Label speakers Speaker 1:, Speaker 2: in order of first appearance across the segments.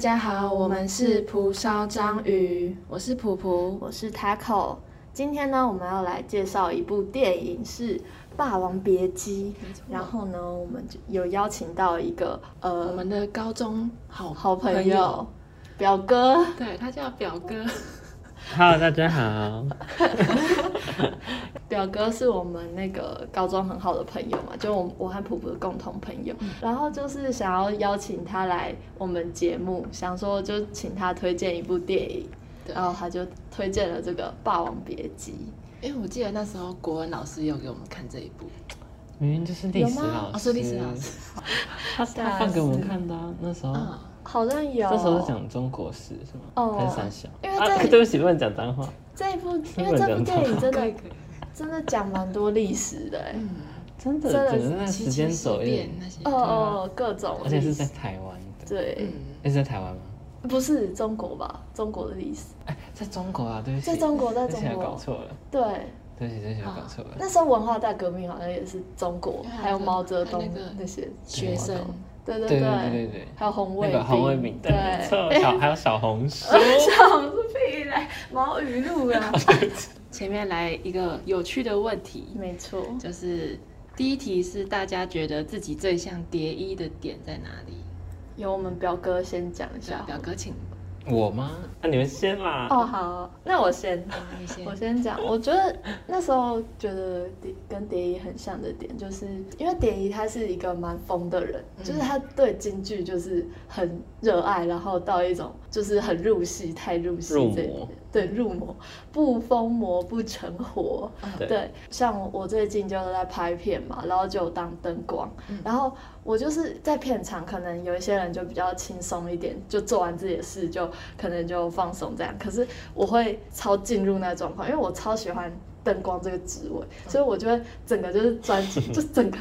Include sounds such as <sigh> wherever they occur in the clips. Speaker 1: 家好，我们是蒲烧章鱼，我是普普。
Speaker 2: 我是 Taco。今天呢，我们要来介绍一部电影是《霸王别姬》，然后呢，我们就有邀请到一个
Speaker 1: 我
Speaker 2: 呃
Speaker 1: 们的高中好
Speaker 2: 好朋友，表哥，
Speaker 1: 对他叫表哥，
Speaker 3: Hello，大家好。
Speaker 2: 表哥是我们那个高中很好的朋友嘛，就我我和普普的共同朋友，然后就是想要邀请他来我们节目，想说就请他推荐一部电影，
Speaker 1: 对
Speaker 2: 然后他就推荐了这个《霸王别姬》。
Speaker 1: 因为哎我记得那时候国文老师有给我们看这一部，
Speaker 3: 明明就是历史老师，啊
Speaker 1: 哦，是历史老师，
Speaker 3: 他他放给我们看的、啊。那时候，
Speaker 1: 嗯，
Speaker 2: 好像有，
Speaker 3: 这时候是讲中国史是吗？
Speaker 2: 哦
Speaker 3: 很傻笑。
Speaker 2: 因为
Speaker 3: 啊，
Speaker 2: 在
Speaker 3: 对不起，不能讲脏话。
Speaker 2: 这一部，因为
Speaker 3: 本
Speaker 2: 这部
Speaker 3: 人
Speaker 2: 电影真
Speaker 1: 可以
Speaker 2: 的
Speaker 1: 可以，
Speaker 2: 真的讲蛮多历史的哎、
Speaker 1: 嗯，
Speaker 3: 真的，
Speaker 2: 真的
Speaker 3: 只是那
Speaker 1: 七嗯
Speaker 3: 时
Speaker 1: 七
Speaker 3: 间
Speaker 1: 事
Speaker 3: 走有
Speaker 1: 变
Speaker 3: 点，
Speaker 1: 那些，
Speaker 2: 哦哦，各种
Speaker 3: 嗯而且
Speaker 2: 历
Speaker 3: 是在嗯
Speaker 2: 史，
Speaker 3: 台湾的。
Speaker 2: 对，
Speaker 1: 嗯，
Speaker 3: 那是在台湾吗？
Speaker 2: 不是中国吧？中国的历史，
Speaker 3: <laughs> 哎，在中国啊，对不起。
Speaker 2: 在中国，在
Speaker 3: 对不
Speaker 2: 中
Speaker 3: 起，我搞
Speaker 2: 国，
Speaker 3: 错了。
Speaker 2: 对，
Speaker 3: 对不起，对不起，我搞错了。
Speaker 2: 那时候文化大革命好像也是中国，
Speaker 1: 对啊
Speaker 2: 还有毛泽东
Speaker 1: 还有那个
Speaker 2: 那些，
Speaker 1: 学生
Speaker 3: 对
Speaker 2: 对对
Speaker 3: 对对对对对。
Speaker 2: 还有红卫兵，
Speaker 3: 那个红卫兵，对，
Speaker 2: <laughs>
Speaker 3: 没错，
Speaker 2: 对，
Speaker 3: <laughs> 小还有小红书，
Speaker 2: 小屁嘞，毛语录
Speaker 3: <laughs>
Speaker 2: 啊，
Speaker 1: 前面来一个有趣的问题，
Speaker 2: 没错，
Speaker 1: 就是第一题是大家觉得自己最像蝶衣的点在哪里？
Speaker 2: 由我们表哥先讲一
Speaker 1: 对
Speaker 3: <laughs>
Speaker 2: 下，
Speaker 1: 表哥请，
Speaker 3: 我吗？那啊你们先啦。
Speaker 2: 哦好，那我先。
Speaker 1: 你先
Speaker 2: 我先讲，我觉得那时候觉得蝶跟蝶衣很像的点，就是因为蝶衣他是一个蛮疯的人，
Speaker 1: 嗯
Speaker 2: 就是他对京剧就是很热爱，然后到一种就是很入戏，太入戏
Speaker 3: 入
Speaker 2: 这
Speaker 3: 魔
Speaker 2: 对入魔，不疯魔不成活。
Speaker 3: 对
Speaker 2: 对，像我我最近就是在拍片嘛，然后就有当灯光，
Speaker 1: 嗯
Speaker 2: 然后我就是在片场，可能有一些人就比较轻松一点，就做完自己的事就可能就放松这样。可是我会超进入那个状况，因为我超喜欢灯光这个职位，所以我就会整个就是专注，就整个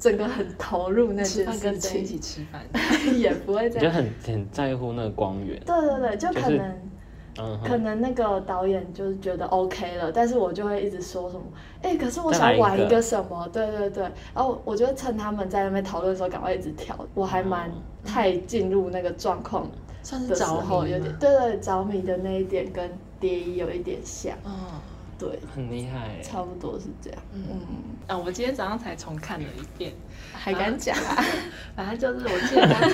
Speaker 2: 整个很投入那
Speaker 1: 吃
Speaker 2: 件
Speaker 1: 饭
Speaker 2: 事
Speaker 1: 跟谁一起
Speaker 2: 情，
Speaker 1: 吃饭？
Speaker 2: 也不会
Speaker 3: 你
Speaker 2: 这
Speaker 3: 就
Speaker 2: 样。
Speaker 3: 很很在乎那个光源，
Speaker 2: 对对对，就
Speaker 3: 就
Speaker 2: 可
Speaker 3: 是
Speaker 2: 能。
Speaker 3: 嗯哼，
Speaker 2: 可能那个导演就是觉得 OK 了，但是我就会一直说什么，哎、可是我
Speaker 3: 再来
Speaker 2: 想
Speaker 3: 一个
Speaker 2: 玩一个什么，对对对，然后我就会趁他们在那边讨论的时候，赶快一直调，我还蛮
Speaker 3: 哦
Speaker 2: 太进入那个状况
Speaker 1: <laughs> 算是
Speaker 2: 的时
Speaker 1: 着
Speaker 2: 候，
Speaker 1: 迷
Speaker 2: 有
Speaker 1: 吗
Speaker 2: 点，对对着迷的那一点跟蝶衣有一点像，
Speaker 1: 嗯
Speaker 2: 对，
Speaker 3: 很厉害耶。
Speaker 2: 差不多是这样，
Speaker 1: 嗯
Speaker 2: 嗯，
Speaker 1: 啊，我今天早上才重看了一遍，
Speaker 2: 还敢讲啊？
Speaker 1: 反正就是我记得它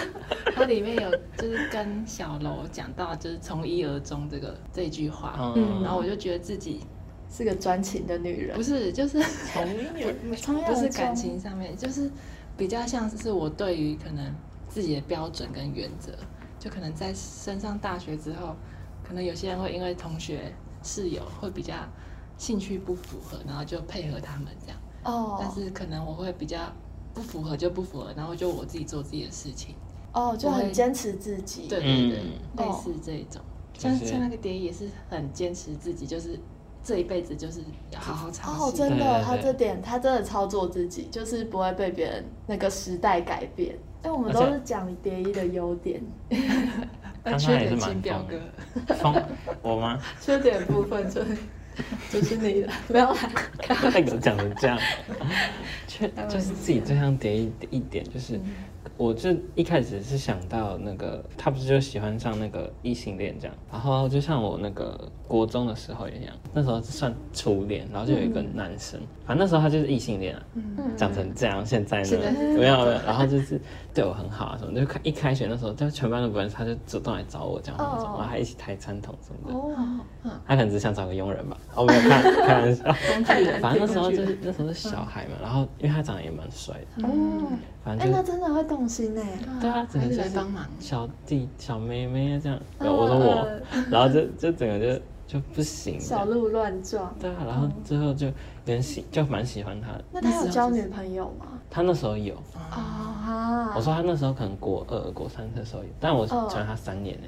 Speaker 1: 它里面有就是跟小楼讲到就是从一而终这个这句话，
Speaker 2: 嗯
Speaker 1: 然后我就觉得自己
Speaker 2: 是个专情的女人
Speaker 1: 不，是就是
Speaker 3: 从一而
Speaker 2: 不从一而
Speaker 1: 不是
Speaker 2: 终
Speaker 1: 感情上面，就是比较像是我对于可能自己的标准跟原则，就可能在升上大学之后，可能有些人会因为同学室友会比较兴趣不符合，然后就配合他们这样。但
Speaker 2: 哦
Speaker 1: 是可能我会比较不符合就不符合，然后就我自己做自己的事情，
Speaker 2: 哦，就
Speaker 1: 我
Speaker 2: 很
Speaker 1: 会
Speaker 2: 坚持自己，
Speaker 1: 对对对，
Speaker 2: 嗯
Speaker 1: 类似这一种。
Speaker 3: 就
Speaker 1: 哦像
Speaker 3: 是
Speaker 1: 像那个蝶也是很坚持自己，就是这一辈子就是要好好尝
Speaker 2: 哦，
Speaker 1: 试。
Speaker 2: 真
Speaker 3: 对
Speaker 2: 的，
Speaker 3: 对
Speaker 2: 他
Speaker 3: 对
Speaker 2: 这点他真的超做自己，就是不会被别人那个时代改变。因为我们
Speaker 3: 而
Speaker 2: 都
Speaker 3: 且
Speaker 2: 是讲蝶衣的优点，
Speaker 1: 那
Speaker 3: 刚
Speaker 1: 呃缺
Speaker 3: 刚也是
Speaker 1: 点
Speaker 3: 蛮
Speaker 1: 请表
Speaker 3: 疯
Speaker 1: 哥 <laughs>
Speaker 3: 的。疯，我吗？ <laughs>
Speaker 2: 缺点部分就是 <laughs> 就是你了，没 <laughs> 有啦。
Speaker 3: 那个讲成这样，确就是自己最想点一一点，
Speaker 1: 嗯
Speaker 3: 就是我就一开始是想到那个，他不是就喜欢上那个异性恋这样，然后就像我那个国中的时候一样，那时候算初恋，然后就有一个
Speaker 1: 嗯
Speaker 3: 男生，反正那时候他就是异性恋啊，
Speaker 2: 嗯
Speaker 3: 讲成这样，现在呢
Speaker 1: 现在是
Speaker 3: 没有了，然后就是对我很好啊什么，就开一开学那时候，就全班都不认识，他就主动来找我讲那种，
Speaker 2: 哦
Speaker 3: 然后还一起抬餐桶什么的，
Speaker 2: 哦，
Speaker 3: 他可能只想找个佣人吧，哦我没有看开
Speaker 2: <laughs>
Speaker 3: 玩笑。
Speaker 2: 工具人，
Speaker 3: 反正那时候
Speaker 2: 工具
Speaker 3: 就
Speaker 2: 人
Speaker 3: 是那时候是小孩嘛，然后因为他长得也蛮帅的，
Speaker 2: 哦，
Speaker 3: 反
Speaker 2: 哎、
Speaker 3: 正就
Speaker 2: 那
Speaker 3: 是
Speaker 2: 真的会动心欸呢。
Speaker 3: 对啊，整
Speaker 1: 还
Speaker 3: 个
Speaker 1: 是
Speaker 3: 就
Speaker 1: 来
Speaker 3: 是
Speaker 1: 帮忙。
Speaker 3: 小弟小妹妹啊这样，
Speaker 2: 嗯
Speaker 3: 我说
Speaker 2: 嗯
Speaker 3: 我，然后就就整个就就不行
Speaker 2: 小嗯
Speaker 3: 了，
Speaker 2: 鹿乱撞。
Speaker 3: 对啊，然后之后就有点喜就蛮喜欢他的，
Speaker 2: 那他
Speaker 1: 那时
Speaker 2: 有
Speaker 1: 候
Speaker 2: 交
Speaker 1: 是
Speaker 2: 女朋友吗？
Speaker 3: 他那时候有，
Speaker 2: 啊
Speaker 1: 哦
Speaker 2: 哈，
Speaker 3: 我说他那时候可能国二国三的时候有，但我喜
Speaker 2: 嗯
Speaker 3: 欢他三年呢，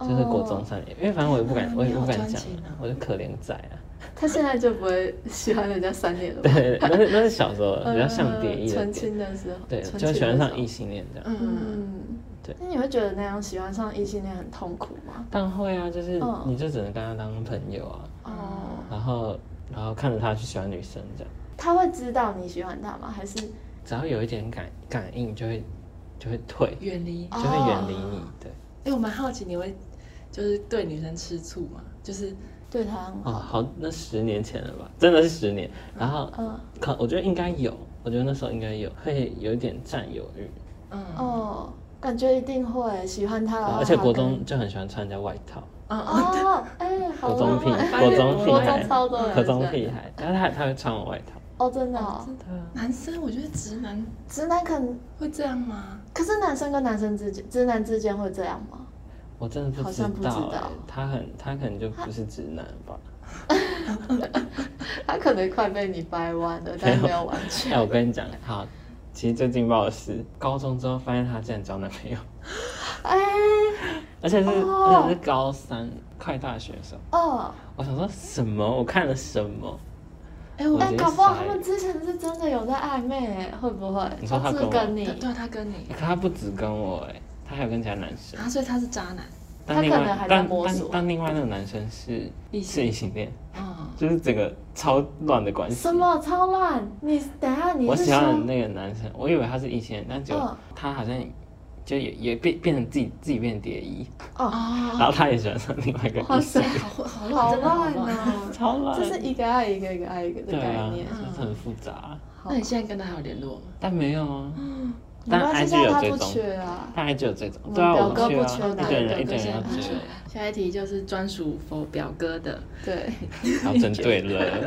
Speaker 3: 就是国中
Speaker 2: 哦，
Speaker 3: 三年，因为反正我也
Speaker 2: <laughs>
Speaker 3: 不敢
Speaker 1: 嗯
Speaker 3: 我也
Speaker 1: 你好
Speaker 3: 不敢
Speaker 1: 专
Speaker 3: 讲
Speaker 1: 情啊
Speaker 3: 啊，我就可怜仔啊， <laughs>
Speaker 2: 他现在就不会喜欢人家三年了吧
Speaker 3: 对，？对对那是那是小
Speaker 2: <laughs>
Speaker 3: 时候比较像蝶
Speaker 2: 呃
Speaker 3: 衣的
Speaker 2: 纯
Speaker 3: 点，
Speaker 2: 情的时候，
Speaker 3: 对，
Speaker 2: 纯
Speaker 3: 就
Speaker 2: 情
Speaker 3: 喜欢
Speaker 2: 的
Speaker 3: 上
Speaker 2: 时候
Speaker 3: 异性恋这样。
Speaker 1: 嗯，
Speaker 2: 嗯，
Speaker 3: 对
Speaker 2: 那你会觉得那样喜欢上异性恋很痛苦吗？
Speaker 3: 但会啊，就是
Speaker 2: 嗯
Speaker 3: 你就只能跟他当朋友啊，
Speaker 2: 哦，
Speaker 3: 然后然后看着他去喜欢女生这样，
Speaker 2: 他会知道你喜欢他吗？还是
Speaker 3: 只要有一点感感应就会就会退，
Speaker 1: 远离
Speaker 3: 就会远离
Speaker 2: 哦
Speaker 3: 你。对，
Speaker 1: 哎，我蛮好奇你会就是对女生吃醋吗？就是
Speaker 2: 对他很好，
Speaker 3: 哦，好，那十年前了吧，真的是十年。然后
Speaker 2: 嗯，
Speaker 3: 可我觉得应该有，我觉得那时候应该有，会有一点占有欲，
Speaker 1: 嗯
Speaker 2: 哦，感觉一定会喜欢哦他的话，
Speaker 3: 啊而且国
Speaker 2: 他可能
Speaker 3: 中就很喜欢穿人家外套，
Speaker 1: 嗯嗯，
Speaker 2: 哦，哎，好
Speaker 3: 国中
Speaker 2: 浪
Speaker 3: 屁，
Speaker 2: 漫，
Speaker 1: 哎
Speaker 3: <laughs> 国中屁
Speaker 2: 国
Speaker 3: 孩
Speaker 2: 中，超多人
Speaker 3: 国中
Speaker 2: 喜
Speaker 3: 屁孩，但是他他会穿我外套。
Speaker 2: 欢哦，真的哦，
Speaker 1: 真的
Speaker 3: 对啊，
Speaker 1: 男生我觉得直男
Speaker 2: 直男可能，
Speaker 1: 会这样吗？
Speaker 2: 可是男生跟男生之间，直男之间会这样吗？
Speaker 3: 我真的不
Speaker 2: 好
Speaker 3: 知道
Speaker 2: 像不知
Speaker 3: 欸
Speaker 2: 道
Speaker 3: 他很他可能就不是直男
Speaker 2: <laughs>
Speaker 3: 吧。
Speaker 2: 他可能快被你掰弯了，但是没有完
Speaker 3: 哎、
Speaker 2: 全。
Speaker 3: 我跟你讲，好，其实最劲爆的是，高中之后发现他竟然交男朋友， <laughs>
Speaker 2: 哎，
Speaker 3: 而且是、
Speaker 2: 哦
Speaker 3: 而且是高三快大学的时候，
Speaker 2: 哦，
Speaker 3: 我想说什么？我看了什么？
Speaker 1: 哎，我
Speaker 3: 我觉
Speaker 2: 哎，
Speaker 3: 得
Speaker 2: 搞不好
Speaker 3: 傻
Speaker 2: 他
Speaker 3: 眼
Speaker 2: 们之前是真的有在暧昧，会不会？
Speaker 3: 你说他
Speaker 2: 是
Speaker 3: 跟我
Speaker 2: 跟
Speaker 1: 对
Speaker 2: 你，
Speaker 1: 对啊他跟 <laughs> 你
Speaker 3: 可他不止跟我哎、他还有跟其他男生。
Speaker 1: 啊，所以他是渣男，
Speaker 3: 但
Speaker 2: 他
Speaker 3: 另
Speaker 2: 可
Speaker 3: 外
Speaker 2: 能还在
Speaker 3: 但
Speaker 2: 摸索
Speaker 3: 但但另外那个男生是
Speaker 1: 异性
Speaker 3: 是异性恋，
Speaker 1: 嗯
Speaker 3: 就是整个超乱的关系。
Speaker 2: 什？么超烂？你等一下你
Speaker 3: 我
Speaker 2: 是
Speaker 3: 喜欢的
Speaker 2: 说，
Speaker 3: 那个男生，我以为他是异性恋，但结果
Speaker 2: 嗯
Speaker 3: 他好像就也也变变成自己自己变成蝶衣，
Speaker 2: 哦，
Speaker 1: 哦，
Speaker 3: 然后他也喜欢上另外一个
Speaker 2: 哇
Speaker 3: 异
Speaker 2: 塞 <laughs>
Speaker 3: 性，，
Speaker 1: 好混好乱，
Speaker 2: 好
Speaker 1: 真的好
Speaker 2: 烂
Speaker 1: 乱。
Speaker 2: 哦！
Speaker 3: 超
Speaker 2: <laughs>
Speaker 3: 乱。
Speaker 2: 这是一个爱一个一个爱一个的
Speaker 3: 对
Speaker 2: 概
Speaker 3: 啊，
Speaker 2: 念。
Speaker 3: 就是很复杂，
Speaker 2: 好
Speaker 1: 那你现在跟他还有联络吗？
Speaker 3: 但没有啊，
Speaker 2: 嗯没
Speaker 3: 但
Speaker 2: 关系，
Speaker 3: IG
Speaker 2: 现在
Speaker 3: 有
Speaker 2: 他
Speaker 3: 追
Speaker 2: 不
Speaker 3: 踪，
Speaker 2: 缺啊。
Speaker 3: 但 IG 有追踪
Speaker 2: 我，们
Speaker 3: 对啊，
Speaker 2: 表
Speaker 3: 我
Speaker 2: 哥
Speaker 3: 去
Speaker 2: 不
Speaker 3: 啊
Speaker 2: 缺，
Speaker 3: 一
Speaker 2: 男
Speaker 3: 堆
Speaker 2: 人
Speaker 3: 人
Speaker 2: 表
Speaker 3: 一堆
Speaker 2: 哥
Speaker 3: 人
Speaker 2: 现
Speaker 3: 要
Speaker 2: 在
Speaker 3: 追
Speaker 2: 不缺， <laughs>
Speaker 1: 下一题就是专属否表哥 <laughs> 的，
Speaker 2: 对， <laughs>
Speaker 3: 好针对了。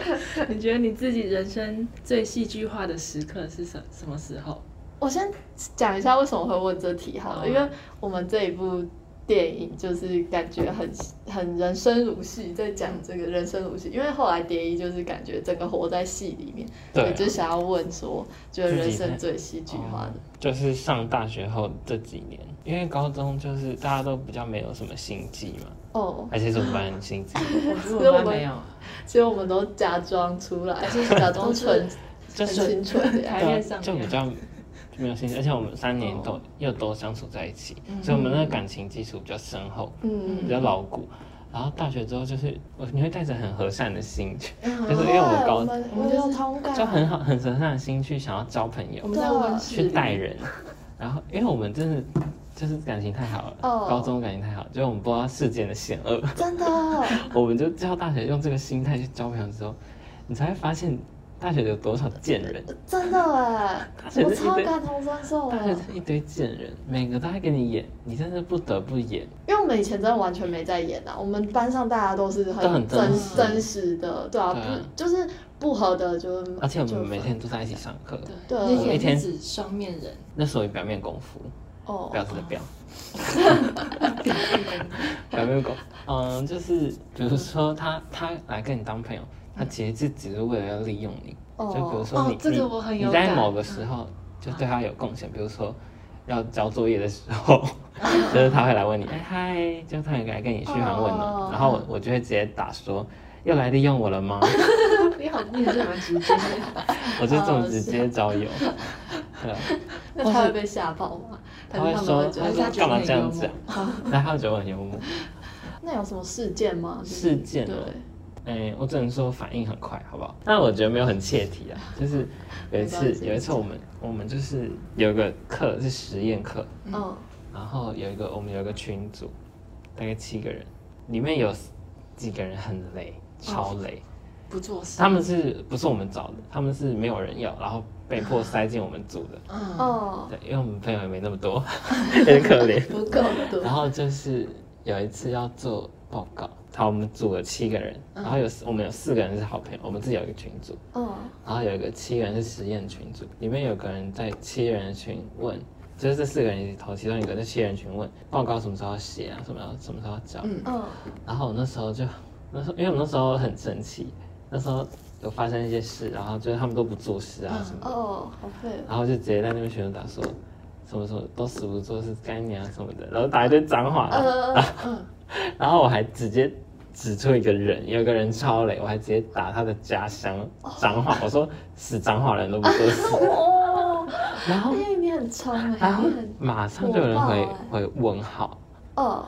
Speaker 1: 你觉得你自己人生最戏剧化的时刻是什什么时候？
Speaker 2: 我先讲一下为什么会问这题好
Speaker 1: 好
Speaker 2: 了，
Speaker 1: 啊
Speaker 2: 因为我们这一部电影就是感觉很很人生如戏，在讲这个人生如戏，因为后来蝶衣就是感觉整个活在戏里面，
Speaker 3: 对啊
Speaker 2: 我就想要问说，觉得人
Speaker 3: 自己在
Speaker 2: 生最戏剧化的，
Speaker 3: 就是上大学后这几年，因为高中就是大家都比较没有什么心计嘛，
Speaker 2: 哦，
Speaker 3: 而且是我们班很
Speaker 2: <laughs>
Speaker 3: 心机，
Speaker 1: 我
Speaker 2: 我们
Speaker 1: 没有，
Speaker 2: 其实我们都假装出来，就是假装纯，
Speaker 3: 就
Speaker 2: 很
Speaker 3: 是
Speaker 2: 清纯的
Speaker 1: 台
Speaker 2: 样
Speaker 3: 对
Speaker 1: 面
Speaker 3: 啊
Speaker 1: 上
Speaker 3: 就比
Speaker 1: 面
Speaker 3: 较没有心机，而且我们三年
Speaker 2: 哦
Speaker 3: 都又都相处在一起，所以我们那个感情基础比较深厚，
Speaker 2: 嗯
Speaker 3: 比较牢固。然后大学之后就是，我你会带着很和善的心去，
Speaker 1: 嗯
Speaker 3: 就是因为我们
Speaker 2: 对
Speaker 3: 高
Speaker 2: 哦我们
Speaker 1: 我们
Speaker 2: 我
Speaker 1: 就是
Speaker 2: 有同感，
Speaker 3: 就很好很和善的心去想要交朋友
Speaker 1: 我，们在温室
Speaker 3: 去
Speaker 1: 里
Speaker 3: 带人。然后因为我们真的就是感情太好了，
Speaker 2: 哦
Speaker 3: 高中感情太好，就是我们不知道世间的险恶。 <laughs>
Speaker 2: 真的，
Speaker 3: 我们就到大学用这个心态去交朋友之后，你才会发现大学有多少贱人，
Speaker 2: 真
Speaker 3: <laughs>
Speaker 2: 的哎，
Speaker 3: 学
Speaker 2: 我
Speaker 3: 是一
Speaker 2: 超
Speaker 3: 堆
Speaker 2: 感同身受
Speaker 3: 大
Speaker 2: 哎
Speaker 3: 学。是一堆贱人，每个都在给你演，你真的不得不演。
Speaker 2: 因为我们以前真的完全没在演啊，我们班上大家都是
Speaker 3: 都很
Speaker 2: 真
Speaker 3: 真
Speaker 1: 实
Speaker 2: 真实的，对啊，
Speaker 3: 对啊
Speaker 2: 不就是不合的就
Speaker 3: 而且我们
Speaker 2: 就
Speaker 3: 每天都在一起上课，
Speaker 2: 哦
Speaker 1: 对，
Speaker 2: 对
Speaker 3: 我
Speaker 1: 你
Speaker 3: 一
Speaker 1: 以前
Speaker 3: 天
Speaker 1: 是指双面人，
Speaker 3: 那时候有表面功夫，
Speaker 2: 哦
Speaker 3: 婊子的婊，表
Speaker 2: <laughs>
Speaker 3: 面功夫，嗯，就是比如说他他来跟你当朋友，他其实就只是为了要利用你，
Speaker 2: 哦
Speaker 3: 就比如说
Speaker 1: 哦
Speaker 3: 你
Speaker 1: 这个
Speaker 3: 你
Speaker 1: 我很有
Speaker 3: 你在
Speaker 1: 感嗯
Speaker 3: 某个时候就对他有贡献，比如说要交作业的时候，就是他会来问你，哎嗨，就他会来跟你嘘寒问
Speaker 2: 哦
Speaker 3: 暖，然后我我就会直接打说。又来利用我了吗？
Speaker 1: <laughs>
Speaker 3: <laughs>
Speaker 1: 你好，你也是蛮直接的。
Speaker 3: 我就这么直
Speaker 1: 哦啊
Speaker 3: 接交友，对
Speaker 1: <laughs>
Speaker 3: 啊，
Speaker 2: 那他会被吓跑吗？
Speaker 3: 他
Speaker 2: 还
Speaker 3: 会
Speaker 2: 是们
Speaker 3: 说，
Speaker 2: 觉
Speaker 3: 他
Speaker 1: 还
Speaker 2: 得
Speaker 1: 是
Speaker 3: 说
Speaker 1: 他觉
Speaker 3: 干
Speaker 1: 得
Speaker 3: 嘛
Speaker 1: 很
Speaker 3: 这样
Speaker 1: 幽
Speaker 3: 子
Speaker 1: <laughs> 默哦
Speaker 3: 啊？ <laughs> 然后他觉得我很幽默。
Speaker 2: 那有什么事件吗？就是
Speaker 3: 事件
Speaker 2: 对
Speaker 3: 哦，哎、我只能说反应很快，好不好？但我觉得没有很切题啊，就是有一
Speaker 2: 没
Speaker 3: 次
Speaker 2: 关，系
Speaker 3: 有一次我们我们就是有一个课是实验课，
Speaker 2: 嗯，
Speaker 3: 然后有一个我们有一个群组，大概七个人，里面有几个人很累，超累。
Speaker 1: <laughs> 不做事，
Speaker 3: 他们是不是我们找的？他们是没有人要，然后被迫塞进我们组
Speaker 1: <laughs>
Speaker 3: 的。
Speaker 1: 嗯，
Speaker 2: 哦，
Speaker 3: 对，因为我们朋友也没那么多，有点可怜。
Speaker 2: 不够多
Speaker 3: 然后就是有一次要做报告，好，我们组了七个人，然后有四我们有四个人是好朋友，我们自己有一个群组，
Speaker 2: 嗯，
Speaker 3: 然后有一个七个人是实验群组，里面有个人在七人群问，就是这四个人里头其中一个在七人群问报告什么时候写啊，什么什么时候交，
Speaker 1: 嗯
Speaker 2: 嗯，
Speaker 3: 然后我那时候就那时候因为我那时候很生气，那时候有发生一些事，然后就是他们都不做事啊什么的。
Speaker 2: 哦，好废哦，
Speaker 3: 然后就直接在那边群主打说，什么什么都死不做是干你啊什么的，然后打一堆脏话，
Speaker 2: 呃，
Speaker 3: 啊然后我还直接指出一个人，有一个人超累，我还直接打他的家乡脏话，我说死脏话人都不作死，
Speaker 2: <laughs> 哦，
Speaker 3: 然后
Speaker 2: 哎，你很冲哎，
Speaker 3: 然后
Speaker 2: 你很
Speaker 3: 马上就有人
Speaker 2: 火爆
Speaker 3: 回
Speaker 2: 欸
Speaker 3: 回问号，
Speaker 2: 哦，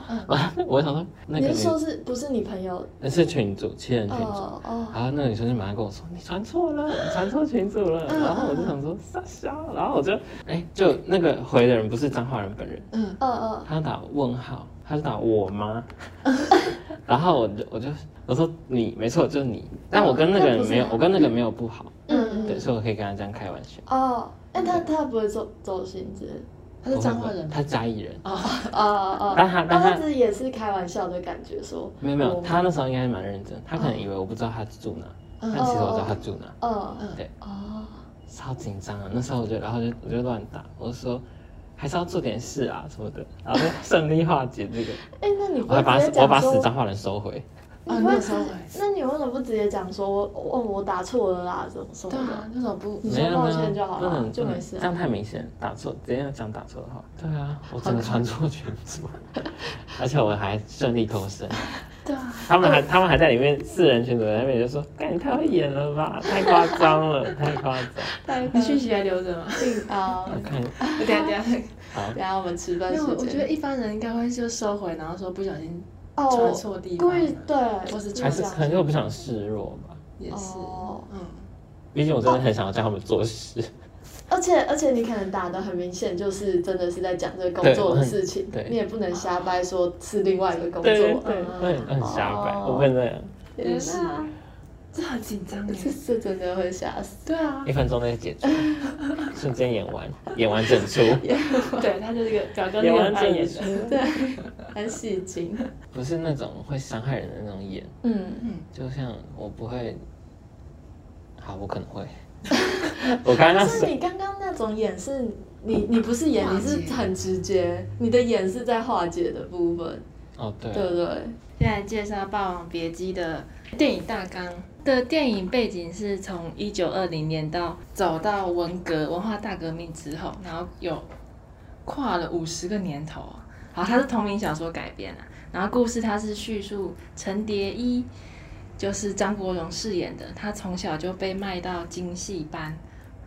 Speaker 3: 我想说那
Speaker 2: 你
Speaker 3: 个
Speaker 2: 是说
Speaker 3: 女
Speaker 2: 是不是你朋友？
Speaker 3: 那是群主，七人群主。
Speaker 2: 哦哦，
Speaker 3: 然后那个女生就马上跟我说：“你传错
Speaker 2: <laughs>
Speaker 3: 了，你传错群主了。”
Speaker 2: 嗯
Speaker 3: 然后我就想说：“傻笑。”然后我就哎，就那个回的人不是彰化人本人，
Speaker 1: 嗯，
Speaker 2: 嗯嗯，
Speaker 3: 他打问号，他是打我妈。然后我就我就我说你没错，就是你。但我跟那个人没有，我跟那个没有不好，
Speaker 2: 嗯
Speaker 3: 对，所以我可以跟他这样开玩笑。
Speaker 2: 哦，哎，他他不会走走心之类的，
Speaker 1: 他是彰化人
Speaker 3: 他是嘉义人，
Speaker 2: 哦哦，
Speaker 3: 但他
Speaker 2: 那
Speaker 3: 但
Speaker 2: 他
Speaker 3: 他
Speaker 2: 只是也是开玩笑的感觉说，
Speaker 3: 没有没有，
Speaker 2: 我
Speaker 3: 他那时候应该蛮认真，他可能以为我不知道他住哪，但其实我知道他住哪，
Speaker 2: 嗯
Speaker 1: 嗯
Speaker 3: 对，
Speaker 2: 哦，
Speaker 3: 超紧张啊。那时候我就然后就我就乱打，我就说还是要做点事啊什么的，然后就顺利化解这个。
Speaker 2: 哎，那你不
Speaker 3: 我还
Speaker 2: 会
Speaker 3: 把
Speaker 2: 直接
Speaker 3: 我把
Speaker 2: 讲说
Speaker 3: 死，脏话人收回，
Speaker 2: 你
Speaker 1: 啊
Speaker 2: 不
Speaker 1: 你
Speaker 2: 会
Speaker 1: 有
Speaker 2: 直
Speaker 1: 收回，
Speaker 2: 那你为什么不直接讲说我我我打错了啦，什么什么
Speaker 1: 对
Speaker 2: 的？
Speaker 1: 啊，那种不
Speaker 2: 你
Speaker 3: 没
Speaker 2: 说
Speaker 3: 有
Speaker 2: 抱
Speaker 3: 没有
Speaker 2: 歉就好
Speaker 3: 不
Speaker 2: 了
Speaker 3: 能
Speaker 2: 就
Speaker 3: 不
Speaker 2: 没
Speaker 3: 能
Speaker 2: 事啊
Speaker 3: 这样太明显，打错直接讲打错的话。对啊，我真的穿错裙子， <laughs> 而且我还顺利脱身。
Speaker 1: 对啊，
Speaker 3: 他
Speaker 2: <laughs>
Speaker 3: 们还他们还在里面四人群组在那边就说：“干，你太会演了吧，太夸
Speaker 2: <laughs>
Speaker 3: 张了，太夸张。
Speaker 1: 啊你讯息还留着 <laughs> 吗？
Speaker 2: 啊”，
Speaker 3: 我看
Speaker 1: 等下等下，
Speaker 3: 好
Speaker 2: 等一下我们吃饭
Speaker 1: 没有，
Speaker 2: 时
Speaker 1: 我觉得
Speaker 2: 间。
Speaker 1: 一般人应该会就收回，然后说不小心
Speaker 2: 哦，
Speaker 1: 传
Speaker 2: 我
Speaker 1: 错地方
Speaker 2: 故
Speaker 1: 了，
Speaker 2: 意对，
Speaker 1: 或是
Speaker 3: 还
Speaker 1: 传
Speaker 3: 是可能是我不想示弱吧，
Speaker 1: 也是，
Speaker 2: 哦
Speaker 1: 嗯，
Speaker 3: 毕竟我真的很想要叫他们做事。
Speaker 2: 而且而且你可能打的很明显，就是真的是在讲这个工作的事情
Speaker 3: 对我很，对
Speaker 2: 你也不能瞎掰说是另外一个工
Speaker 3: 对对
Speaker 2: 作。
Speaker 3: 对，
Speaker 2: 嗯
Speaker 3: 我很很瞎掰，
Speaker 2: 哦
Speaker 3: 我不能这样。
Speaker 2: 也是，
Speaker 1: 这很紧张哎，
Speaker 2: <laughs> 这这真的会吓
Speaker 1: <laughs>
Speaker 2: 死。
Speaker 1: 对啊，
Speaker 3: 一分钟内解决，
Speaker 2: <laughs>
Speaker 3: 瞬间演完，演完整出，
Speaker 1: <laughs> 对他就是一个表哥那
Speaker 3: 演
Speaker 1: 个
Speaker 3: 完
Speaker 1: 扮
Speaker 3: 整
Speaker 1: 演
Speaker 3: 出
Speaker 1: 的，，
Speaker 2: 对，很戏精。
Speaker 3: 不是那种会伤害人的那种演，
Speaker 2: 嗯，
Speaker 3: 就像我不会，好，我可能会。我刚刚
Speaker 2: 但是
Speaker 3: 说，
Speaker 2: 你刚刚那种演是，你你不是演，
Speaker 1: 化
Speaker 2: 你
Speaker 1: 解
Speaker 2: 是很直接，你的演是在化解的部分，
Speaker 3: 哦对，
Speaker 2: 对不对？
Speaker 1: 现在介绍《霸王别姬》的电影大纲的电影背景是从一九二零年到走到文革文化大革命之后，然后有跨了五十个年头啊。好，它是同名小说改编啊，然后故事它是叙述陈蝶衣，就是张国荣饰演的，他从小就被卖到京戏班，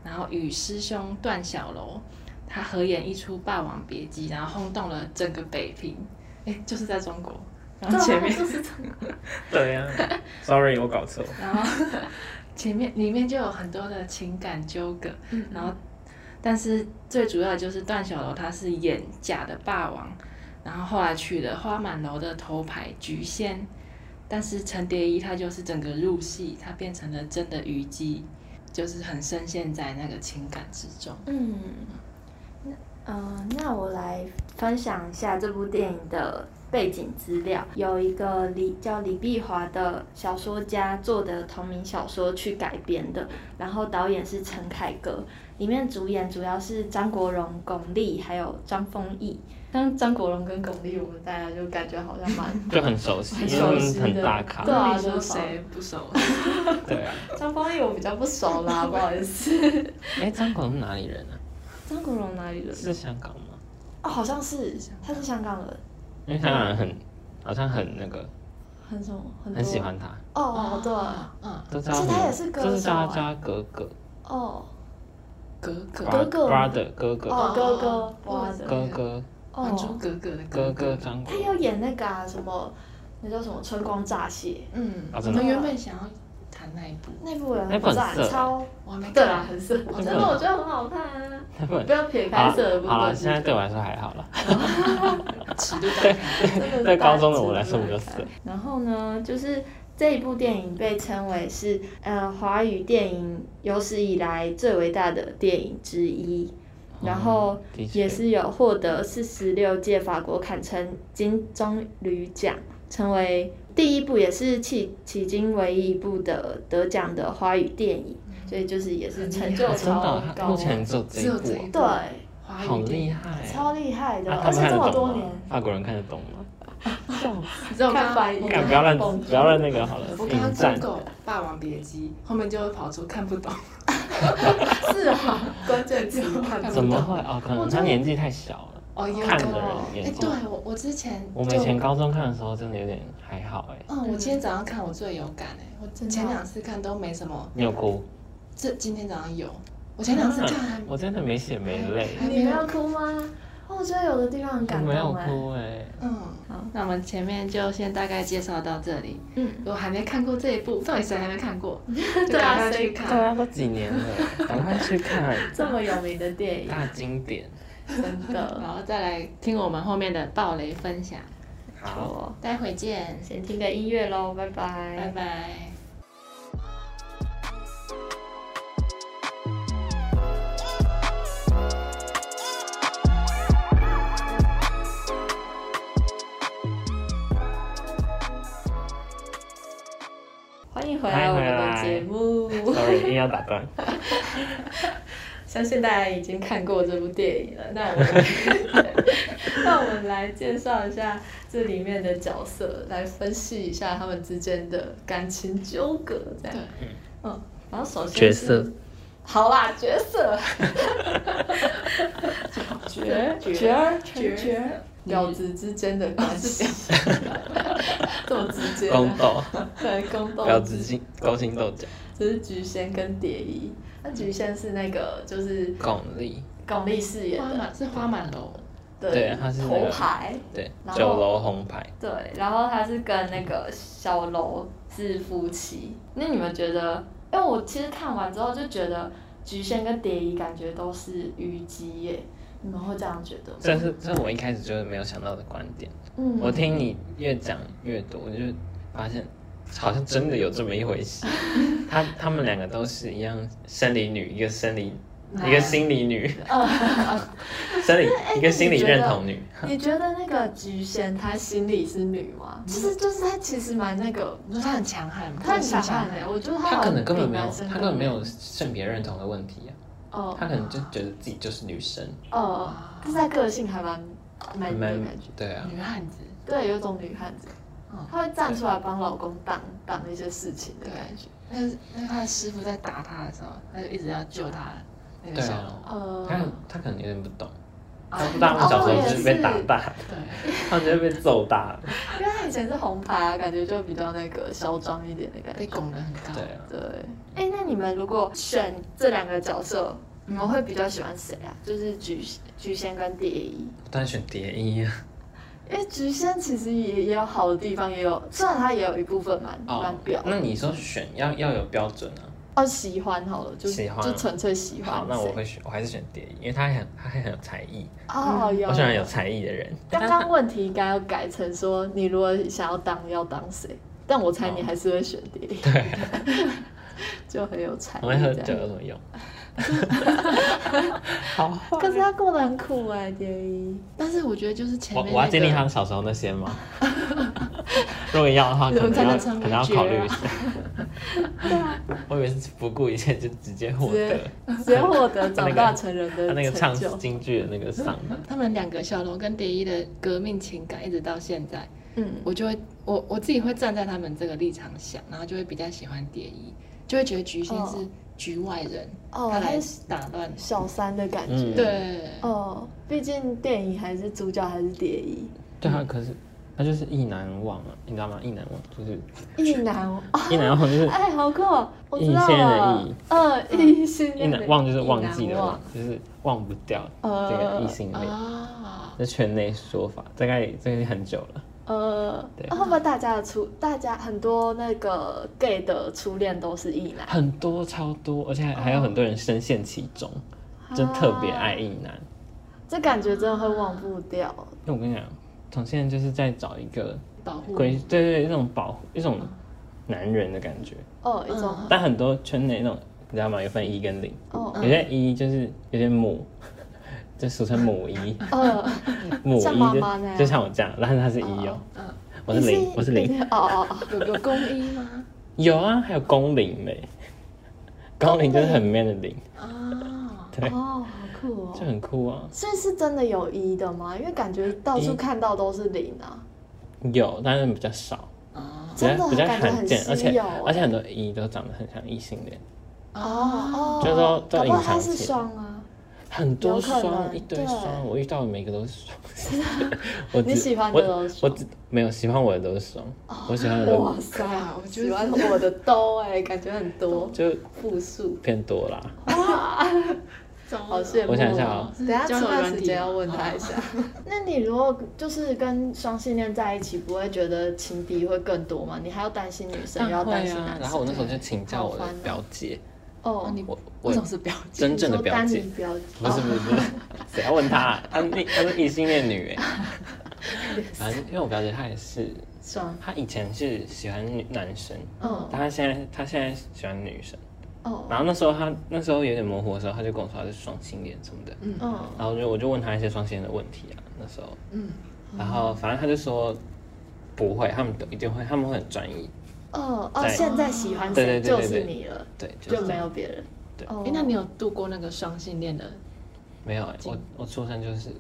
Speaker 1: 然后与师兄段小楼他合演一出《霸王别姬》，然后轰动了整个北平，哎，就是在中国。然后前面
Speaker 2: 对啊就是这
Speaker 3: 对呀、s o r r y 我搞错。
Speaker 1: 然后前面里面就有很多的情感纠葛，
Speaker 2: 嗯
Speaker 1: 然后但是最主要的就是段小楼他是演假的霸王，然后后来娶了花满楼的头牌菊仙，但是陈蝶衣他就是整个入戏，他变成了真的虞姬，就是很深陷在那个情感之中。
Speaker 4: 嗯，那呃，那我来分享一下这部电影的背景资料。有一个李叫李碧华的小说家做的同名小说去改编的，然后导演是陈凯歌，里面主演主要是张国荣、巩俐还有张丰毅。
Speaker 2: 像张国荣跟巩俐，我们大家就感觉好像蛮
Speaker 3: <laughs> 就很熟悉，
Speaker 2: 很
Speaker 3: 因为他
Speaker 2: 熟
Speaker 3: 们
Speaker 2: 悉
Speaker 3: 很
Speaker 2: 的
Speaker 3: 大咖
Speaker 2: 对。啊
Speaker 1: 你说
Speaker 2: 就是说
Speaker 1: 谁不熟？
Speaker 3: 对啊，
Speaker 2: 张丰毅，我比较不熟啦，不好意思。
Speaker 3: 哎，张广是哪里人啊？
Speaker 2: 张国荣哪里人？
Speaker 3: 是香港吗？
Speaker 2: 哦，好像是，他是香港人，
Speaker 3: 因为香港人很，好像很那个，
Speaker 2: 很什么很多
Speaker 3: 很喜欢他，
Speaker 2: 哦哦对
Speaker 1: 嗯，
Speaker 3: 都叫
Speaker 2: 其
Speaker 3: 什
Speaker 2: 实
Speaker 3: 么
Speaker 2: 他也是歌手
Speaker 3: 就是叫他
Speaker 2: 哎
Speaker 3: 叫他哥哥
Speaker 2: 哦
Speaker 1: 格格，
Speaker 2: 哥哥
Speaker 3: bro-，brother 哥哥
Speaker 2: 哦哥哥
Speaker 1: 哦
Speaker 2: 哇的
Speaker 3: 哥哥
Speaker 1: 还珠
Speaker 2: 哦，
Speaker 1: 格格的格
Speaker 3: 哥哥，张
Speaker 2: 他
Speaker 3: 国
Speaker 2: 有演那个啊什么那叫什么春光乍泄
Speaker 1: 嗯，
Speaker 3: 啊
Speaker 1: 我
Speaker 3: 真的
Speaker 1: 们原本想要谈那一部，
Speaker 2: 那部人
Speaker 3: 那部很
Speaker 2: 赞
Speaker 3: 色
Speaker 2: 超
Speaker 1: 我还没看
Speaker 2: 对啊，很色， <laughs>
Speaker 1: 我
Speaker 2: 真
Speaker 1: 真
Speaker 2: 的
Speaker 1: 的
Speaker 2: 我觉得很好看啊。
Speaker 3: 荣。
Speaker 2: 不要撇开
Speaker 3: 好
Speaker 2: 色的部
Speaker 3: 好了，
Speaker 2: 分，
Speaker 3: 现在对我来说还好了。
Speaker 1: 尺度大开。
Speaker 2: 对
Speaker 3: 对高中的我来说比较色。
Speaker 4: 然后呢，就是这一部电影被称为是呃华语电影有史以来最伟大的电影之一，然后
Speaker 3: 嗯的确
Speaker 4: 也是有获得四十六届法国坎城金棕榈奖，成为第一部也是迄迄今唯一一部的得奖的华语电影，所以就是也是成就
Speaker 3: 哦真的
Speaker 4: 超
Speaker 3: 哦，
Speaker 4: 高
Speaker 3: 他，目前只有这
Speaker 1: 只
Speaker 3: 一
Speaker 1: 有这一
Speaker 3: 部
Speaker 1: 部
Speaker 4: 对，
Speaker 3: 哦，
Speaker 1: 华
Speaker 3: 好
Speaker 1: 语电
Speaker 3: 厉
Speaker 1: 影。
Speaker 3: 害，
Speaker 4: 超厉害的，
Speaker 3: 啊
Speaker 4: 而
Speaker 3: 他们
Speaker 4: 且
Speaker 3: 看
Speaker 4: 这
Speaker 3: 得
Speaker 4: 么
Speaker 3: 懂
Speaker 4: 多
Speaker 3: 吗
Speaker 4: 年，
Speaker 3: 法国人看得懂吗？
Speaker 1: 你知道我刚
Speaker 2: 看
Speaker 1: 刚
Speaker 2: 翻译
Speaker 1: 我
Speaker 3: 干
Speaker 1: 刚
Speaker 3: 不要乱
Speaker 2: 懂
Speaker 3: 不要乱那个好了，
Speaker 1: 我刚
Speaker 3: 引
Speaker 1: 刚
Speaker 3: 战
Speaker 1: Google《霸王别姬》，后面就会跑出看不懂。
Speaker 2: 是啊，关
Speaker 4: <laughs>
Speaker 2: 键字看不懂
Speaker 3: 怎么会？哦，可能
Speaker 1: 我觉
Speaker 3: 他
Speaker 1: 得
Speaker 3: 年纪太小了，
Speaker 1: 哦，也有
Speaker 3: 看
Speaker 1: 可
Speaker 3: 的
Speaker 1: 能。
Speaker 3: 人
Speaker 1: 哎、
Speaker 3: 年纪
Speaker 1: 对。我我之前
Speaker 3: 我们以
Speaker 1: 就
Speaker 3: 前高中看的时候，真的有点还好哎、
Speaker 1: 嗯，我今天早上看我最有感哎、我
Speaker 2: 真的
Speaker 1: 前
Speaker 2: 哦
Speaker 1: 两次看都没什么，
Speaker 3: 你有哭？
Speaker 1: 啊这今天早上有，我前两次看还
Speaker 3: 我真的没血没泪。
Speaker 1: 嗯还
Speaker 2: 你没有哭吗？哦，我觉得有的地方很感
Speaker 3: 我没有
Speaker 2: 动
Speaker 4: 欸
Speaker 2: 哎、
Speaker 3: 哭哎、
Speaker 1: 嗯，
Speaker 4: 好
Speaker 1: 那我们前面就先大概介绍到这里。
Speaker 4: 嗯，
Speaker 1: 如果还没看过这一部，到底谁还没看过？
Speaker 2: 对
Speaker 1: 就赶
Speaker 2: 啊
Speaker 1: 快去
Speaker 2: 谁
Speaker 3: 对
Speaker 1: 看。
Speaker 3: 啊，都几年了，赶快去看
Speaker 4: 这么有名的电影，
Speaker 3: 大经典。
Speaker 4: 真的。
Speaker 1: 然后再来听我们后面的暴雷分享，
Speaker 3: 好，
Speaker 4: 我
Speaker 1: 待会见，
Speaker 4: 先听个音乐喽，拜
Speaker 1: 拜拜。
Speaker 4: 欢迎回来我们的节目。 <laughs>
Speaker 3: sorry，硬要打断。
Speaker 4: 相信大家已经看过这部电影了，那我们 <laughs> 那我们来介绍一下这里面的角色，来分析一下他们之间的感情纠葛，这样。嗯，然后首先
Speaker 3: 角
Speaker 4: 是
Speaker 3: 色，
Speaker 4: 好啦，角色，
Speaker 1: 绝
Speaker 4: 角儿，
Speaker 1: 绝
Speaker 4: 角儿，婊子之间的关系， <laughs> 这么直接啊，
Speaker 3: 宫斗，
Speaker 4: 对，宫斗
Speaker 3: 不要直进勾心斗角，
Speaker 4: 这是菊仙跟蝶衣。那菊仙是那个就是
Speaker 3: 巩俐，
Speaker 4: 巩俐饰演
Speaker 2: 嗯
Speaker 1: 花
Speaker 4: 的，
Speaker 1: 满是花满楼，
Speaker 3: 对她是那
Speaker 4: 头
Speaker 3: 个
Speaker 4: 牌，
Speaker 3: 对，
Speaker 4: 然后
Speaker 3: 九楼红牌。
Speaker 4: 对，然后他是跟那个小楼是夫妻。那你们觉得？因为我其实看完之后就觉得菊仙跟蝶衣感觉都是虞姬耶，你们会这样觉得吗？
Speaker 3: 这是这是我一开始就是没有想到的观点。
Speaker 4: 嗯 <laughs>
Speaker 3: 我听你越讲越多，我就发现好像真的有这么一
Speaker 2: <laughs>
Speaker 3: 回事。他他们两个都是一样生理女，一个生理，一个心理女，生理一个心理认同女。
Speaker 2: 哎你觉得那个菊仙她心里是女吗？其实就是她其实蛮那个，
Speaker 1: 你说他很强悍吗？
Speaker 2: 她很
Speaker 1: 真的
Speaker 2: 强
Speaker 1: 是
Speaker 2: 悍哎、
Speaker 4: 欸
Speaker 2: 我觉得她
Speaker 3: 她
Speaker 2: 好
Speaker 3: 可
Speaker 2: 像
Speaker 3: 能根本没有，
Speaker 2: 比男生
Speaker 3: 她根本没有性别认同的问题啊。
Speaker 2: 哦
Speaker 3: 她可能就觉得自己就是女生，
Speaker 2: 哦，但是她个性还蛮蛮
Speaker 3: 蛮
Speaker 2: 有感觉，
Speaker 3: 对啊，
Speaker 1: 女汉子，
Speaker 2: 对，有一种女汉子
Speaker 1: 嗯，
Speaker 2: 她会站出来帮老公挡挡一些事情的
Speaker 1: 对
Speaker 2: 感觉。
Speaker 1: 那那他的师傅在打他的时候，他就一直要救他那个
Speaker 3: 对
Speaker 1: 小
Speaker 3: 啊
Speaker 1: 楼，。
Speaker 2: 呃，
Speaker 3: 她她可能有点不懂，
Speaker 1: 啊
Speaker 3: 她不知道她们
Speaker 2: 哦
Speaker 3: 小时候就是被打大，
Speaker 1: 对，
Speaker 3: 她们就是被揍大。
Speaker 2: 因为她以前是红牌啊，感觉就比较那个嚣张一点的感
Speaker 1: 被
Speaker 2: 觉。
Speaker 1: 拱得很高。
Speaker 3: 对啊，
Speaker 2: 对，哎、那你们如果选这两个角色，你们会比较喜欢谁啊？就是菊菊仙跟蝶衣。
Speaker 3: 但选蝶衣啊，
Speaker 2: 因为菊仙其实也也有好的地方，也有虽然她也有一部分蛮蛮
Speaker 3: 哦
Speaker 2: 表，，
Speaker 3: 那你说选要要有标准啊。
Speaker 2: 哦喜欢好了，就
Speaker 3: 喜欢
Speaker 2: 就纯粹喜欢谁。
Speaker 3: 好，那我会选，我还是选蝶衣，因为他很他很有才艺，
Speaker 2: 哦有。
Speaker 3: 我喜欢有才艺的人。
Speaker 2: 刚刚问题应该要改成说，你如果想要当要当谁？但我猜你还是会选蝶衣，对， <laughs> 就很有才
Speaker 3: 哦我们
Speaker 2: 艺
Speaker 3: 喝
Speaker 2: 这
Speaker 3: 酒
Speaker 2: 样。
Speaker 3: 有什么
Speaker 2: <laughs>
Speaker 3: 用？好，
Speaker 2: 可是他过得很苦哎、蝶衣。
Speaker 1: 但是我觉得就是前
Speaker 3: <laughs> 我
Speaker 1: 面
Speaker 3: 我要建立他
Speaker 1: 那
Speaker 3: 们
Speaker 1: 个，
Speaker 3: 小时候那
Speaker 2: <laughs>
Speaker 3: 些吗？如果要的话，可能
Speaker 1: 才能
Speaker 3: 要
Speaker 1: 成为
Speaker 3: 可能
Speaker 2: 啊
Speaker 3: 要考虑一
Speaker 1: 绝
Speaker 2: <laughs>
Speaker 3: 下。 <laughs> 我以为是不顾一切就直接获
Speaker 2: 直
Speaker 3: 得
Speaker 2: 接直接获得
Speaker 3: 他那
Speaker 2: 长
Speaker 3: 个
Speaker 2: 大成人的成就。
Speaker 3: <laughs> 他那个唱京剧的那个嗓门，
Speaker 1: 他们两个小龙跟蝶衣的革命情感一直到现在，
Speaker 2: 嗯，
Speaker 1: 我就会我我自己会站在他们这个立场想，然后就会比较喜欢蝶衣，就会觉得菊仙
Speaker 2: 哦
Speaker 1: 是局外人，
Speaker 2: 哦，
Speaker 1: 他
Speaker 2: 还
Speaker 1: 来
Speaker 2: 是
Speaker 1: 打乱。
Speaker 2: 小三的感觉。
Speaker 3: 嗯
Speaker 1: 对，
Speaker 2: 哦，毕竟电影还是主角还是蝶衣，
Speaker 3: 对啊，可是他就是意难忘啊，你知道吗？意难忘就是
Speaker 2: 意难忘。哦
Speaker 3: 意难忘就是
Speaker 2: 哎，好酷哦！我知
Speaker 3: 异
Speaker 2: 道
Speaker 3: 性的
Speaker 2: 了
Speaker 3: 异，
Speaker 2: 呃，异性
Speaker 3: 意
Speaker 2: 恋的哦
Speaker 3: 难忘就是
Speaker 2: 意
Speaker 3: 忘
Speaker 2: 难
Speaker 3: 记的忘，就是忘不掉这
Speaker 2: 呃
Speaker 3: 个异性恋。
Speaker 1: 啊，
Speaker 3: 这圈内说法，大概最近很久了。
Speaker 2: 呃
Speaker 3: 对，
Speaker 2: 会不会大家的初，大家很多那个 gay 的初恋都是意男，
Speaker 3: 很多超多，而且还还
Speaker 2: 哦
Speaker 3: 有很多人深陷其中，就特别爱意男。
Speaker 2: 啊这感觉真的会忘不掉。
Speaker 3: 因为我跟你讲，同性恋就是在找一个
Speaker 1: 保
Speaker 2: 嗯
Speaker 1: 护
Speaker 3: 归，对对对，一种保护，一种男人的感觉。
Speaker 2: 哦，一种
Speaker 3: 但很多圈内那种，你知道吗？有分一跟零，
Speaker 2: 哦
Speaker 3: 有些一就是有点母，就俗称母
Speaker 2: <laughs>
Speaker 3: 一，
Speaker 2: 呃，
Speaker 3: 母
Speaker 2: 像
Speaker 3: 一
Speaker 2: 妈妈那
Speaker 3: 就
Speaker 2: 样
Speaker 3: 就像我这样，但是他是一哦，
Speaker 1: 嗯，
Speaker 3: <laughs> 我是零，我是零。
Speaker 2: 哦哦
Speaker 3: <laughs>
Speaker 2: 哦，
Speaker 1: 有有公医吗？
Speaker 3: 有啊，还有公零嘞，公零就是很 man 的零，
Speaker 1: 啊，
Speaker 3: 对
Speaker 2: 哦，好酷哦！
Speaker 3: 就很酷啊。
Speaker 2: 所以是真的有一的吗？因为感觉到处
Speaker 3: 一
Speaker 2: 看到都是零啊。
Speaker 3: 有，但是比较少，
Speaker 1: 啊，
Speaker 3: 比
Speaker 2: 真的
Speaker 3: 较比较
Speaker 2: 感觉
Speaker 3: 罕
Speaker 2: 很
Speaker 3: 见，而
Speaker 2: 稀
Speaker 3: 且
Speaker 2: 有欸
Speaker 3: 而且很多一都长得很像异性恋，
Speaker 2: 哦哦，
Speaker 3: 就是说都
Speaker 2: 搞不好
Speaker 3: 隐藏
Speaker 2: 他是
Speaker 3: 起来
Speaker 2: 双啊。
Speaker 3: 很
Speaker 2: 有
Speaker 3: 多
Speaker 2: 可
Speaker 3: 双
Speaker 2: 能
Speaker 3: 一堆
Speaker 2: 对
Speaker 3: 双，我遇到的每个都是双。
Speaker 2: <laughs>
Speaker 3: 我
Speaker 2: 你
Speaker 3: 只
Speaker 2: 喜欢的都
Speaker 3: 我
Speaker 2: 是
Speaker 3: 我
Speaker 2: 双哦
Speaker 3: 只呃没有喜欢我的都是双，我喜欢的都
Speaker 2: 塞
Speaker 1: 啊我觉得
Speaker 2: 喜欢我的兜哎、感觉很多
Speaker 3: 就
Speaker 2: 复数。
Speaker 3: 偏多啦。
Speaker 1: 怎么
Speaker 2: 好羡慕、哦。
Speaker 3: 我想一下啊
Speaker 2: 等下吃
Speaker 1: 交友
Speaker 2: 饭
Speaker 1: 软
Speaker 2: 时
Speaker 1: 体
Speaker 2: 间
Speaker 1: 吗
Speaker 2: 要问他一下。那你如果就是跟双性恋在一起，不会觉得情敌会更多吗？你还要担心女生，
Speaker 3: 但
Speaker 2: 又要担
Speaker 3: 会
Speaker 2: 心
Speaker 3: 啊
Speaker 2: 男。
Speaker 3: 然后我
Speaker 2: 生。
Speaker 3: 那时候就请教我
Speaker 2: 好
Speaker 3: 的
Speaker 2: 烦哦
Speaker 3: 表姐，
Speaker 1: 哦
Speaker 2: 哦，
Speaker 1: 你
Speaker 3: 我
Speaker 1: 为
Speaker 3: 我
Speaker 1: 什么是表姐？
Speaker 3: 真正的
Speaker 2: 你说
Speaker 3: 表
Speaker 2: 丹
Speaker 3: 姐
Speaker 2: 尼，表
Speaker 3: 不是不是不是，谁要问她啊？她那她是异性
Speaker 2: <laughs>
Speaker 3: 恋女哎，反正因为我表姐她也是，
Speaker 2: 双，
Speaker 3: 她以前是喜欢女男生，
Speaker 2: 嗯，
Speaker 3: 但她现在她现在喜欢女生。
Speaker 2: 哦，
Speaker 3: 然后那时候她那时候有点模糊的时候，她就跟我说她是双性恋什么的，
Speaker 1: 嗯
Speaker 2: 嗯，
Speaker 3: 然后我就我就问她一些双性恋的问题啊，那时候，
Speaker 1: 嗯，
Speaker 3: 然后反正她就说不会，他们都一定会，他们会很专一，
Speaker 2: 哦，哦，
Speaker 3: 对
Speaker 2: 现在喜欢
Speaker 3: 对
Speaker 2: 谁
Speaker 3: 对对
Speaker 2: 就
Speaker 3: 对
Speaker 2: 是
Speaker 3: 对
Speaker 2: 你了，
Speaker 3: 对，是
Speaker 2: 就
Speaker 3: 这
Speaker 2: 没
Speaker 3: 样
Speaker 2: 有别人。
Speaker 3: 对
Speaker 2: 哦
Speaker 1: 哎，那你有度过那个双性恋的？
Speaker 3: 没有哎、
Speaker 1: 进
Speaker 3: 我我出生就是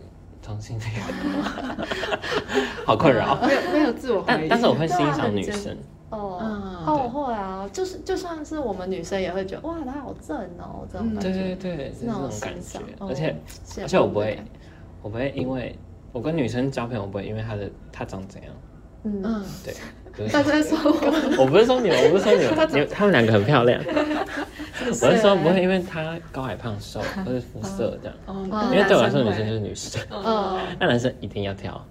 Speaker 3: 同性恋，
Speaker 2: <laughs>
Speaker 3: 好困扰。
Speaker 1: <laughs> 没有没有自我怀
Speaker 3: 但
Speaker 1: 疑，
Speaker 3: 但是我会欣
Speaker 2: 对啊
Speaker 3: 赏
Speaker 2: 很
Speaker 3: 女
Speaker 2: 真
Speaker 3: 生，
Speaker 2: 哦，
Speaker 1: 嗯
Speaker 2: 哦，会啊，就是就算是我们女生也会觉得哇，她好正哦，这种
Speaker 1: 嗯
Speaker 2: 感
Speaker 3: 对
Speaker 2: 觉，
Speaker 3: 对对，就是
Speaker 2: 那
Speaker 3: 那
Speaker 2: 种
Speaker 3: 种
Speaker 2: 欣
Speaker 3: 感觉
Speaker 2: 赏。哦
Speaker 3: 而且
Speaker 2: 且
Speaker 3: 而且我不会，我不会因为我跟女生交朋友，我不会因为她的她长怎样。
Speaker 2: 嗯，
Speaker 1: 嗯，
Speaker 3: 对，不是
Speaker 2: <laughs> 大家说我
Speaker 3: 我不是说你们，我不是说你们，你们她们两个很
Speaker 2: <laughs>
Speaker 3: 漂亮。我是说不会因为她高矮胖
Speaker 2: <laughs>
Speaker 3: 瘦或者肤色这样，
Speaker 1: 哦，
Speaker 2: 嗯
Speaker 3: 因为对我来
Speaker 1: 男
Speaker 3: 说
Speaker 1: 生
Speaker 3: 女
Speaker 1: 会
Speaker 3: 生就是女生，
Speaker 2: 嗯。
Speaker 3: 那男生一定要挑。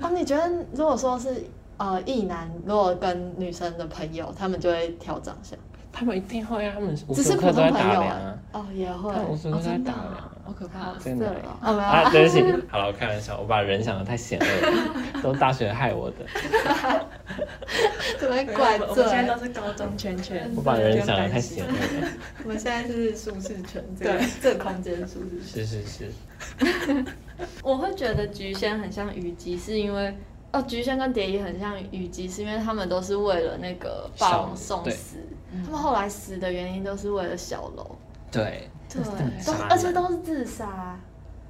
Speaker 2: 哦，你觉得如果说是呃异男，如果跟女生的朋友，他们就会挑长相，
Speaker 3: 他们一定会啊，他们无
Speaker 2: 只
Speaker 3: 时
Speaker 2: 是
Speaker 3: 无
Speaker 2: 普
Speaker 3: 刻
Speaker 2: 通
Speaker 3: 都在
Speaker 2: 朋
Speaker 3: 打
Speaker 2: 友
Speaker 3: 量
Speaker 2: 啊
Speaker 3: 啊，，
Speaker 2: 哦也会
Speaker 3: 他，们无时无刻
Speaker 1: 哦，
Speaker 3: 都在
Speaker 1: 真的
Speaker 3: 打
Speaker 1: 哦
Speaker 3: 量。
Speaker 1: 好可怕
Speaker 2: 好。
Speaker 3: 真
Speaker 2: 色
Speaker 3: 的
Speaker 2: 哦，哦没有 <laughs>
Speaker 3: 啊，对不起，好了，我开玩笑，我把人想的太险恶了，都大学害我的，
Speaker 2: 怎么会怪
Speaker 1: 我
Speaker 2: 罪
Speaker 1: 们？现在都是高中圈圈，嗯
Speaker 3: 我把人想的
Speaker 1: 不
Speaker 3: 太
Speaker 1: 用担心
Speaker 2: <laughs>
Speaker 3: 险恶了，
Speaker 2: 我们现在是舒适圈，这
Speaker 1: 对
Speaker 2: 个这个空间舒适圈。
Speaker 3: 是是是，
Speaker 4: 我会觉得菊仙很像虞姬，是因为哦，菊仙跟蝶衣很像虞姬，是因为他们都是为了那个霸王
Speaker 3: 少
Speaker 4: 送
Speaker 3: 女对
Speaker 4: 死，
Speaker 2: 嗯
Speaker 4: 他们后来死的原因都是为了小楼，
Speaker 3: 对，
Speaker 4: 对，
Speaker 3: 杀
Speaker 4: 都
Speaker 3: 人
Speaker 4: 而且都是自杀，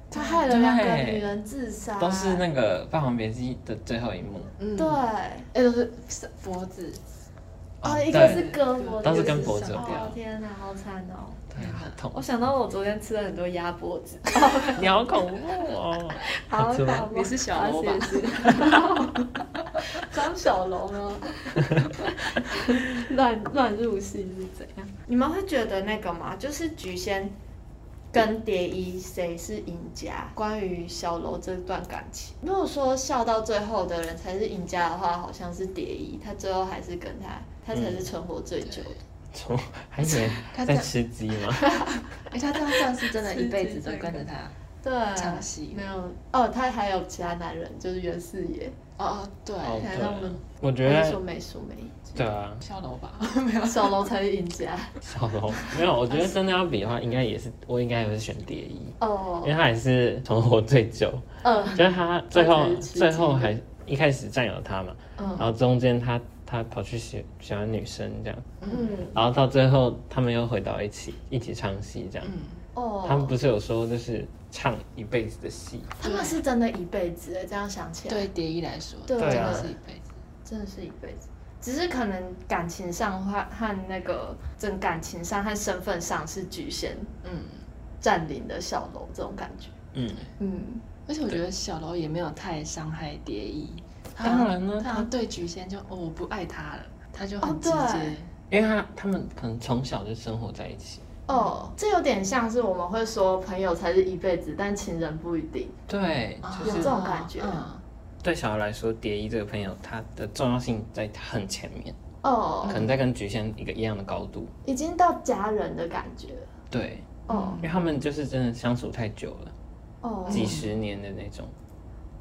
Speaker 4: 他害了两个女人自杀，
Speaker 3: 都是那个《霸王别姬》的最后一幕，
Speaker 1: 嗯
Speaker 4: 对，，
Speaker 1: 哎，都是脖子，
Speaker 3: 哦
Speaker 4: 哦，一个
Speaker 3: 对
Speaker 4: 是割脖，
Speaker 3: 都是
Speaker 4: 一个
Speaker 3: 跟脖子有
Speaker 4: 哦
Speaker 3: 关，
Speaker 4: 天哪，好惨哦！
Speaker 3: 对，好
Speaker 4: 我
Speaker 3: <laughs> 痛，
Speaker 4: 想到我昨天吃了很多鸭脖子， <laughs>
Speaker 3: 你好恐怖哦，
Speaker 4: 好
Speaker 3: 好吃吗
Speaker 4: 好
Speaker 1: 你是小欧吧
Speaker 4: 啊哦是是 <laughs> 张小龙呢？ <laughs> 乱乱入戏是怎样？你们会觉得那个吗？就是菊仙跟蝶衣谁是赢家？关于小楼这段感情，如果说笑到最后的人才是赢家的话，好像是蝶衣，他最后还是跟他，他才是存活最久的。
Speaker 3: 从还以为
Speaker 1: 他
Speaker 3: 在
Speaker 1: 在
Speaker 3: 吃鸡吗？
Speaker 1: 哎，他这样算是真的一辈子都跟着他。
Speaker 2: 对，
Speaker 1: 唱戏
Speaker 2: 没有哦，他还有其他男人，就是袁四爷，
Speaker 1: 哦哦，对，
Speaker 3: 哦
Speaker 2: 还
Speaker 3: 对
Speaker 2: 让我们
Speaker 3: 我觉
Speaker 2: 没说
Speaker 3: 得，
Speaker 2: 没输没赢，
Speaker 3: 对啊，
Speaker 1: 小楼吧，
Speaker 2: 小龙才是赢家。
Speaker 3: 小龙没有，我觉得真的要比的话，应该也是我应该也是选蝶衣，因
Speaker 2: 哦，
Speaker 3: 为他也是存活最久，
Speaker 2: 嗯
Speaker 3: 就是他最
Speaker 2: 他
Speaker 3: 后
Speaker 2: 才是吃鸡
Speaker 3: 最后还一开始占有他嘛。然
Speaker 2: 嗯
Speaker 3: 后中间他他跑去喜喜欢女生这样，
Speaker 2: 嗯，
Speaker 3: 然后到最后他们又回到一起，一起唱戏这样。
Speaker 1: 嗯，
Speaker 2: 哦，
Speaker 3: 他们不是有说就是唱一辈子的戏，
Speaker 2: 他们是真的一辈子哎，这样想起
Speaker 1: <laughs>
Speaker 2: 来，
Speaker 1: 对蝶衣来说，
Speaker 2: 对
Speaker 1: 真
Speaker 3: 啊
Speaker 1: 的是一辈子。
Speaker 4: 真的是一辈子。只是可能感情上和和那个，整感情上和身份上是局限
Speaker 1: 嗯，
Speaker 2: 占领的小楼这种感觉。
Speaker 3: 嗯，
Speaker 2: 嗯，
Speaker 1: 而且我觉得小楼也没有太伤害蝶衣，他
Speaker 3: 当然呢
Speaker 1: 他对菊仙就哦我不爱他了，他就
Speaker 2: 哦
Speaker 1: 很直
Speaker 2: 对
Speaker 1: 接，
Speaker 3: 因为他他们可能从小就生活在一起，
Speaker 2: 哦，这有点像是我们会说朋友才是一辈子，但情人不一定。
Speaker 3: 对，
Speaker 1: 啊
Speaker 3: 就
Speaker 2: 哦有这
Speaker 3: 是
Speaker 2: 种感觉
Speaker 1: 嗯，
Speaker 3: 对小孩来说，蝶衣这个朋友他的重要性在很前面，
Speaker 2: 哦
Speaker 3: 可，能在跟菊仙一个一样的高度，
Speaker 2: 已经到家人的感觉了。
Speaker 3: 对，
Speaker 2: 哦
Speaker 1: 嗯
Speaker 3: 因为他们就是真的相处太久了，
Speaker 2: 哦，
Speaker 3: 几十年的那种，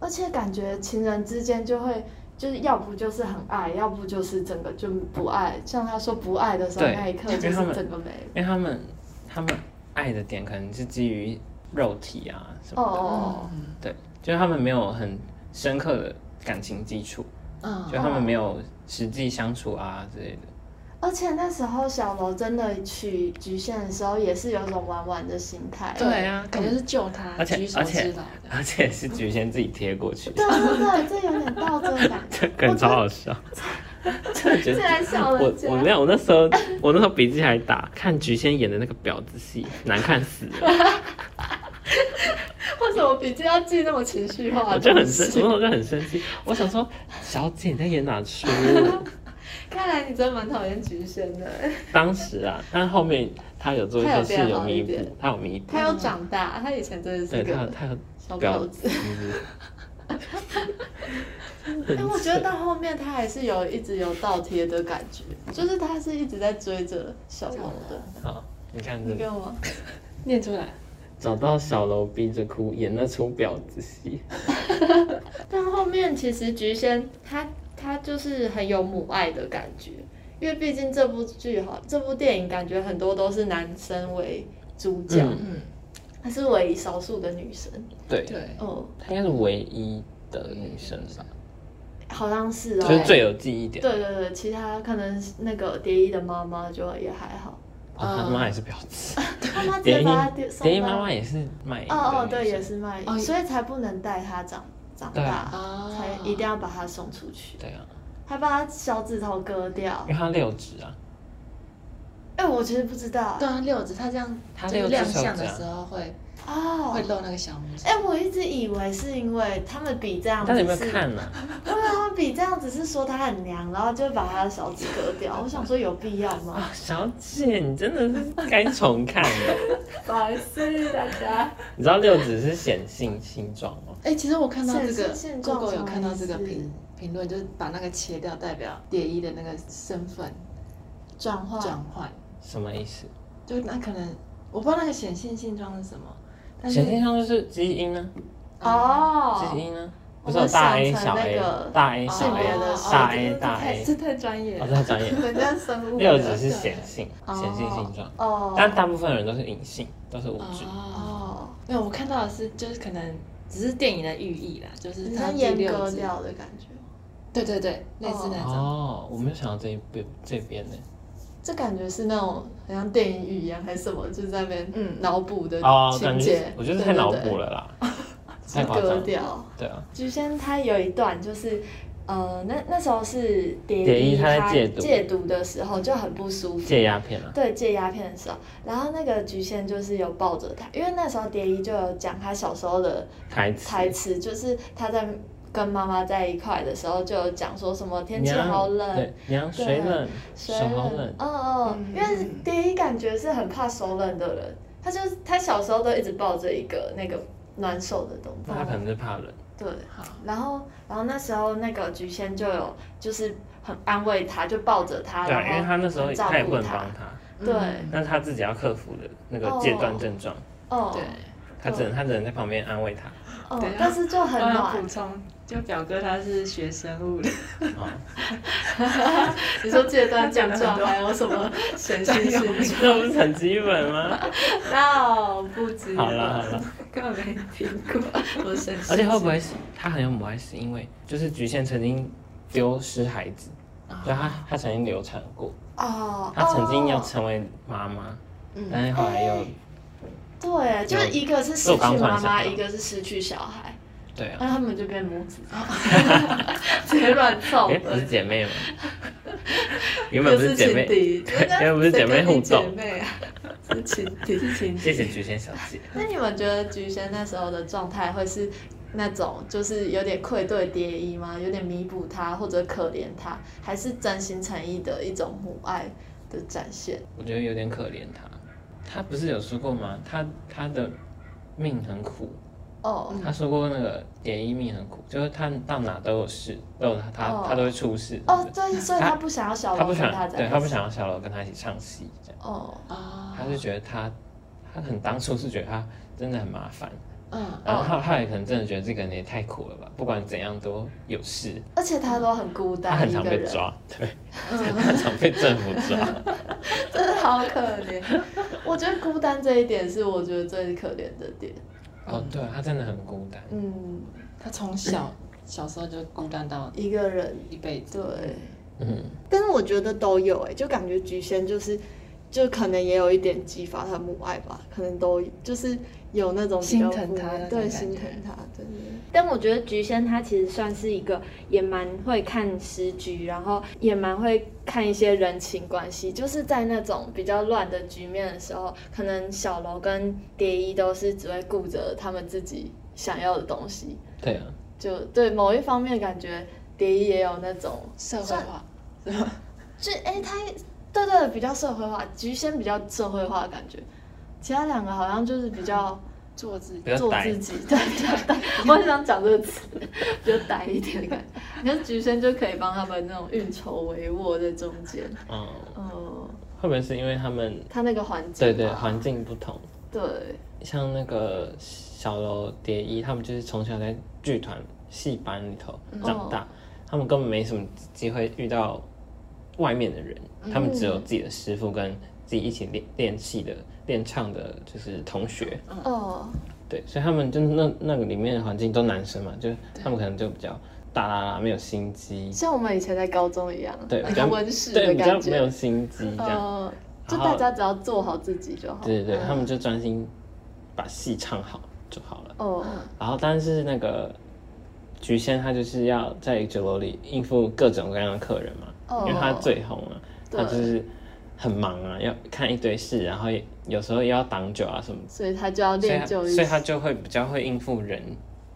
Speaker 2: 而且感觉情人之间就会，就是要不就是很爱，要不就是整个就不爱。像他说不爱的时候，
Speaker 3: 对
Speaker 2: 那一刻就是
Speaker 3: 因为他们
Speaker 2: 整个没了。
Speaker 3: 因为他们他们爱的点可能是基于肉体啊什么的。
Speaker 2: 哦
Speaker 1: 嗯
Speaker 3: 对，就是他们没有很深刻的感情基础，
Speaker 1: 嗯
Speaker 3: 就他们没有实际相处啊之类的。
Speaker 2: 而且那时候小楼真的取局限的时候，也是有一种玩玩的心态。
Speaker 1: 对
Speaker 3: 啊
Speaker 1: 感觉是救他，
Speaker 3: 而且
Speaker 1: 举手之劳的。
Speaker 3: 而且是菊仙自己贴过去，
Speaker 2: 对对对，这有点到这个 <laughs> 感觉。
Speaker 3: 这可能超好笑。真的觉
Speaker 2: 自
Speaker 3: 得
Speaker 2: 然笑
Speaker 3: 我
Speaker 2: 人家
Speaker 3: 我没有，我那时候我那时候笔记还打看菊仙演的那个婊子戏，难看死了，
Speaker 2: 为什么笔记要记那么情绪化 <laughs>
Speaker 3: 我
Speaker 2: 的
Speaker 3: 就
Speaker 2: 东
Speaker 3: 很
Speaker 2: 西？
Speaker 3: 生，我那时候就很生气，我想说小姐你在演哪出？
Speaker 2: <laughs> 看来你真的蛮讨厌局限的，
Speaker 3: 当时啊，但后面他有做一
Speaker 2: 他有
Speaker 3: 些事
Speaker 2: 变
Speaker 3: 有
Speaker 2: 好一
Speaker 3: 弥补
Speaker 2: 点，
Speaker 3: 他有弥补，
Speaker 2: 他要长大，他以前真的是
Speaker 3: 对他有
Speaker 2: 个
Speaker 3: 他有
Speaker 2: 小
Speaker 3: 婊
Speaker 2: 婊
Speaker 3: 嗯
Speaker 2: 子。
Speaker 3: 很
Speaker 4: 但我觉得
Speaker 3: 扯
Speaker 4: 到后面他还是有一直有倒贴的感觉，就是他是一直在追着小龙的，
Speaker 3: 好，你看
Speaker 4: 你
Speaker 3: 这
Speaker 4: 跟我
Speaker 1: 念出来，
Speaker 3: 找到小楼逼着哭，演那出婊子戏，
Speaker 2: 但后面其实菊仙她她就是很有母爱的感觉，因为毕竟这部剧哈，这部电影感觉很多都是男生为主角，
Speaker 3: 嗯
Speaker 1: 嗯，
Speaker 2: 她是唯一少数的女生。
Speaker 3: 对，
Speaker 1: 对，
Speaker 2: 哦，
Speaker 3: 她应该是唯一的女生吧，
Speaker 2: 好像是哦。
Speaker 3: 就是最有记忆点。
Speaker 2: 对对对，其他可能是那个蝶衣的妈妈就也还
Speaker 3: <laughs>
Speaker 2: 好，
Speaker 3: 哦，
Speaker 2: 嗯
Speaker 3: 他妈也是婊
Speaker 2: <laughs>
Speaker 3: 子，
Speaker 2: 她妈直
Speaker 3: 蝶
Speaker 2: 接
Speaker 3: 衣
Speaker 2: 把她丢送
Speaker 3: 蝶衣
Speaker 2: 到
Speaker 3: 妈妈也是卖淫的
Speaker 2: 哦哦，对，
Speaker 3: 女生
Speaker 2: 也是卖淫，
Speaker 1: 哦
Speaker 2: 所以才不能带她长长
Speaker 3: 对
Speaker 2: 大，
Speaker 1: 啊
Speaker 2: 才一定要把她送出去，
Speaker 3: 对啊，
Speaker 2: 还把她小指头割掉
Speaker 3: 因。为她六指啊，
Speaker 2: 哎、我其实不知道
Speaker 1: 对啊，六指，他这样，
Speaker 3: 他
Speaker 1: 就是
Speaker 3: 六只
Speaker 1: 亮
Speaker 3: 手
Speaker 1: 相
Speaker 3: 指
Speaker 1: 的
Speaker 3: 啊
Speaker 1: 时候会
Speaker 2: 哦，
Speaker 1: 会露那个小拇指
Speaker 2: 哎、，我一直以为是因为他们比这样子
Speaker 3: 但
Speaker 2: 是，
Speaker 3: 你有没有看呢？
Speaker 2: 对啊，他们比这样子是说他很娘，然后就把他的小指割掉。我想说有必要吗？
Speaker 3: 啊，
Speaker 1: <laughs>
Speaker 3: 小姐，你真的是该重
Speaker 2: <laughs>
Speaker 3: 看的。
Speaker 2: 不好意思，大家。
Speaker 3: 你知道六指是显性性状吗？
Speaker 1: 哎、其实我看到这
Speaker 2: 现
Speaker 1: 个
Speaker 2: 现状
Speaker 1: Google 有
Speaker 2: 什么
Speaker 1: 看到
Speaker 2: 意
Speaker 1: 这个
Speaker 2: 思
Speaker 1: 评评论，就是把那个切掉，代表蝶衣的那个身份
Speaker 2: 转换
Speaker 1: 转换。
Speaker 3: 什么意思？
Speaker 1: 就那可能我不知道那个显性性状是什么，但是
Speaker 3: 显性上就是基因呢，基
Speaker 2: 哦，
Speaker 3: 因呢，不
Speaker 2: 我
Speaker 3: 是有
Speaker 2: 们
Speaker 3: 大
Speaker 2: 想
Speaker 3: A
Speaker 2: 成
Speaker 3: 小
Speaker 2: 那
Speaker 3: A
Speaker 2: 个
Speaker 3: 大 A
Speaker 2: 性
Speaker 3: 小
Speaker 2: 别
Speaker 3: A
Speaker 2: 的
Speaker 1: 哦
Speaker 3: 大
Speaker 1: 这
Speaker 3: A
Speaker 1: 个
Speaker 3: 大
Speaker 1: 太
Speaker 3: A，
Speaker 1: 这太专业
Speaker 3: 我
Speaker 1: 了。
Speaker 3: 在专业。
Speaker 2: 人家生物
Speaker 3: 六
Speaker 2: 的
Speaker 3: 指是显性，显性性状，
Speaker 2: 哦，
Speaker 3: 但大部分人都是隐性，都是无知。
Speaker 1: 哦，
Speaker 2: 哦，
Speaker 1: 没有，我看到的是就是可能只是电影的寓意啦，就是
Speaker 2: 你
Speaker 1: 它
Speaker 2: 像
Speaker 1: 第
Speaker 2: 阉
Speaker 1: 六
Speaker 2: 割
Speaker 1: 只，
Speaker 2: 掉的感觉，
Speaker 1: 对对对，类似那种。
Speaker 3: 哦，我没有想到这一边这边呢。
Speaker 4: 这感觉是那种好像电影语言还是什么，就是在那边
Speaker 1: 嗯
Speaker 4: 脑补的
Speaker 3: 哦，
Speaker 4: 情
Speaker 3: 感
Speaker 4: 节
Speaker 3: 觉，我觉得太
Speaker 4: 对对
Speaker 3: 脑
Speaker 4: 对
Speaker 3: 补了啦，太夸
Speaker 4: 割
Speaker 3: 张。了。
Speaker 4: 掉。
Speaker 3: 对啊，
Speaker 2: 菊仙她有一段就是，呃，那那时候是
Speaker 3: 蝶
Speaker 2: 蝶
Speaker 3: 衣
Speaker 2: 衣
Speaker 3: 她在
Speaker 2: 她
Speaker 3: 戒毒
Speaker 2: 戒毒的时候就很不舒服，
Speaker 3: 戒鸦片啊，
Speaker 2: 对戒鸦片的时候，然后那个菊仙就是有抱着他，因为那时候蝶衣就有讲他小时候的
Speaker 3: 台词。
Speaker 2: 台词，就是他在跟妈妈在一块的时候就有讲说什么天气
Speaker 3: 娘
Speaker 2: 好冷，
Speaker 3: 对，娘
Speaker 2: 对
Speaker 3: 水冷，手
Speaker 2: 水
Speaker 3: 好
Speaker 2: 冷
Speaker 3: 冷，，
Speaker 2: 嗯嗯，因为蝶衣感觉是很怕手冷的人，他就是他小时候都一直抱着一个那个暖手的东西，
Speaker 3: 那他可能是怕冷。
Speaker 2: 对，
Speaker 1: 好，
Speaker 2: 然后然后那时候那个菊仙就有就是很安慰他，就抱着他，
Speaker 3: 对啊，因为
Speaker 2: 然后
Speaker 3: 他那时候
Speaker 2: 很照
Speaker 3: 他也
Speaker 2: 顾
Speaker 3: 不能
Speaker 2: 他
Speaker 3: 帮他，
Speaker 2: 对
Speaker 1: 嗯
Speaker 3: 那是他自己要克服的那个戒断症状，
Speaker 2: 哦
Speaker 1: 对。
Speaker 3: 他只能他只能在旁边安慰他。
Speaker 2: <laughs> 哦
Speaker 1: 对啊，
Speaker 2: 但是就
Speaker 1: 我
Speaker 2: 很
Speaker 1: 要
Speaker 2: 暖
Speaker 1: 补。充，就表哥他是学生物的，
Speaker 3: 啊，
Speaker 4: 你说戒断症状还有什
Speaker 1: <laughs>
Speaker 4: 么显性性状？
Speaker 3: 那不是很基本吗？
Speaker 2: 那不止
Speaker 3: 好了好了。
Speaker 1: <laughs> 根本没听过，我神
Speaker 3: 而且会不会是他很有母爱，是因为就是局限曾经丢失孩子，
Speaker 1: 哦
Speaker 3: 就他他曾经流产过，
Speaker 2: 哦，
Speaker 3: 他曾经要
Speaker 2: 哦
Speaker 3: 成为妈妈，
Speaker 1: 嗯
Speaker 3: 但是后来又
Speaker 2: 对，就是一个是失
Speaker 3: 我
Speaker 2: 去
Speaker 3: 刚突然
Speaker 2: 妈妈，
Speaker 3: 想到
Speaker 2: 一个是失去小孩，
Speaker 3: 对啊，
Speaker 2: 那他们就变
Speaker 1: <laughs>
Speaker 2: 母子，直接乱凑
Speaker 3: 哎，不是
Speaker 2: 的，
Speaker 3: 姐
Speaker 2: <laughs>
Speaker 3: 妹吗？原本不是姐妹，原本不是姐妹互动。
Speaker 1: 啊是情敌情
Speaker 3: 谢谢菊仙小姐，
Speaker 2: <laughs> 那你们觉得菊仙那时候的状态会是那种就是有点愧对蝶衣吗？有点弥补他或者可怜他，还是真心诚意的一种母爱的展现？
Speaker 3: 我觉得有点可怜她。她不是有说过吗？她她的命很苦，
Speaker 2: 哦
Speaker 3: 她说过那个蝶衣命很苦，就是她到哪都有事，都有她
Speaker 2: 哦
Speaker 3: 她都会出事。
Speaker 2: 哦，对，所以
Speaker 3: 他
Speaker 2: 他不想要小
Speaker 3: 她不
Speaker 2: 龙跟
Speaker 3: 想，
Speaker 2: 在
Speaker 3: 对
Speaker 2: 一
Speaker 3: 她不
Speaker 2: 起
Speaker 3: 想要小楼跟她一起唱戏，这样，
Speaker 2: 哦
Speaker 1: 啊
Speaker 3: 她，就觉得她，她可能当初是觉得她真的很麻烦，
Speaker 1: 嗯，
Speaker 3: 然后
Speaker 2: 哦
Speaker 3: 她她也可能真的觉得这个人也太苦了吧，不管怎样都有事，
Speaker 2: 而且他都很孤
Speaker 3: 她
Speaker 2: 单，
Speaker 3: 很
Speaker 2: 一
Speaker 3: 常
Speaker 2: 个
Speaker 3: 被
Speaker 2: 人，嗯
Speaker 3: 抓， <laughs> 对，她很常被政府抓。
Speaker 2: 真的 <laughs> 好可怜。我觉得孤单这一点是我觉得最可怜的点。
Speaker 3: 哦，对，她真的很孤单。
Speaker 2: 嗯，
Speaker 1: 他从小小时候就孤单到
Speaker 2: 一个人
Speaker 1: 一辈子，
Speaker 2: 对，
Speaker 3: 嗯，
Speaker 4: 但是我觉得都有
Speaker 2: 欸
Speaker 4: 哎、就感觉菊仙就是，就可能也有一点激发他母爱吧，可能都就是有那种比较
Speaker 1: 心疼他
Speaker 4: 母爱
Speaker 1: 那种
Speaker 4: 对
Speaker 1: 感
Speaker 4: 心
Speaker 1: 觉
Speaker 4: 疼他，对对对。
Speaker 2: 但我觉得菊仙她其实算是一个也蛮会看时局，然后也蛮会看一些人情关系。就是在那种比较乱的局面的时候，可能小楼跟蝶衣都是只会顾着他们自己想要的东西。
Speaker 3: 对啊，
Speaker 4: 就对某一方面感觉蝶衣也有那种
Speaker 1: 社会
Speaker 4: 算
Speaker 1: 化，是吧？
Speaker 2: 就哎、他对对比较社会化，菊仙比较社会化的感觉，其他两个好像就是比较
Speaker 1: 做自己
Speaker 3: 比，较
Speaker 2: 做
Speaker 3: 呆
Speaker 2: 自己， <laughs> 对比较呆。我很想讲这个词，比较呆一点的感觉。你看菊仙就可以帮他们那种运筹帷幄在中间，
Speaker 3: 嗯，
Speaker 2: 嗯，
Speaker 3: 会不会是因为他们
Speaker 2: 他那个环境
Speaker 3: 对对
Speaker 2: 吧
Speaker 3: 环境不同？
Speaker 2: 对，
Speaker 3: 像那个小楼蝶衣，他们就是从小在剧团戏班里头
Speaker 2: 嗯
Speaker 3: 长
Speaker 2: 哦
Speaker 3: 大，他们根本没什么机会遇到外面的人，
Speaker 2: 嗯
Speaker 3: 他们只有自己的师傅跟自己一起练练戏的、练唱的，就是同学。
Speaker 2: 哦，
Speaker 3: 对，所以他们就是那那个里面的环境都男生嘛，就是他们可能就比较大啦啦，没有心机，
Speaker 2: 像我们以前在高中一样，
Speaker 3: 对，比
Speaker 2: 很
Speaker 3: 较
Speaker 2: 温室
Speaker 3: 对
Speaker 2: 的
Speaker 3: 比较
Speaker 2: 感
Speaker 3: 没有
Speaker 2: 觉，
Speaker 3: 心机这样。
Speaker 2: 嗯，就
Speaker 3: 然
Speaker 2: 大
Speaker 3: 后
Speaker 2: 家只要做好自己就好。
Speaker 3: 对对对，
Speaker 2: 嗯
Speaker 3: 他们就专心把戏唱好就好了。
Speaker 2: 哦，
Speaker 3: 然后，但是那个菊仙她就是要在酒楼里应付各种各样的客人嘛，
Speaker 2: 哦
Speaker 3: 因为她最红了、她就是很忙啊，要看一堆事，然后也有时候也要挡酒啊什么，
Speaker 2: 所以他就要
Speaker 3: 所以
Speaker 2: 练
Speaker 3: 她
Speaker 2: 就一
Speaker 3: 所以她就会比较会应付人，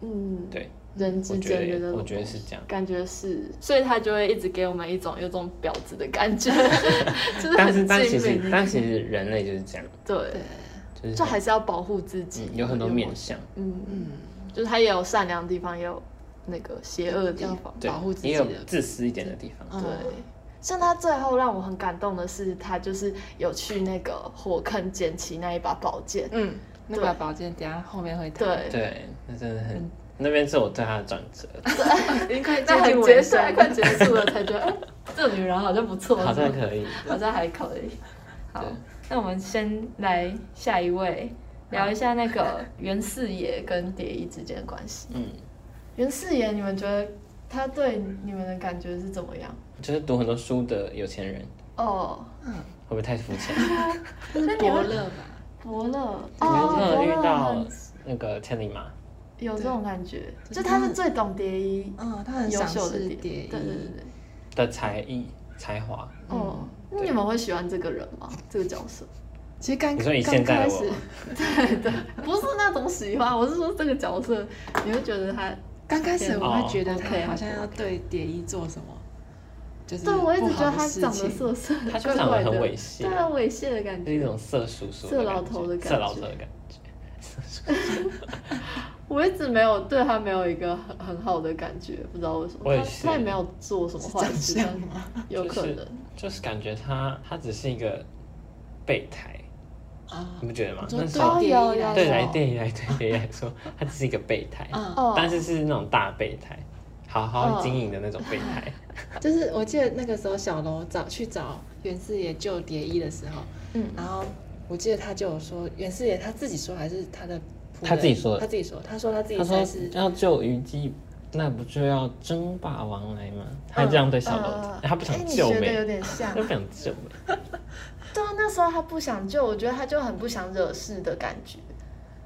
Speaker 2: 嗯，
Speaker 3: 对，
Speaker 2: 人之
Speaker 3: 我觉
Speaker 2: 间的那
Speaker 3: 得
Speaker 2: 种，
Speaker 3: 我觉得是
Speaker 2: <laughs>
Speaker 3: 这样。
Speaker 2: 感觉是，所以他就会一直给我们一种有种婊子的感
Speaker 3: <laughs>
Speaker 2: 觉，就是
Speaker 3: 但是
Speaker 2: 很
Speaker 3: 但其
Speaker 2: 精
Speaker 3: 实
Speaker 2: 明，
Speaker 3: 但其实人类就是这样，
Speaker 2: 对，
Speaker 3: 就是
Speaker 2: 就还是要保护自己
Speaker 3: 嗯，有很多面相，
Speaker 2: 嗯嗯，
Speaker 1: 嗯，
Speaker 2: 就是他也有善良的地方，也有那个邪恶的地
Speaker 1: 要
Speaker 2: 方，
Speaker 3: 对
Speaker 1: 保护自，己
Speaker 3: 也有
Speaker 1: 的，
Speaker 3: 自私一点的地方。
Speaker 1: 嗯
Speaker 2: 对。像他最后让我很感动的是，他就是有去那个火坑捡起那一把宝剑，
Speaker 1: 嗯，那
Speaker 2: 对
Speaker 1: 把宝剑等一下后面会谈，
Speaker 2: 对，
Speaker 3: 对，那真的很，那边是我对他的转
Speaker 2: <laughs>
Speaker 3: 折，
Speaker 1: 已经快
Speaker 2: 那
Speaker 1: 接近
Speaker 2: 很
Speaker 1: 尾
Speaker 2: 结束，
Speaker 1: 声
Speaker 2: 还，快结束了，才觉得，哎，这女人好像不错，
Speaker 3: 好像可以。
Speaker 4: 好像还可以。好
Speaker 3: 对，
Speaker 4: 那我们先来下一位，聊一下那个袁四爷跟蝶衣之间的关系。
Speaker 3: 嗯，
Speaker 2: 袁世妍，你们觉得他对你们的感觉是怎么样？
Speaker 3: 就是读很多书的有钱人，
Speaker 2: 哦，
Speaker 1: 嗯
Speaker 3: 会不会太肤浅？
Speaker 1: 他是伯乐吧？
Speaker 2: 伯乐，哦
Speaker 3: 你们真
Speaker 2: 伯
Speaker 3: 的遇
Speaker 2: 乐
Speaker 3: 到
Speaker 2: 很
Speaker 3: 那个千里马，
Speaker 2: 有这种感觉，
Speaker 1: 对
Speaker 2: 就他是最懂蝶衣，
Speaker 1: 嗯，他很
Speaker 2: 优
Speaker 1: 赏
Speaker 2: 秀的
Speaker 1: 识
Speaker 2: 蝶，
Speaker 1: 蝶衣，嗯
Speaker 2: 对对对对。
Speaker 3: 的才艺才华，
Speaker 2: 哦，那你们会喜欢这个人吗？这个角色？
Speaker 1: 其实刚
Speaker 3: 你说以
Speaker 1: 刚
Speaker 3: 现在
Speaker 1: 开
Speaker 3: 的我
Speaker 1: 始
Speaker 3: 吗，
Speaker 2: 不是那种喜欢，我是说这个角色，你会觉得他？
Speaker 1: 刚开始我会觉得
Speaker 2: 哦，OK，
Speaker 1: 他好像要对蝶衣做什么，就是
Speaker 2: 对，我一直
Speaker 1: 不
Speaker 2: 觉
Speaker 1: 好
Speaker 2: 得
Speaker 1: 的
Speaker 2: 他
Speaker 1: 事
Speaker 2: 长得
Speaker 1: 情
Speaker 2: 色色的，
Speaker 3: 他就
Speaker 2: 怪
Speaker 3: 长得
Speaker 2: 怪的
Speaker 3: 很猥亵
Speaker 2: 对啊，猥亵的感
Speaker 3: 就是一
Speaker 2: 觉。
Speaker 3: 种色叔叔、
Speaker 2: 色老头的感觉
Speaker 3: 色老头的感觉。
Speaker 2: 我一直没有对他没有一个很很好的感觉，不知道为什
Speaker 3: 我
Speaker 2: 么。
Speaker 3: 也
Speaker 2: 他
Speaker 3: 是
Speaker 2: 他也没有做什么坏事，
Speaker 1: 是长
Speaker 2: 但
Speaker 1: 相吗
Speaker 2: 有可能。
Speaker 3: 就是就是感觉他他只是一个备胎，
Speaker 1: 啊
Speaker 3: 你不觉得吗？
Speaker 1: 你说
Speaker 3: 那时
Speaker 2: 哦
Speaker 3: 候
Speaker 1: 对
Speaker 2: 有
Speaker 1: 蝶衣
Speaker 2: 有
Speaker 1: 来
Speaker 3: 对
Speaker 2: 有
Speaker 1: 说
Speaker 3: 来电影来对电影来说，他只是一个备胎，
Speaker 1: 嗯，
Speaker 2: 哦，
Speaker 3: 但是是那种大备胎，好好
Speaker 2: 嗯
Speaker 3: 经营的那种备胎。
Speaker 1: 就是我记得那个时候小楼找去找袁四爷救蝶衣的时候，
Speaker 2: 嗯
Speaker 1: 然后我记得他就有说袁四爷他自己说还是他的仆人
Speaker 3: 他自己说的
Speaker 1: 他自己说，他说他自己
Speaker 3: 他说
Speaker 1: 才是
Speaker 3: 要救虞姬，那不就要争霸王来吗？他这样对小楼
Speaker 2: 嗯嗯嗯，
Speaker 3: 他不想
Speaker 2: 哎你
Speaker 3: 救
Speaker 2: 学的
Speaker 3: 美
Speaker 2: 有，点像
Speaker 3: <laughs> 他。不想救美。
Speaker 2: 对啊，那时候他不想救，我觉得他就很不想惹事的感觉，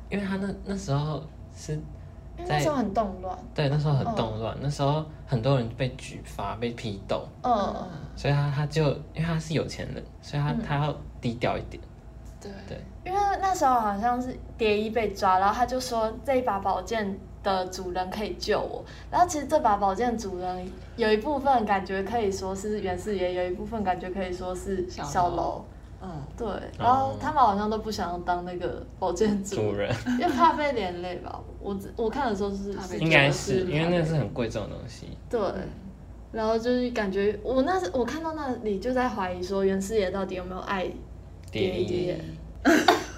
Speaker 3: 因为他那那时候是
Speaker 2: 因为那
Speaker 3: 在
Speaker 2: 时候很哦动乱。
Speaker 3: 对那时候很动乱，那时候很多人被举发、被批斗，
Speaker 2: 嗯，
Speaker 3: 所以他他就因为他是有钱人，所以他、他要低调一点。
Speaker 1: 对
Speaker 3: 对，
Speaker 2: 因为那时候好像是蝶衣被抓，然后他就说这一把宝剑的主人可以救我。然后其实这把宝剑主人有一部分感觉可以说是袁世爷，有一部分感觉可以说是
Speaker 1: 小
Speaker 2: 小
Speaker 1: 楼
Speaker 2: 楼。
Speaker 1: 嗯，
Speaker 2: 对，然后他们好像都不想要当那个宝剑主
Speaker 3: 主
Speaker 2: 人，
Speaker 3: 人
Speaker 2: 因为怕被连累吧。我只我看的时候嗯是
Speaker 1: 怕被
Speaker 3: 应该
Speaker 2: 觉
Speaker 3: 是
Speaker 2: 得
Speaker 3: 因为那是很贵重的东西，
Speaker 2: 对，然后就是感觉我那时我看到那里就在怀疑说袁世爷到底有没有爱，
Speaker 3: 蝶
Speaker 2: 蝶衣
Speaker 3: 衣。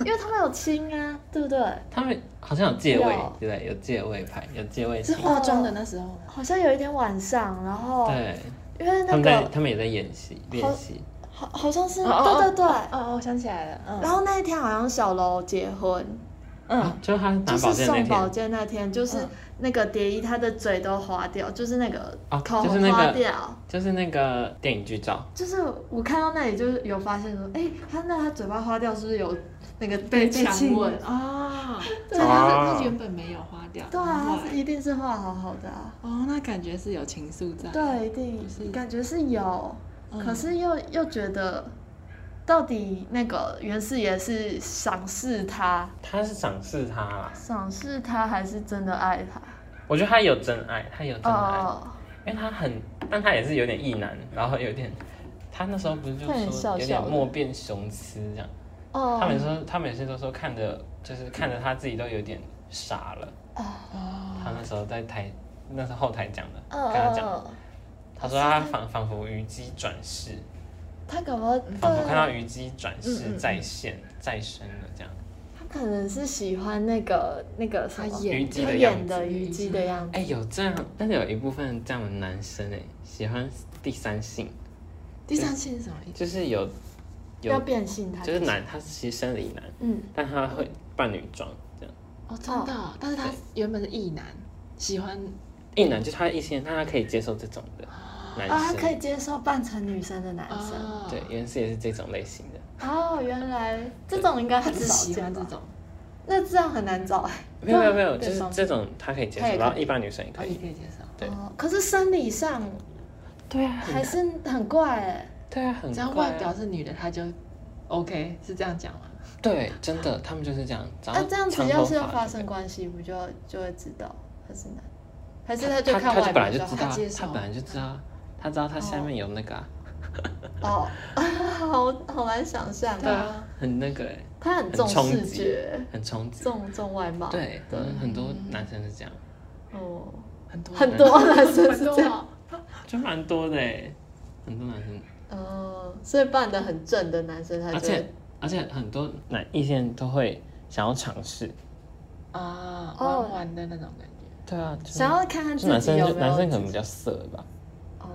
Speaker 2: 因为他们有亲啊，对不对？
Speaker 3: 他们好像有借位
Speaker 2: 有，
Speaker 3: 对不对？有借位牌，有借位
Speaker 1: 是
Speaker 2: 哦
Speaker 3: 厅。
Speaker 1: 化妆的那时候吗，
Speaker 2: 好像有一天晚上，然后
Speaker 3: 对，
Speaker 2: 因为
Speaker 3: 他
Speaker 2: 那
Speaker 3: 们在
Speaker 2: 个
Speaker 3: 他们也在演戏练习。
Speaker 2: 好好像是
Speaker 1: 哦哦
Speaker 2: 对对对，
Speaker 1: 哦，我想起来了，嗯，
Speaker 2: 然后那一天好像小楼结婚，
Speaker 1: 嗯
Speaker 3: 啊，就是他拿
Speaker 2: 就
Speaker 3: 宝
Speaker 2: 是
Speaker 3: 剑那
Speaker 2: 送宝
Speaker 3: 天，
Speaker 2: 剑那天，就是
Speaker 1: 嗯
Speaker 2: 那个蝶衣她的嘴都花掉，就是那个
Speaker 3: 啊
Speaker 2: 口
Speaker 3: 就是
Speaker 2: 红
Speaker 3: 那
Speaker 2: 花
Speaker 3: 个
Speaker 2: 掉。
Speaker 3: 就是那个电影剧照，
Speaker 2: 就是我看到那里，就是有发现说，哎、她那她嘴巴花掉是不是有那个被
Speaker 1: 被
Speaker 2: 强
Speaker 1: 亲
Speaker 2: 吻？
Speaker 1: 啊，
Speaker 2: 对
Speaker 1: 所以他是
Speaker 3: 啊
Speaker 1: 他原本没有花掉，
Speaker 2: 对啊，
Speaker 1: 后
Speaker 2: 她
Speaker 1: 来
Speaker 2: 是一定是画好好的啊。
Speaker 1: 哦，那感觉是有情愫在，
Speaker 2: 对，一定
Speaker 1: 是
Speaker 2: 感觉是有，
Speaker 1: 嗯
Speaker 2: 可是又又觉得，到底那个袁世爷是赏识他，
Speaker 3: 他是赏识他啦。
Speaker 2: 赏识他还是真的爱他？
Speaker 3: 我觉得他有真爱，他有真爱，
Speaker 2: 哦，
Speaker 3: 因为他很但他也是有点意男，然后有点，他那时候不是就
Speaker 2: 他很
Speaker 3: 说
Speaker 2: 笑
Speaker 3: 有
Speaker 2: 笑
Speaker 3: 点
Speaker 2: 的
Speaker 3: 莫变雄姿这样。
Speaker 2: 哦
Speaker 3: 他们说，他每次都说看着，就是看着他自己都有点傻了。
Speaker 2: 哦
Speaker 3: 他那时候在台，那是后台讲的，跟他讲的，
Speaker 2: 嗯，
Speaker 3: 他说他仿仿佛虞姬转世，
Speaker 2: 他搞不好
Speaker 3: 仿佛
Speaker 2: 对
Speaker 3: 看到虞姬转
Speaker 2: 嗯嗯
Speaker 3: 世
Speaker 2: 嗯
Speaker 3: 再现再生了这样。
Speaker 2: 他可能是喜欢那个那个什么
Speaker 1: 他演
Speaker 3: 虞姬
Speaker 2: 他
Speaker 3: 的
Speaker 2: 演
Speaker 3: 样
Speaker 2: 的
Speaker 3: 子。
Speaker 2: 虞姬的样子，
Speaker 3: 哎，有这样，但是有一部分这样的男生哎，喜欢第三性，
Speaker 1: 第三性是什么意思？
Speaker 3: 就是有
Speaker 2: 要
Speaker 3: 有
Speaker 2: 变性他
Speaker 3: 就是男，他其实生理男，
Speaker 2: 嗯，
Speaker 3: 但他会扮女装这样。
Speaker 1: 哦，真的哦、但是他原本是异男，喜欢
Speaker 3: 一男就是他异性恋，但他可以接受这种的男
Speaker 2: 啊，他
Speaker 3: 生。
Speaker 2: 可以接受扮成女生的男生。
Speaker 1: 哦，
Speaker 3: 对，原始也是这种类型的。
Speaker 2: 哦，原来这种应该
Speaker 1: 他
Speaker 2: 很
Speaker 1: 只
Speaker 2: 少
Speaker 1: 喜
Speaker 2: 见
Speaker 1: 欢这
Speaker 2: 吧？
Speaker 1: 种。
Speaker 2: 那这样很难找哎。
Speaker 3: 没有没有没有，
Speaker 2: 对
Speaker 3: 就是
Speaker 2: 方
Speaker 3: 这种他可以接
Speaker 2: 他也可
Speaker 3: 受，
Speaker 2: 以
Speaker 3: 然后一般女生也可
Speaker 1: 哦，你
Speaker 3: 以。
Speaker 1: 可以接受，
Speaker 3: 对
Speaker 2: 哦，可是生理上
Speaker 3: 对啊，很
Speaker 2: 还是很怪哎。
Speaker 3: 对啊，很
Speaker 1: 只要
Speaker 3: 怪啊
Speaker 1: 外表是女的，他就 OK，是这样讲吗？
Speaker 3: 对，真的，他们就是这样。
Speaker 2: 那
Speaker 3: 然后
Speaker 2: 啊这样子
Speaker 3: 长
Speaker 2: 要
Speaker 3: 头
Speaker 2: 是有
Speaker 3: 发
Speaker 2: 发
Speaker 3: 什
Speaker 2: 生
Speaker 3: 么的
Speaker 2: 关系，不就就会知道他是男，还是
Speaker 3: 他
Speaker 2: 就
Speaker 3: 他
Speaker 2: 看
Speaker 3: 他
Speaker 2: 外
Speaker 3: 就本
Speaker 2: 表
Speaker 3: 来就
Speaker 2: 好
Speaker 3: 知道啊
Speaker 1: 他接，
Speaker 3: 他
Speaker 1: 受
Speaker 3: 本来就知道，他知道他下
Speaker 2: 哦
Speaker 3: 面有那个啊
Speaker 2: 哦，好好难想象
Speaker 1: 对
Speaker 2: 啊，
Speaker 1: 啊，
Speaker 3: 很那个欸，
Speaker 2: 他很
Speaker 3: 很
Speaker 2: 重
Speaker 3: 冲
Speaker 2: 视
Speaker 3: 击
Speaker 2: 觉，
Speaker 3: 很冲击。
Speaker 2: 重重外貌，
Speaker 3: 对，
Speaker 2: 对
Speaker 3: 嗯很多男生是这样，
Speaker 2: 哦，
Speaker 1: 很多
Speaker 2: 很多男生是这样，
Speaker 1: 样，
Speaker 2: 嗯
Speaker 3: 就蛮多的欸，很多男生，
Speaker 2: 哦，所以扮的很正的男生，他
Speaker 3: 而
Speaker 2: 就会
Speaker 3: 且而且很多男异性恋都会想要尝试。
Speaker 1: 啊，
Speaker 2: 哦
Speaker 1: 玩玩的那种感觉，
Speaker 3: 对啊，就是
Speaker 2: 想要看看
Speaker 3: 就
Speaker 2: 自
Speaker 3: 男
Speaker 2: 己
Speaker 3: 生
Speaker 2: 有
Speaker 3: 就
Speaker 2: 没有
Speaker 3: 男生可
Speaker 2: 自
Speaker 3: 能比
Speaker 2: 己
Speaker 3: 较色吧，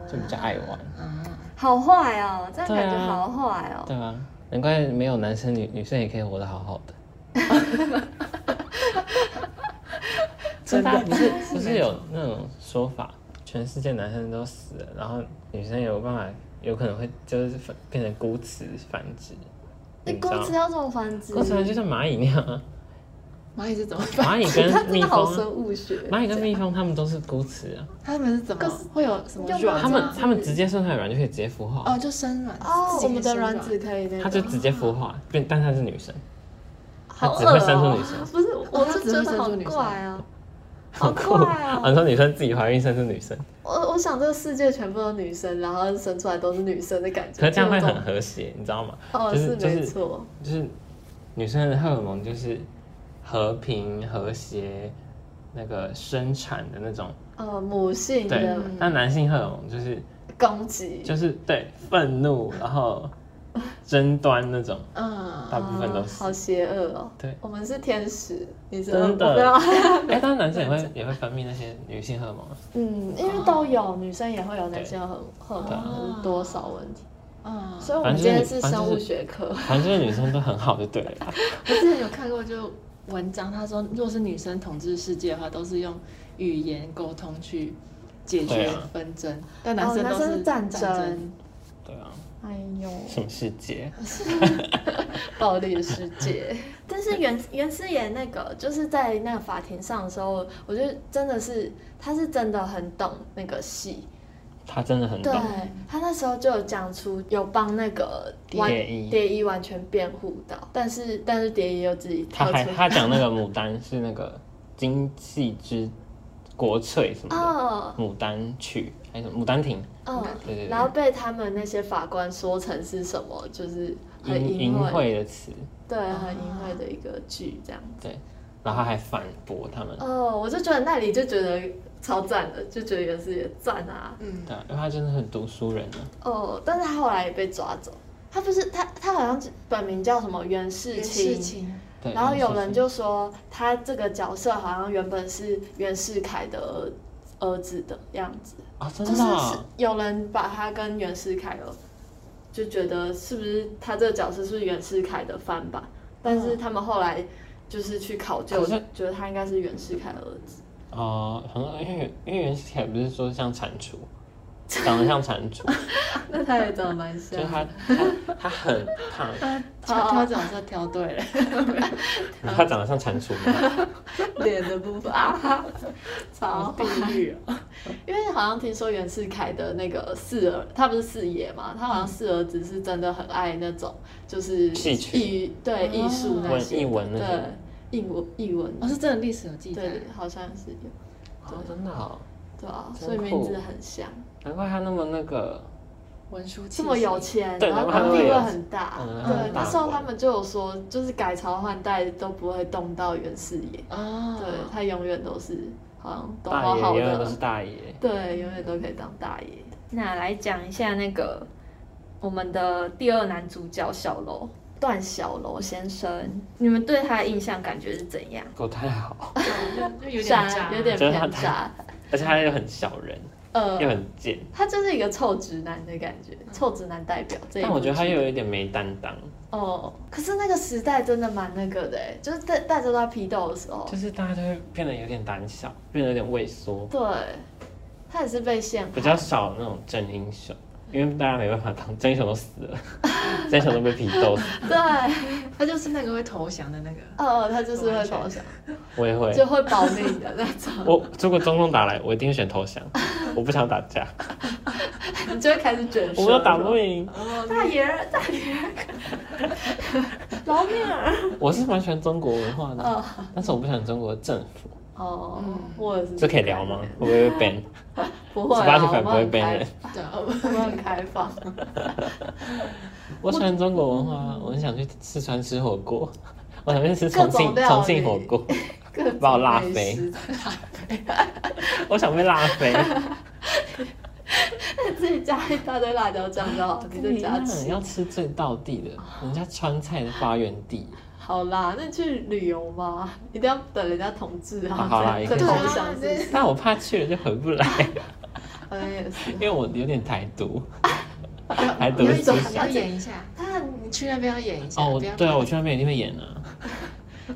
Speaker 3: 就比较
Speaker 2: 哦
Speaker 3: 爱玩。
Speaker 1: 啊，
Speaker 2: 好坏哦，这样
Speaker 3: 对
Speaker 2: 感觉
Speaker 3: 啊
Speaker 2: 好坏哦，
Speaker 3: 对啊，难怪没有男生女女生也可以活得好好
Speaker 2: <laughs>
Speaker 3: 的。真的不是不是有那种说法，全世界男生都死了，然后女生有办法，有可能会就是反变成孤雌繁殖。
Speaker 2: 那
Speaker 3: 你知道
Speaker 2: 公
Speaker 3: 吗
Speaker 2: 子要怎么繁殖？
Speaker 3: 孤雌繁殖就像蚂蚁那样
Speaker 2: <laughs>
Speaker 3: 啊，
Speaker 1: 蚂蚁是怎么 <laughs> 办？
Speaker 3: 蚂蚁
Speaker 2: 他
Speaker 3: 跟
Speaker 2: 真
Speaker 3: 蜜
Speaker 2: 的好
Speaker 3: 蜂
Speaker 2: 生
Speaker 3: 啊，
Speaker 2: 物学，
Speaker 3: 蚂蚁跟蜜蜂它们都是孤雌啊，
Speaker 1: 他们是怎么
Speaker 2: 可是
Speaker 1: 会有什么
Speaker 2: 要不
Speaker 1: 卵
Speaker 2: 然
Speaker 1: 啊？
Speaker 3: 它们它们直接生出来的卵就可以直接孵化，
Speaker 1: 哦，就生卵
Speaker 2: 哦，
Speaker 1: 自己
Speaker 2: 我们的
Speaker 1: 生
Speaker 2: 卵子可以那个，
Speaker 3: 它就直接孵化，变但它是女生，
Speaker 2: 好
Speaker 3: 只
Speaker 2: 恶
Speaker 3: 会
Speaker 2: 哦
Speaker 3: 生出女生
Speaker 2: 不是，我
Speaker 1: 它
Speaker 2: 就
Speaker 1: 只
Speaker 2: 觉
Speaker 1: 会
Speaker 2: 得
Speaker 1: 生
Speaker 2: 好
Speaker 1: 出女生
Speaker 2: 怪哦，好
Speaker 3: <laughs> 好酷！
Speaker 2: 怪
Speaker 3: 啊，
Speaker 2: 哦！
Speaker 3: 你说女生自己怀孕生出女生，
Speaker 2: 我我想这个世界全部都是女生，然后生出来都是女生的感觉，
Speaker 3: 可是这样会
Speaker 2: 有
Speaker 3: 很
Speaker 2: 种
Speaker 3: 和谐，你知道吗？
Speaker 2: 哦，
Speaker 3: 就是
Speaker 2: 是
Speaker 3: 就
Speaker 2: 没
Speaker 3: 是
Speaker 2: 错，
Speaker 3: 就是女生的荷尔蒙就是和平、和谐、那个生产的那种，
Speaker 2: 呃，母性
Speaker 3: 对
Speaker 2: 的。
Speaker 3: 但男性荷尔蒙就是
Speaker 2: 攻击，
Speaker 3: 就是对愤怒，然后争端那种，
Speaker 1: 嗯，
Speaker 3: 大部分都
Speaker 2: 哦
Speaker 3: 是
Speaker 2: 好。邪恶哦。 <laughs>
Speaker 3: 对
Speaker 2: 我们是天使，你是
Speaker 3: 真的
Speaker 2: 恶魔不要
Speaker 3: 哎，当然男生也会也会分泌那些女性荷尔蒙啊，
Speaker 2: 嗯，因为都有女生也会有男性荷荷尔
Speaker 1: 对
Speaker 2: 蒙多少问题，
Speaker 1: 嗯，
Speaker 2: <laughs> 所以我们
Speaker 3: 哦反正
Speaker 2: 今天
Speaker 3: 就是
Speaker 2: 是
Speaker 3: 反正
Speaker 2: 生
Speaker 3: 就是
Speaker 2: 物学课。
Speaker 3: 反正就是女生都很好就对了吧。
Speaker 1: 我 <laughs> 之前有看过就文章，他说，如果是女生统治世界的话，都是用语言沟通去解
Speaker 3: 对
Speaker 1: 决
Speaker 3: 啊
Speaker 1: 纷争，但男生
Speaker 2: 哦男
Speaker 1: 都
Speaker 2: 生是战
Speaker 1: 争，
Speaker 2: 争
Speaker 3: 对啊，
Speaker 2: 哎呦，
Speaker 3: 什么世界？
Speaker 2: 暴力的世界。 <laughs> 但是袁袁思妍那个就是在那个法庭上的时候，我觉得真的是他是真的很懂那个戏，
Speaker 3: 他真的很
Speaker 2: 对
Speaker 3: 懂。
Speaker 2: 他那时候就有讲出有帮那个完
Speaker 3: 蝶衣
Speaker 2: 蝶衣完全辩护到，但是但是蝶衣又自己
Speaker 3: 他
Speaker 2: 跳
Speaker 3: 还
Speaker 2: 出
Speaker 3: 他讲那个牡丹是那个经济之国粹什么的，
Speaker 2: 哦
Speaker 3: 牡丹曲还有什么牡丹亭，
Speaker 2: 哦，
Speaker 3: 对对
Speaker 2: 然后
Speaker 3: 对，
Speaker 2: 被他们那些法官说成是什么，就是很
Speaker 3: 淫淫
Speaker 2: 秽，
Speaker 3: 秽的词，
Speaker 2: 对，很淫秽的一个剧这样。
Speaker 3: 对，然后还反驳他们，
Speaker 2: 哦，我就觉得那里就觉得超赞的，就觉得袁思妍赞啊，
Speaker 1: 嗯，
Speaker 3: 对啊，因为他真的很读书人啊，
Speaker 2: 哦，但是他后来也被抓走。他不是他，他好像本名叫什么袁世
Speaker 1: 事
Speaker 2: 清，
Speaker 1: 情，
Speaker 3: 对，
Speaker 2: 然后
Speaker 3: 是
Speaker 2: 有人就说他这个角色好像原本是袁世凯的儿儿子的样子，
Speaker 3: 啊，真
Speaker 2: 就是
Speaker 3: 的
Speaker 2: 是
Speaker 3: 啊，
Speaker 2: 有人把他跟袁世凯有，就觉得是不是他这个角色是不是袁世凯的翻版？但是他们后来就是去考究，
Speaker 3: 可是
Speaker 2: 觉得他应该是袁世凯的儿子。
Speaker 3: 哦，很因为因为袁世凯不是说像蟾蜍，长得像
Speaker 2: <laughs>
Speaker 3: 蟾蜍，
Speaker 2: 那他也长得蛮
Speaker 3: 就
Speaker 2: 像
Speaker 3: 是他他他很胖，
Speaker 2: <laughs> 哦
Speaker 1: 挑挑角色挑对了，
Speaker 3: 他长得像蟾蜍吗？
Speaker 2: 脸的部分啊 <laughs> 哈，超
Speaker 1: 地狱哦，
Speaker 2: 因为好像听说袁世凯的那个四儿，他不是四爷嘛，他好像四儿子是真的很爱那种就是
Speaker 3: 戏曲
Speaker 2: 艺对
Speaker 1: 哦
Speaker 2: 艺术那
Speaker 3: 文
Speaker 2: 些
Speaker 3: 艺文那
Speaker 2: 对
Speaker 3: 种，
Speaker 2: 艺文艺文
Speaker 1: 哦，是真的历史有记载，
Speaker 2: 对好像是有
Speaker 3: 哦，真的哦，
Speaker 2: 对啊，
Speaker 3: 真
Speaker 2: 所以
Speaker 3: 酷
Speaker 2: 名字很像。
Speaker 3: 那难怪他那么那个，
Speaker 1: 文书气息
Speaker 2: 这么有钱，
Speaker 3: 对
Speaker 2: 然后
Speaker 3: 他们
Speaker 2: 地位
Speaker 3: 有
Speaker 2: 很大，
Speaker 3: 嗯
Speaker 2: 对，
Speaker 3: 很大
Speaker 2: 那时候
Speaker 3: 官
Speaker 2: 他们就有说，就是改朝换代都不会动到袁世琰，
Speaker 4: 嗯
Speaker 1: 啊，
Speaker 2: 对他永远都是好像都
Speaker 3: 大
Speaker 2: 好
Speaker 3: 爷啊
Speaker 2: 好
Speaker 3: 永远都是
Speaker 2: 的，
Speaker 3: 大爷。
Speaker 2: 对，永远都可以当大爷。
Speaker 4: 那来讲一下那个我们的第二男主角小楼
Speaker 2: 段小楼先
Speaker 4: 先
Speaker 2: 生，
Speaker 4: 生，你们对他的印象感觉是怎样？
Speaker 3: 够太好，
Speaker 1: 就
Speaker 2: <laughs>
Speaker 1: 就有点
Speaker 2: 渣
Speaker 1: 渣，
Speaker 2: 有点
Speaker 3: 觉得他
Speaker 2: 偏渣，
Speaker 3: <laughs> 而且他又很小人，
Speaker 2: 呃
Speaker 3: 又，很贱，
Speaker 2: 他就是一个臭直男的感觉，臭直男代表这一部剧。
Speaker 3: 但我觉得他又有一点没担当，
Speaker 2: 哦，可是那个时代真的蛮那个的欸，就是大大家都在批斗的时候，
Speaker 3: 就是大家就会变得有点胆小，变得有点畏缩，
Speaker 2: 对，他也是被陷害
Speaker 3: 比较少那种真英雄，
Speaker 2: 嗯
Speaker 3: 因为大家没办法当真英雄都死
Speaker 2: <laughs>
Speaker 3: 了，真英雄都被批斗死，
Speaker 2: 对，
Speaker 1: 他就是那个会投降的那个，
Speaker 2: 呃，他 <laughs> 就是会投降，
Speaker 3: 我也会。
Speaker 2: 就会保命的那
Speaker 3: <laughs>
Speaker 2: 种，
Speaker 3: 我如果中共打来，我一定会选投降，我不想打
Speaker 2: <laughs>
Speaker 3: 架，
Speaker 2: 你就会开始卷舌
Speaker 3: 我
Speaker 2: 了。
Speaker 3: 们都打不赢。
Speaker 1: 哦
Speaker 4: 大爷儿，大爷儿，饶命
Speaker 3: <laughs>
Speaker 4: 儿！
Speaker 3: 我是蛮喜欢中国文化的，
Speaker 2: 哦
Speaker 3: 但是我不喜欢中国政府，
Speaker 2: 哦
Speaker 1: 嗯，
Speaker 2: 我也是。
Speaker 3: 这可以聊 <laughs> 吗？？会不会被 ban？
Speaker 2: 不会
Speaker 3: 18
Speaker 2: 啊，
Speaker 3: 岁
Speaker 2: 我
Speaker 3: 反
Speaker 2: 们
Speaker 3: 而不会
Speaker 2: 很
Speaker 3: 被人
Speaker 2: 开，
Speaker 1: 对啊，
Speaker 3: <laughs>
Speaker 2: 我们很开放。
Speaker 3: 我喜欢中国文化，我很想去四川吃火锅， <laughs> 我想去吃重
Speaker 2: 各种
Speaker 3: 庆
Speaker 2: 料理
Speaker 3: 重庆火锅， <laughs>
Speaker 2: 各种
Speaker 3: 把我辣
Speaker 2: 美
Speaker 3: 飞
Speaker 2: 食，
Speaker 3: 我想被辣飞。
Speaker 2: <laughs> 自己加一大堆辣椒酱就好，你
Speaker 3: 跟
Speaker 2: 就
Speaker 3: 你
Speaker 2: 加
Speaker 3: 一样
Speaker 2: 吃。
Speaker 3: 要吃最道地的，人家川菜的发源地。
Speaker 2: 好啦，那去旅游嘛， <laughs> 一定要等人家同志啊，
Speaker 3: 啊好啦
Speaker 2: 再
Speaker 3: 也可
Speaker 2: 再
Speaker 3: 以
Speaker 2: 分
Speaker 1: 同志
Speaker 2: 享是不是？
Speaker 3: 但我怕去了就回不来， <laughs>
Speaker 2: 好像哎也是
Speaker 3: 因。为我有点台独。台独
Speaker 1: 要
Speaker 3: 思
Speaker 1: 演要
Speaker 3: 想。
Speaker 1: 演一下，
Speaker 2: 但
Speaker 1: 你去那边要演一下，
Speaker 3: 哦，我
Speaker 1: 不要
Speaker 3: 对啊，我去那边一定会演啊。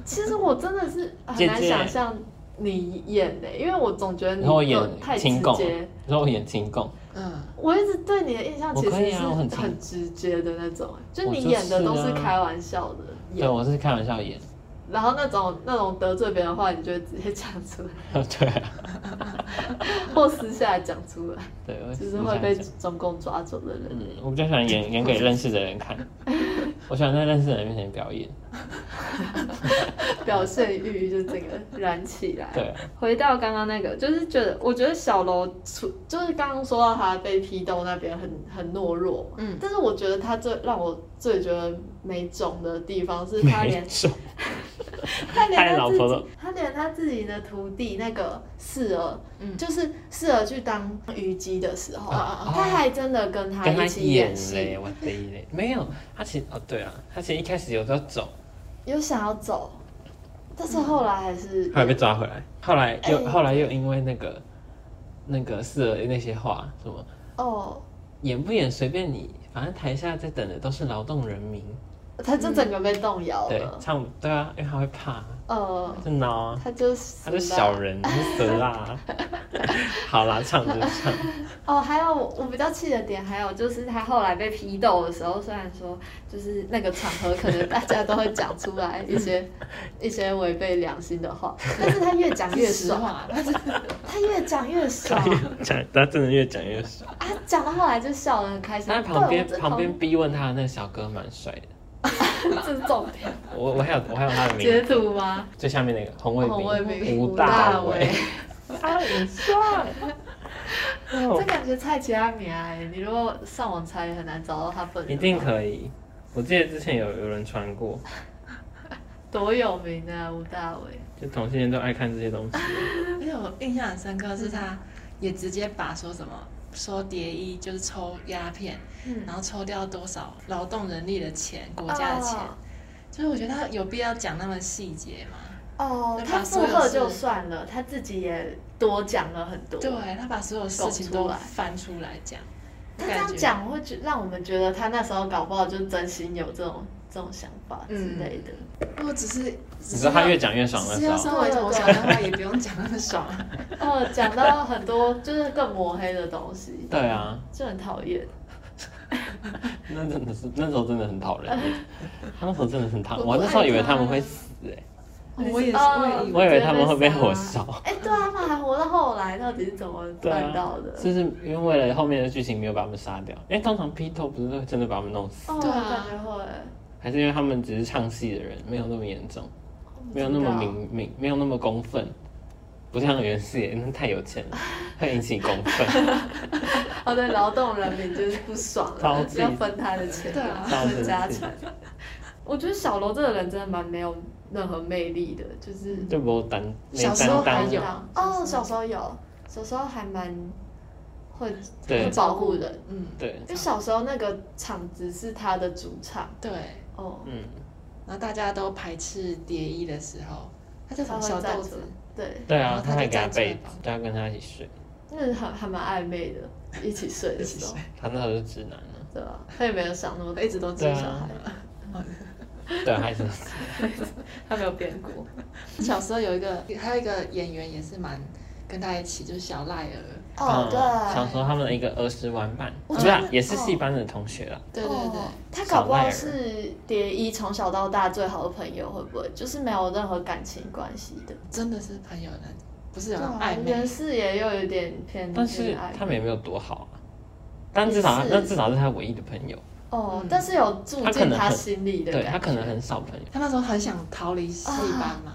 Speaker 2: 其实我真的是很
Speaker 3: 姐
Speaker 2: 难
Speaker 3: 姐
Speaker 2: 想象你演的、因为我总觉得你
Speaker 3: 然后我演
Speaker 2: 都太直
Speaker 3: 清宫
Speaker 2: 接。
Speaker 3: 然后我演清贡，
Speaker 1: 嗯，
Speaker 2: 我一直对你的印象其
Speaker 3: 我可
Speaker 2: 实
Speaker 3: 以
Speaker 2: 是
Speaker 3: 啊我很清
Speaker 2: 很直接的那种、就
Speaker 3: 我
Speaker 2: 你
Speaker 3: 就
Speaker 2: 演的都
Speaker 3: 是
Speaker 2: 是
Speaker 3: 啊
Speaker 2: 开玩笑的
Speaker 3: 对，
Speaker 2: 演，
Speaker 3: 我是开玩笑演。 <laughs>
Speaker 2: 然后那种那种得罪别人的话，你就会直接讲出来，
Speaker 3: 对啊，
Speaker 2: 或私下讲出来，
Speaker 3: 对，我
Speaker 2: 就是
Speaker 3: 我
Speaker 2: 会
Speaker 3: 想
Speaker 2: 被
Speaker 3: 讲
Speaker 2: 中共抓走的人。
Speaker 3: 嗯，我比较喜欢演演给认识的人看， <laughs> 我喜欢在认识的人面前表演。
Speaker 2: 表现欲就整个燃起来。
Speaker 3: 对啊，
Speaker 4: 回到刚刚那个，就是觉得，我觉得小楼
Speaker 2: 除就是刚刚说到他被批斗那边很很懦弱，嗯
Speaker 1: 嗯，
Speaker 2: 但是我觉得他最让我最觉得没种的地方是他
Speaker 3: 没
Speaker 2: 连
Speaker 3: 错，
Speaker 2: 他
Speaker 3: <laughs>
Speaker 2: 连
Speaker 3: 他
Speaker 2: 他
Speaker 3: 老
Speaker 2: 自
Speaker 3: 婆
Speaker 2: 己
Speaker 3: 都
Speaker 2: 他连他自己的徒弟那个四儿，
Speaker 1: 嗯
Speaker 2: 就是四儿去当虞姬的时候，
Speaker 1: 啊
Speaker 2: 他还真的跟他
Speaker 3: 跟他
Speaker 2: 一起演
Speaker 3: 演哎
Speaker 2: 戏
Speaker 3: 嘞，，我的嘞，没有，他其实哦对啊，他其实一开始有时候走，
Speaker 2: 有想要走，但是后来还是
Speaker 3: 后来被抓回来，后来又
Speaker 2: 哎
Speaker 3: 后来又因为那个那个四儿那些话什么
Speaker 2: 哦，
Speaker 3: 演不演随便你，反正台下在等的都是劳动人民，
Speaker 2: 他就整个被动摇
Speaker 3: 对，
Speaker 2: 了，
Speaker 3: 唱对啊，因为他会怕，
Speaker 2: 呃，
Speaker 3: 就挠
Speaker 2: <laughs>
Speaker 3: 啊。
Speaker 2: 他就是
Speaker 3: 他是小人，他是死
Speaker 2: <laughs>
Speaker 3: 啦。好啦，唱就唱。
Speaker 4: 哦，还有我我比较气的点，还有就是他后来被批斗的时候，虽然说就是那
Speaker 2: 那个场合，可能大家都会讲出来一
Speaker 3: <laughs>
Speaker 2: 些一些违背良心的话，但是他越讲越
Speaker 1: 实
Speaker 2: 爽， <laughs>
Speaker 1: 话，但是
Speaker 2: 他越讲越爽
Speaker 3: 他越讲，他真的越讲越爽。
Speaker 2: 啊！讲到后来就笑得很开心。
Speaker 3: 但旁边
Speaker 2: 对我
Speaker 3: 旁边逼问他的那个小哥蛮帅的，
Speaker 2: 这是重点，
Speaker 3: 我我还有我还有他的名
Speaker 4: 截
Speaker 3: 字，
Speaker 4: 图吗？
Speaker 3: 最下面那个红卫
Speaker 2: 红卫兵
Speaker 3: 兵
Speaker 2: 吴
Speaker 3: 吴
Speaker 2: 大
Speaker 3: 大
Speaker 2: 维
Speaker 3: 维，他很帅。
Speaker 2: 这感觉蔡奇阿米啊，你如果上网查也很难找到他本人，啊
Speaker 3: 一定可以。我记得之前有有人传过，
Speaker 2: 多有名啊，吴大维。
Speaker 3: 就同性恋都爱看这些东西。
Speaker 1: <laughs> 而且我印象很深刻是他也直接把说什么。说蝶衣就是抽鸦片，
Speaker 2: 嗯
Speaker 1: 然后抽掉多少劳动人力的钱，国家的钱，就是我觉得他有必要讲那么细节吗？
Speaker 2: 哦，
Speaker 1: 对把
Speaker 2: 他附
Speaker 1: 所有
Speaker 2: 和
Speaker 1: 事
Speaker 2: 就算了，他自己也多讲了很多。
Speaker 3: 啊
Speaker 1: 对他把所有事情
Speaker 2: 搞出
Speaker 1: 都
Speaker 2: 来
Speaker 1: 翻出来讲，
Speaker 2: 他这样讲会觉让我们觉得他那时候搞不好就真心有这种这种想法之类的。
Speaker 1: 如果只是只
Speaker 3: 你
Speaker 1: 是
Speaker 3: 知道他
Speaker 1: 要
Speaker 3: 越讲越爽的
Speaker 1: 只是啊
Speaker 3: 时
Speaker 1: 要
Speaker 3: 候，
Speaker 1: 稍微投降的话，也不用讲那么爽。
Speaker 2: 哦，讲到很多就是更抹黑的东西，
Speaker 3: 对啊，
Speaker 2: 就很讨厌。
Speaker 3: 那真的是那时候真的很讨人厌。他那时候真的很讨，
Speaker 1: 我
Speaker 3: 我那时候以为他们会死哎，
Speaker 1: 我也是，
Speaker 2: 哦
Speaker 1: 我也以
Speaker 3: 我
Speaker 1: 为
Speaker 3: 以为他们会被火烧。
Speaker 2: 哎、对啊，他们还活到后来，到底是怎么
Speaker 3: 对
Speaker 2: 办
Speaker 3: 啊
Speaker 2: 到的？
Speaker 3: 就是因为为了后面的剧情没有把他们杀掉，因为通常批斗不是会真的把他们弄死，
Speaker 2: 哦，
Speaker 1: 对啊
Speaker 2: 感觉会，
Speaker 3: 还是因为他们只是唱戏的人，没有那么严重，没有那么明明，没有那么公愤，不像袁世野，那太有钱了，会引起公愤。
Speaker 2: 哦，对，劳动人民就是不爽
Speaker 3: 超
Speaker 2: 了，
Speaker 3: 气
Speaker 2: 要分他的钱，
Speaker 1: 对啊
Speaker 3: 超
Speaker 2: 分家
Speaker 3: 生气
Speaker 2: 产。我觉得小罗这个人真的蛮没有任何魅力的，就是
Speaker 3: 就没有担没
Speaker 1: 小时候
Speaker 3: 担
Speaker 1: 还
Speaker 3: 当，
Speaker 1: 有
Speaker 2: 哦，小时候有，小时候还蛮会
Speaker 3: 对
Speaker 2: 会保护人，
Speaker 1: 嗯，
Speaker 3: 对，
Speaker 2: 因为小时候那个场子是他的主场
Speaker 1: 对。
Speaker 2: 哦，
Speaker 3: 嗯，
Speaker 1: 然后大家都排斥蝶衣的时候，他就
Speaker 2: 他
Speaker 1: 很
Speaker 2: 会
Speaker 1: 小
Speaker 2: 站
Speaker 1: 豆
Speaker 2: 出
Speaker 1: 子
Speaker 2: 来，，对，
Speaker 3: 对
Speaker 1: 然
Speaker 3: 啊，
Speaker 1: 后他
Speaker 3: 他还
Speaker 1: 就
Speaker 3: 给他
Speaker 1: 站出来
Speaker 3: 被
Speaker 1: 帮
Speaker 3: 子，就要跟他一起睡，
Speaker 2: 那还还蛮暧昧的，一起睡的时候，
Speaker 3: 他那时候是直男啊了，
Speaker 2: 对吧？他也没有想那么多，
Speaker 1: 我一直都知
Speaker 2: 是
Speaker 3: 对
Speaker 1: 道。
Speaker 2: 小
Speaker 3: 啊
Speaker 2: 孩，
Speaker 3: 对，还是
Speaker 2: 他没有变过，
Speaker 1: 小时候有一个，还有一个演员也是蛮跟他一起，就是小赖儿，哦
Speaker 3: 嗯小时候他们的一个儿时玩伴，
Speaker 2: 哦我
Speaker 3: 不
Speaker 2: 觉
Speaker 3: 是啊
Speaker 2: 得，
Speaker 3: 也是戏班的同学啦，啊
Speaker 1: 对对对，
Speaker 2: 哦他搞不好是蝶衣从小到大最好的朋友，会不会就是没有任何感情关系的？
Speaker 1: 真的是朋友呢，不是有那种
Speaker 2: 啊
Speaker 1: 暧，昧
Speaker 2: 袁，世也又有点偏
Speaker 3: 但是
Speaker 2: 偏爱
Speaker 3: 他们也没有多好啊，但至少
Speaker 2: 也是
Speaker 3: 那至少是他唯一的朋友，
Speaker 2: 哦
Speaker 1: 嗯，
Speaker 2: 但是有住
Speaker 3: 他可
Speaker 2: 进
Speaker 3: 能
Speaker 2: 他
Speaker 3: 很
Speaker 2: 心里的
Speaker 3: 对
Speaker 2: 感觉，
Speaker 3: 他可能很少朋友，
Speaker 1: 他那时候很想逃离戏班
Speaker 2: 啊
Speaker 1: 嘛，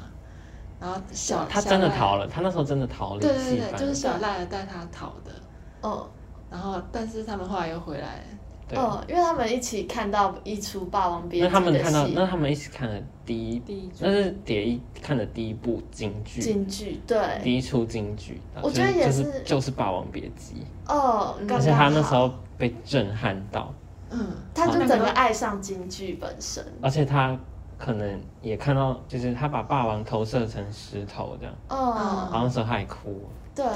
Speaker 1: 然后小
Speaker 3: 他真的逃
Speaker 1: 了，
Speaker 3: 了，他那时候真的逃离
Speaker 1: 对对
Speaker 3: 戏
Speaker 1: 对，
Speaker 3: 班，
Speaker 1: 就是小赖儿带他逃的，
Speaker 2: 哦
Speaker 1: 然后但是他们后来又回来了，
Speaker 3: 对，
Speaker 2: 哦，因为他们一起看到一出《霸王别
Speaker 3: 那
Speaker 2: 姬
Speaker 3: 他》们
Speaker 2: 的
Speaker 3: 看到，
Speaker 2: 戏
Speaker 3: 那他们一起看的第一，
Speaker 1: 第一句
Speaker 3: 那是蝶一看的第一部京剧，
Speaker 2: 京剧，对，
Speaker 3: 第一出京剧，
Speaker 2: 我觉得
Speaker 3: 就是
Speaker 2: 也
Speaker 3: 就是
Speaker 2: 是
Speaker 3: 就是《霸王别姬
Speaker 2: 哦，
Speaker 1: 嗯》，
Speaker 2: 刚
Speaker 3: 而
Speaker 2: 刚
Speaker 3: 且他那时
Speaker 2: 好
Speaker 3: 候被震撼到，
Speaker 1: 嗯，
Speaker 2: 他就整
Speaker 1: 两
Speaker 2: 个
Speaker 1: 都
Speaker 2: 爱上京剧本身，
Speaker 3: 而且他可能也看到，就是他把霸王投射成石头这样，
Speaker 2: 哦，
Speaker 3: 然后那时候他还哭，
Speaker 2: 对，
Speaker 1: 对，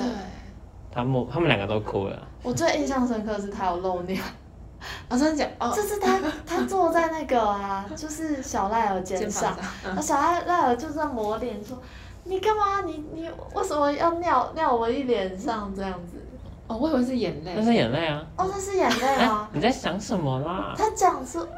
Speaker 3: 他们他们两个都哭了，
Speaker 2: 我最印象深刻是他有露尿，
Speaker 1: 哦真的假哦，
Speaker 2: 就是他他坐在那个啊，就是啊小赖尔肩上，嗯
Speaker 1: 膀
Speaker 2: 然后小赖赖尔就在抹脸说。你干嘛？你你为什么要尿尿我一脸上这样子？
Speaker 1: 哦，我以为是眼泪
Speaker 3: 那，是眼泪啊，哎
Speaker 2: 哦，那是眼泪吗？
Speaker 3: 你在想什么啦，
Speaker 2: <laughs> 他讲说，哦，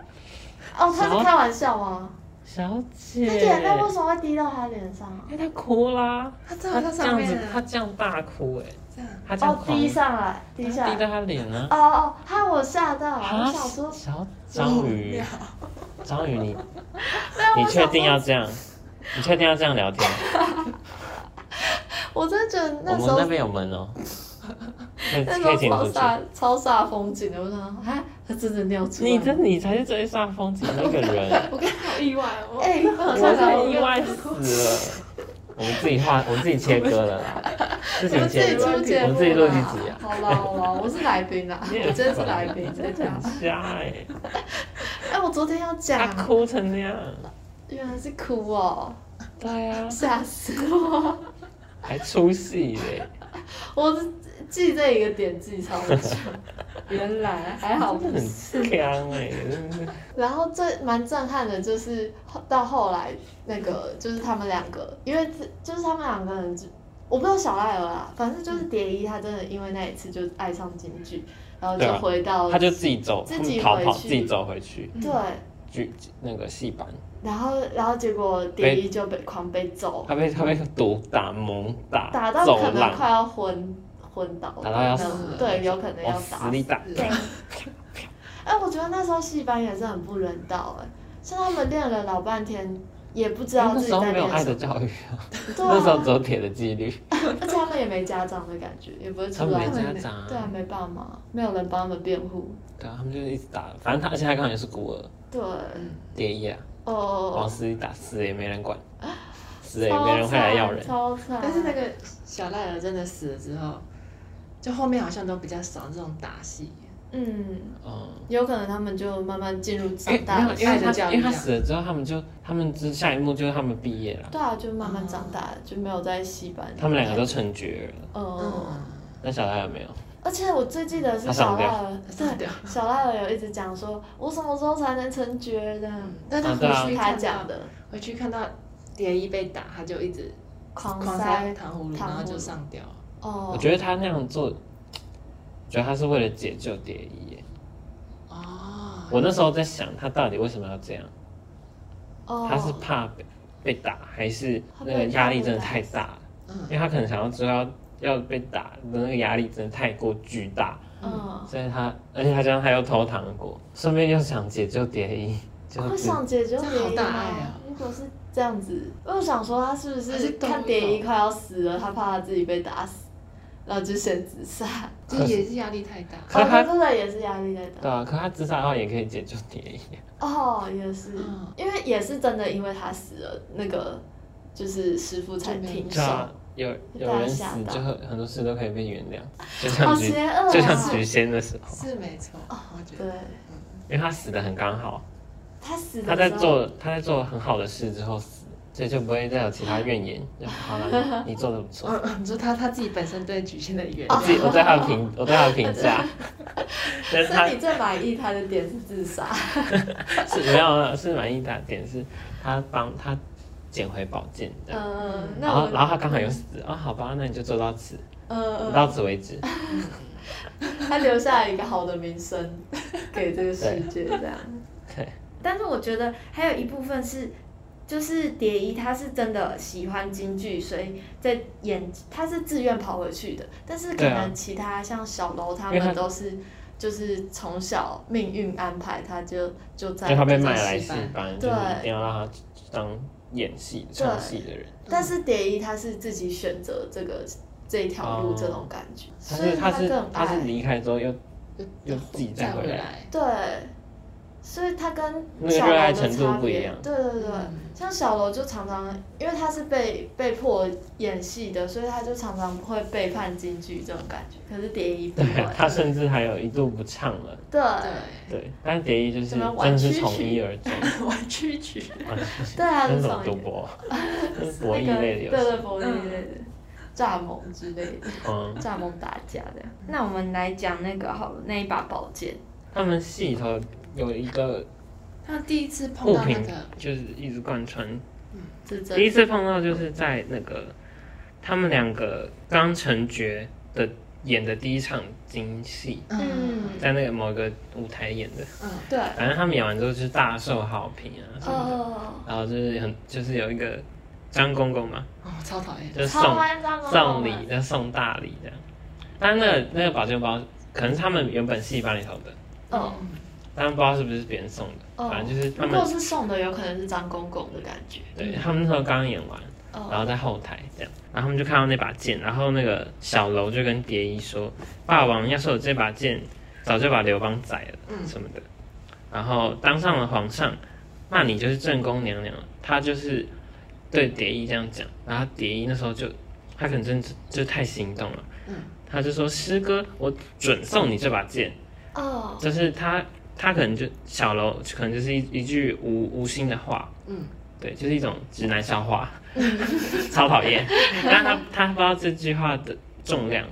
Speaker 2: 他
Speaker 3: 什么
Speaker 2: 是开玩笑吗？
Speaker 3: 小
Speaker 2: 他
Speaker 3: 姐？
Speaker 2: 眼泪为什么会滴到他脸上啊？
Speaker 3: 因为他哭啦，
Speaker 1: 他站在
Speaker 3: 他
Speaker 1: 他
Speaker 3: 这
Speaker 1: 上
Speaker 3: 样
Speaker 1: 面
Speaker 3: 子
Speaker 1: 啊，
Speaker 3: 他这样大哭哎，
Speaker 1: 这样，
Speaker 3: 他这样
Speaker 2: 哦，
Speaker 3: 狂
Speaker 2: 滴上来，滴下
Speaker 3: 滴到
Speaker 2: 来。
Speaker 3: 他脸啊。
Speaker 2: 哦哦，害我吓到，
Speaker 3: 啊
Speaker 2: 我想说，
Speaker 3: 小章鱼
Speaker 1: 嗯，
Speaker 3: 章鱼
Speaker 2: 没
Speaker 3: 你
Speaker 2: 有
Speaker 3: 你
Speaker 2: 啊我
Speaker 3: 确
Speaker 2: 想
Speaker 3: 定
Speaker 2: 说
Speaker 3: 要这样？你确定要这样聊天？
Speaker 2: 我真的觉得
Speaker 3: 我
Speaker 2: 那时
Speaker 3: 们那
Speaker 2: 候
Speaker 3: 边有
Speaker 2: <laughs>
Speaker 3: 门哦，可以
Speaker 2: 那
Speaker 3: 可以
Speaker 2: 时
Speaker 3: 请
Speaker 2: 候超
Speaker 3: 出去。
Speaker 2: 煞超煞风景的，我想说，啊，他真的尿出来了，
Speaker 3: 你这你才是最煞风景那个人，
Speaker 1: 我刚刚好意外哦，
Speaker 2: 哎，<laughs>
Speaker 3: 我
Speaker 2: 我
Speaker 3: 真
Speaker 2: 才
Speaker 3: 的意外死了。我们自己
Speaker 2: <laughs>
Speaker 3: 画，我们自己切割了啦，事
Speaker 2: 我
Speaker 3: 情
Speaker 2: 们自己
Speaker 3: 切，
Speaker 2: 出节目啦
Speaker 3: 我们自己录几集啊？
Speaker 2: 好啦好啦，我是来宾啦，
Speaker 3: <laughs> 你也
Speaker 2: 我真的是来宾在
Speaker 3: <laughs>
Speaker 2: 家。
Speaker 3: 很瞎哎，
Speaker 2: 哎，我昨天要
Speaker 3: 他
Speaker 2: 讲，
Speaker 3: 哭成那样，
Speaker 2: 原来是哭哦，
Speaker 3: 对啊，
Speaker 2: <laughs> 吓死我！
Speaker 3: 还出戏哎嘞，
Speaker 2: 我是记这一个点记超久，原来还好不
Speaker 3: 真的
Speaker 2: 是。
Speaker 3: 很香
Speaker 2: 欸
Speaker 3: 哎，真的是
Speaker 2: 然后最蛮震撼的就是后到后来那个就是他们两个，因为这就是他们两个人就，我不知道小赖尔啊，反正就是蝶衣，他真的因为那一次就爱上京剧，然后
Speaker 3: 对
Speaker 2: 就
Speaker 3: 啊
Speaker 2: 回到
Speaker 3: 他就自己走，
Speaker 2: 自
Speaker 3: 他们
Speaker 2: 己
Speaker 3: 逃
Speaker 2: 回
Speaker 3: 跑，
Speaker 2: 去
Speaker 3: 自己走回去
Speaker 2: 对，
Speaker 3: 剧那个戏班，
Speaker 2: 然后然后结果蝶衣就被狂被揍，
Speaker 3: 他被他被毒打、猛打、
Speaker 2: 打到
Speaker 3: 揍
Speaker 2: 可能
Speaker 3: 烂，
Speaker 2: 快要昏昏倒，嗯
Speaker 3: 打到要死
Speaker 1: 了
Speaker 2: 对，有可能要
Speaker 3: 往
Speaker 2: 打
Speaker 3: 哦死里打。
Speaker 1: 是
Speaker 4: 对，
Speaker 2: 哎、我觉得那时候戏班也是很不人道哎、像他们练了老半天，也不知道
Speaker 3: 那
Speaker 2: 自己
Speaker 3: 时候
Speaker 2: 在
Speaker 3: 没有
Speaker 2: 练
Speaker 3: 爱
Speaker 2: 什
Speaker 3: 的
Speaker 2: 么。
Speaker 3: 教育啊，
Speaker 2: 对
Speaker 3: 那时候
Speaker 2: 啊
Speaker 3: 只，有铁的纪律，
Speaker 2: 而且他们也没家长的感觉，也不会
Speaker 3: 他
Speaker 2: 出
Speaker 3: 们
Speaker 2: 来
Speaker 3: 没
Speaker 1: 出来
Speaker 3: 家长
Speaker 2: 对啊，
Speaker 3: 啊，
Speaker 2: 没爸妈，没有人帮他们辩护。
Speaker 3: 对啊，他们就是一直打，反正他而且他刚好也是孤儿，
Speaker 2: 对，
Speaker 3: 蝶衣啊，往
Speaker 2: 哦，
Speaker 3: 死里打，死了也没人管，死了也
Speaker 2: 超
Speaker 3: 没人会来要
Speaker 2: 惨，
Speaker 3: 人。
Speaker 2: 超惨。
Speaker 1: 但是那个小赖儿真的死了之后，就后面好像都比较少这种打戏，
Speaker 2: 嗯，
Speaker 3: 嗯，
Speaker 2: 有可能他们就慢慢进入
Speaker 3: 因为
Speaker 2: 长大
Speaker 3: 没
Speaker 2: 了
Speaker 3: 有，。因为
Speaker 1: 爱的教
Speaker 3: 他
Speaker 1: 育
Speaker 3: 因为他
Speaker 1: 啊
Speaker 3: 死了之后，他们就他们之下一幕就是他们毕业了，
Speaker 2: 对啊，就慢慢长大了，就没有在戏班里。
Speaker 3: 他们两个都成绝了，
Speaker 2: 哦，
Speaker 1: 嗯，
Speaker 3: 那小赖有没有？
Speaker 2: 而且我最记得是
Speaker 3: 他
Speaker 2: 小
Speaker 3: 上
Speaker 2: 赖
Speaker 3: 吊
Speaker 2: 尔，
Speaker 1: 上
Speaker 2: 对
Speaker 1: 吊，
Speaker 2: 小赖尔有一直讲说，我什么时候才能成觉的？
Speaker 1: 但是
Speaker 3: 啊
Speaker 1: 嗯回
Speaker 3: 对啊
Speaker 1: 去
Speaker 2: 是他
Speaker 1: 看
Speaker 2: 讲
Speaker 1: 到，
Speaker 2: 的，
Speaker 1: 回去看到蝶衣被打，他就一直
Speaker 2: 狂
Speaker 1: 狂塞
Speaker 2: 塞
Speaker 1: 糖葫芦，
Speaker 2: 糖葫
Speaker 1: 然
Speaker 2: 芦
Speaker 1: 后就上吊。
Speaker 2: 哦，
Speaker 3: 我觉得他那样做，觉得他是为了解救蝶衣耶。
Speaker 1: 哦，
Speaker 3: 我那时候在想，他到底为什么要这样？
Speaker 2: 哦
Speaker 3: 他是怕被被打，还是
Speaker 2: 他
Speaker 3: 那
Speaker 2: 被
Speaker 3: 个压力真的太大了？因
Speaker 1: 嗯
Speaker 3: 为他可能想要知道要被打的那个压力真的太过巨大，
Speaker 2: 嗯，
Speaker 3: 所以他而且他这样他又偷糖果，顺便又想解救蝶衣，就
Speaker 2: 会
Speaker 3: 是
Speaker 2: 哦想解决
Speaker 1: 这
Speaker 2: 别
Speaker 1: 好
Speaker 2: 人
Speaker 1: 大爱啊
Speaker 2: 吗？如果是这样子，我想说他是不
Speaker 1: 他是
Speaker 2: 是
Speaker 1: 动
Speaker 2: 看
Speaker 1: 物
Speaker 2: 蝶衣
Speaker 1: 哦
Speaker 2: 快要死了，他怕他自己被打死，然后就先自
Speaker 3: <laughs>
Speaker 2: 杀。
Speaker 1: 就是也是压力太大。
Speaker 3: 可是他
Speaker 2: 哦，真的也是压力在
Speaker 1: 嗯
Speaker 2: 大。
Speaker 3: 对啊，可他自杀的话也可以解救蝶衣。
Speaker 2: 哦，也是
Speaker 1: 嗯，
Speaker 2: 因为也是真的，因为他死了，那个就是师傅才
Speaker 1: 就没有
Speaker 2: 停
Speaker 3: 对
Speaker 2: 手。
Speaker 3: 啊，有有人死
Speaker 2: 吓到哦
Speaker 3: 之后，很多事都可以被原谅，就
Speaker 2: 好
Speaker 3: 像菊，
Speaker 2: 邪恶
Speaker 3: 就像
Speaker 2: 啊！
Speaker 3: 菊仙的时候，
Speaker 1: 是没错，我觉
Speaker 2: 对
Speaker 1: 得，
Speaker 3: 因为他死的很刚好，
Speaker 2: 他死
Speaker 3: 他
Speaker 2: 的
Speaker 3: 在
Speaker 2: 时候，
Speaker 3: 做他在做很好的事之后死，所以就不会再有其他怨言。就好了，你你做的不错。
Speaker 2: 哦
Speaker 1: 嗯，你说他他自己本身对局限的原
Speaker 3: 我自己
Speaker 1: 因，
Speaker 3: 我对他的评我对他的
Speaker 2: <laughs>
Speaker 3: 评价，但是
Speaker 2: 所
Speaker 3: 他
Speaker 2: 以你最满意他的点是自
Speaker 3: <laughs>
Speaker 2: 杀。
Speaker 3: 是没有没有是满意的点是，他帮他捡回宝剑这样，
Speaker 2: 嗯，那
Speaker 3: 然
Speaker 2: 我
Speaker 3: 后
Speaker 2: 们
Speaker 3: 然后他刚好又死啊，好吧，那你就做到此，
Speaker 2: 嗯
Speaker 3: 到此为止。
Speaker 2: 他留下了一个好的名
Speaker 3: <laughs>
Speaker 2: 声给这个世界，这样。
Speaker 3: 对，
Speaker 4: 但是我觉得还有一部分是，就是蝶衣他是真的喜欢京剧，所以在演
Speaker 2: 他是自愿跑回去的，但是可
Speaker 3: 对啊
Speaker 2: 能其他像小楼他
Speaker 3: 因为他
Speaker 2: 们都是就是从小命运安排，他就就在
Speaker 3: 就他被
Speaker 2: 就在
Speaker 3: 卖来
Speaker 1: 戏
Speaker 3: 戏班，
Speaker 2: 对
Speaker 3: 就是一定要让他当演戏唱戏的人。
Speaker 2: 但是蝶衣他是自己选择这个这一条路
Speaker 3: 哦
Speaker 2: 这种感觉，
Speaker 3: 他
Speaker 2: 所以
Speaker 3: 是他是
Speaker 2: 更
Speaker 3: 他是
Speaker 2: 爱
Speaker 3: 离开之后又
Speaker 1: 又
Speaker 3: 又自己再
Speaker 1: 再
Speaker 3: 回
Speaker 1: 回
Speaker 3: 来，
Speaker 1: 来，
Speaker 2: 对，所以他跟
Speaker 3: 那个
Speaker 2: 小
Speaker 3: 热爱
Speaker 2: 楼的
Speaker 3: 程度
Speaker 2: 差
Speaker 3: 不一
Speaker 2: 别
Speaker 3: 样，
Speaker 2: 对对对，
Speaker 1: 嗯
Speaker 2: 像小楼就常常因为他是被被迫演戏的，所以他就常常会背叛京剧这种感觉。可是蝶衣不
Speaker 3: 对啊
Speaker 2: 会，
Speaker 3: 他甚至还有一度不唱了，
Speaker 2: 对
Speaker 1: 对，
Speaker 3: 对，但是蝶衣就是
Speaker 2: 什么
Speaker 3: 真
Speaker 2: 晚
Speaker 3: 的是
Speaker 2: 曲
Speaker 3: 从
Speaker 2: 曲
Speaker 3: 一而终，
Speaker 1: 玩曲曲，
Speaker 2: <laughs> 对
Speaker 3: <laughs>
Speaker 2: 啊，
Speaker 3: 那
Speaker 2: 就是是
Speaker 3: 什
Speaker 2: 从一
Speaker 3: 么赌
Speaker 2: 个
Speaker 3: 博， <laughs> 那是
Speaker 2: 那
Speaker 3: 博弈
Speaker 2: 个
Speaker 3: 类的
Speaker 2: 对
Speaker 3: 游
Speaker 2: 对
Speaker 3: 戏，
Speaker 2: 博弈类的，
Speaker 1: 嗯
Speaker 2: 蚱蜢之类的，
Speaker 3: 嗯。
Speaker 2: 蚱蜢打架这样。
Speaker 4: 那我们来讲那个好了，那一把宝剑，
Speaker 3: 他们戏里头有一个
Speaker 1: 他第一次碰
Speaker 3: 物
Speaker 1: 到那
Speaker 3: 品
Speaker 1: 个，，
Speaker 3: 就是一直贯穿。
Speaker 2: 是真
Speaker 3: 第一次碰到就是在那个他们两个刚成角的演的第一场京戏，
Speaker 1: 嗯
Speaker 2: 嗯
Speaker 3: 在那个某个舞台演的，
Speaker 1: 嗯，
Speaker 2: 对，
Speaker 3: 反正他们演完之后就是大受好评啊什么的。
Speaker 2: 哦，
Speaker 3: 然后就是很就是有一个张公公嘛，
Speaker 1: 哦，超讨厌，
Speaker 3: 就是
Speaker 2: 超
Speaker 3: 送
Speaker 2: 欢张哦公
Speaker 3: 送
Speaker 2: 公
Speaker 3: 礼
Speaker 2: 的，
Speaker 3: 就送大礼这样。但那个那个保健包可能是他们原本戏班里头的，
Speaker 2: 哦
Speaker 1: 嗯
Speaker 3: 但不知道是不是别人送的，
Speaker 2: 哦
Speaker 3: 反正就是他
Speaker 2: 如
Speaker 3: 们
Speaker 2: 果是送的，有可能是张公公的感觉。
Speaker 3: 对他们那时候刚演完，然后
Speaker 2: 哦，
Speaker 3: 在后台这样，然后他们就看到那把剑，然后那个小楼就跟蝶衣说：“霸王要是有这把剑，早就把刘邦宰了，
Speaker 1: 嗯
Speaker 3: 什么的。”然后当上了皇上，那你就是正宫娘娘了。他就是对蝶衣这样讲，然后蝶衣那时候就他可能真是就太心动了，
Speaker 1: 嗯
Speaker 3: 他就说：“师哥，我准送你这把剑。”
Speaker 2: 哦，
Speaker 3: 就是他他可能就小楼可能就是一一句无无心的话，
Speaker 1: 嗯，
Speaker 3: 对，就是一种直男笑
Speaker 1: <laughs>
Speaker 3: 话，超讨厌。但他他不知道这句话的重量，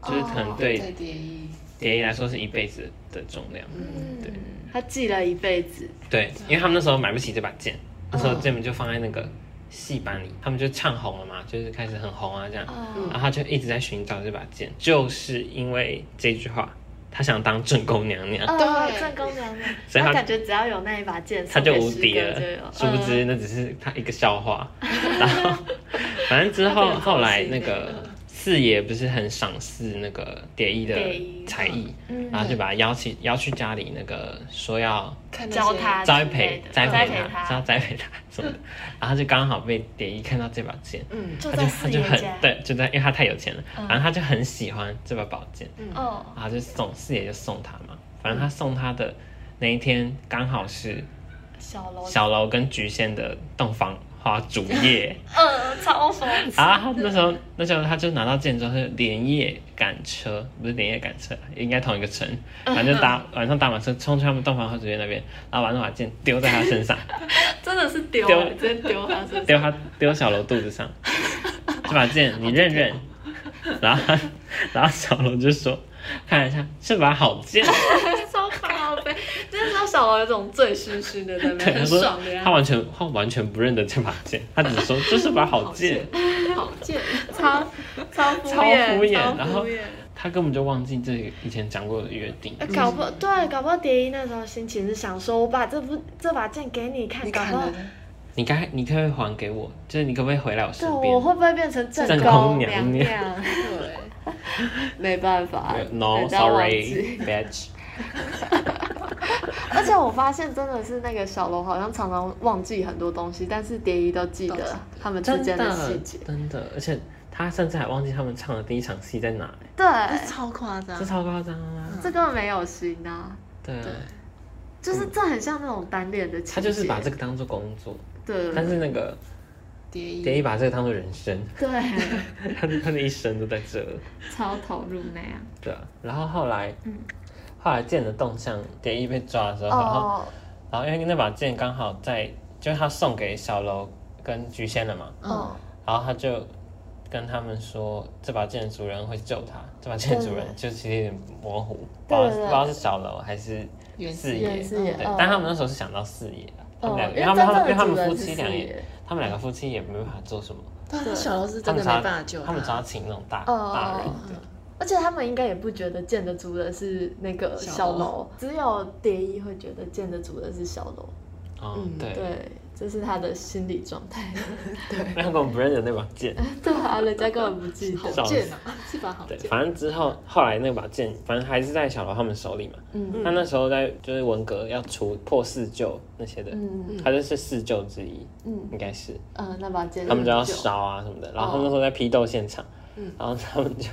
Speaker 1: 哦
Speaker 3: 就是可能对
Speaker 1: 对蝶衣，
Speaker 3: 蝶衣来说是一辈子的重量。
Speaker 1: 嗯，
Speaker 3: 对
Speaker 2: 他记了一辈子。
Speaker 3: 对，因为他们那时候买不起这把剑，那
Speaker 1: 哦
Speaker 3: 时候剑就放在那个戏班里，他们就唱红了嘛，就是开始很红啊这样。
Speaker 2: 哦，
Speaker 3: 然后他就一直在寻找这把剑，就是因为这句话，他想当正宫娘娘，
Speaker 2: 哦，
Speaker 1: 对
Speaker 2: 正宫娘娘，
Speaker 3: 嗯所以他
Speaker 2: 他感觉只要有那一把剑，
Speaker 3: 他就
Speaker 2: 送给
Speaker 3: 无
Speaker 2: 师
Speaker 3: 敌
Speaker 2: 哥
Speaker 3: 了
Speaker 2: 就有。嗯
Speaker 3: 殊不知那只是他一个笑话。然后，
Speaker 2: <laughs>
Speaker 3: 反正之后
Speaker 2: 他变成
Speaker 3: 后来
Speaker 2: 中
Speaker 3: 那
Speaker 2: 心
Speaker 3: 个四爷不是很赏识那个蝶衣的
Speaker 2: 蝶衣
Speaker 3: 才艺，
Speaker 4: 嗯
Speaker 3: 然后就把他邀请邀去家里那个说要
Speaker 1: 看
Speaker 2: 嗯
Speaker 1: 那
Speaker 2: 教
Speaker 1: 些
Speaker 2: 他
Speaker 3: 栽
Speaker 2: 之
Speaker 3: 培
Speaker 2: 类的哦
Speaker 3: 栽
Speaker 2: 栽
Speaker 3: 培
Speaker 2: 培
Speaker 3: 他，说要栽培他
Speaker 2: <laughs>
Speaker 3: 什么的，然后就刚好被蝶衣看到这把剑。
Speaker 1: 嗯
Speaker 2: 就
Speaker 3: 他
Speaker 2: 在
Speaker 3: 就他
Speaker 2: 四
Speaker 3: 就
Speaker 2: 爷
Speaker 3: 很
Speaker 2: 家。
Speaker 3: 对，就在因为他太有钱了，
Speaker 2: 嗯
Speaker 3: 然后他就很喜欢这把宝剑，
Speaker 1: 嗯
Speaker 2: 哦，
Speaker 3: 然后啊就送四爷就送他嘛，反正他送他的那一天刚好是
Speaker 2: 小楼，
Speaker 3: 小楼跟菊仙的洞房花烛夜
Speaker 2: 呃，超疯。
Speaker 3: 啊，他那时候那时候他就拿到剑之后是连夜赶车，不是连夜赶车，应该同一个城，反正就搭晚上搭完车冲去他们洞房花烛夜那边，然后把那把剑丢在他身上，
Speaker 2: 真的是丢
Speaker 3: 丢
Speaker 2: 欸，直接丢他身上。
Speaker 3: 丢他丢小楼肚子上，这把剑你认认，然后他然后小楼就说看了一下是把好剑，
Speaker 2: <laughs> 超宝贝，就是让小楼有种醉醺醺的在那
Speaker 3: 对
Speaker 2: 边
Speaker 3: 他
Speaker 2: 很
Speaker 3: 说
Speaker 2: 爽的样
Speaker 3: 他
Speaker 2: 子，
Speaker 3: 完全他完全不认得这把剑， <laughs> 他只说这是把好剑。
Speaker 2: 好贱，超 <laughs> 超敷
Speaker 3: 超
Speaker 2: 衍，
Speaker 3: 敷衍
Speaker 2: 超
Speaker 3: 然
Speaker 2: 敷
Speaker 3: 后
Speaker 2: 衍
Speaker 3: 他根本就忘记这个以前讲过的约定。
Speaker 2: 呃搞不对，搞不好蝶衣那时候心情是想说，我把这部这把剑给你看，
Speaker 1: 你
Speaker 2: 搞
Speaker 1: 看
Speaker 2: 不好
Speaker 1: 了
Speaker 3: 你该，你可不可以还给我？就是你可不可以回来我身
Speaker 2: 对
Speaker 3: 边
Speaker 2: 我会不会变成正
Speaker 3: 正
Speaker 2: 宫
Speaker 3: 宫娘
Speaker 2: 娘？
Speaker 1: 对，
Speaker 2: 没办法人家忘记 <laughs>
Speaker 3: <laughs>？No，sorry，bitch。
Speaker 2: 而且我发现真的是那个小龙好像常常忘记很多东西，但是蝶衣都记
Speaker 1: 都记
Speaker 2: 得
Speaker 1: 得
Speaker 2: 他们之
Speaker 3: 真
Speaker 2: 间
Speaker 3: 的
Speaker 2: 细节。
Speaker 3: 真的，而且他甚至还忘记他们唱的第一场戏在哪、欸，
Speaker 2: 对，
Speaker 1: 这超夸张
Speaker 3: 这，超夸张啊！
Speaker 2: 这根本没有心啊，
Speaker 3: 对啊
Speaker 1: 对，
Speaker 2: 就是这很像那种单恋的情节。
Speaker 3: 他就是把这个当做工作，
Speaker 2: 对嗯
Speaker 3: 但是那个
Speaker 1: 蝶
Speaker 3: 蝶
Speaker 1: 衣
Speaker 3: 衣把这个当做人生， <laughs>
Speaker 2: 对
Speaker 3: 他的他的一生都在这了。
Speaker 4: 超投入那样。
Speaker 3: 对啊，然后后来，
Speaker 4: 嗯
Speaker 3: 后来剑的动向，蝶衣被抓的时候，然后
Speaker 2: 哦，
Speaker 3: 然后因为那把剑刚好在，就是他送给小楼跟菊仙了嘛，
Speaker 4: 嗯
Speaker 2: 哦，
Speaker 3: 然后他就跟他们说，这把剑的主人会救他，这把剑的主人就其实有点模糊，不
Speaker 2: 对
Speaker 3: 知
Speaker 2: 对
Speaker 3: 道不
Speaker 2: 对
Speaker 3: 知道是小楼还是
Speaker 1: 原
Speaker 3: 四
Speaker 2: 原
Speaker 3: 爷，
Speaker 2: 四爷
Speaker 3: 对
Speaker 2: 嗯，
Speaker 3: 但他们那时候是想到四爷啊。他们
Speaker 2: 哦
Speaker 3: 两个，因
Speaker 2: 因
Speaker 3: 为
Speaker 2: 为
Speaker 3: 他们他
Speaker 2: 真正
Speaker 3: 们因为他们
Speaker 2: 的
Speaker 3: 夫
Speaker 2: 主人
Speaker 3: 妻
Speaker 2: 是
Speaker 3: 两
Speaker 2: 四
Speaker 3: 也
Speaker 2: 爷，
Speaker 3: 他们两个夫妻也没办法做什么，
Speaker 1: 对啊，他小楼是
Speaker 3: 他
Speaker 1: 真
Speaker 3: 们
Speaker 1: 的
Speaker 3: 只要
Speaker 1: 没办法救
Speaker 3: 他们只要请那种大
Speaker 2: 哦
Speaker 3: 大人
Speaker 2: 哦
Speaker 3: 的，
Speaker 2: 而且他们应该也不觉得剑的主人是那个小
Speaker 1: 小
Speaker 2: 楼，只有蝶衣会觉得剑的主人是小楼。
Speaker 3: 哦
Speaker 1: 嗯
Speaker 3: 对， <laughs>
Speaker 2: 对，这是他的心理状态。 <laughs>
Speaker 3: 那他们不认得那把剑，
Speaker 2: 对啊，人家根本不记
Speaker 1: 好
Speaker 2: 得。
Speaker 3: 笑
Speaker 1: 贱啊， <laughs> 是把好
Speaker 3: 对，
Speaker 1: 贱，
Speaker 3: 反正之后后来那把剑，反正还是在小罗他们手里嘛。
Speaker 2: 嗯
Speaker 3: 他那时候在就是文革要除破四旧那些的，
Speaker 2: 嗯
Speaker 3: 他就是四旧之一，
Speaker 2: 嗯
Speaker 3: 应该是
Speaker 2: 嗯，那把剑
Speaker 3: 他们就要
Speaker 2: 酒
Speaker 3: 烧啊什么的。然后他们那时候在批斗现
Speaker 2: 哦
Speaker 3: 场，
Speaker 2: 嗯
Speaker 3: 然后他们就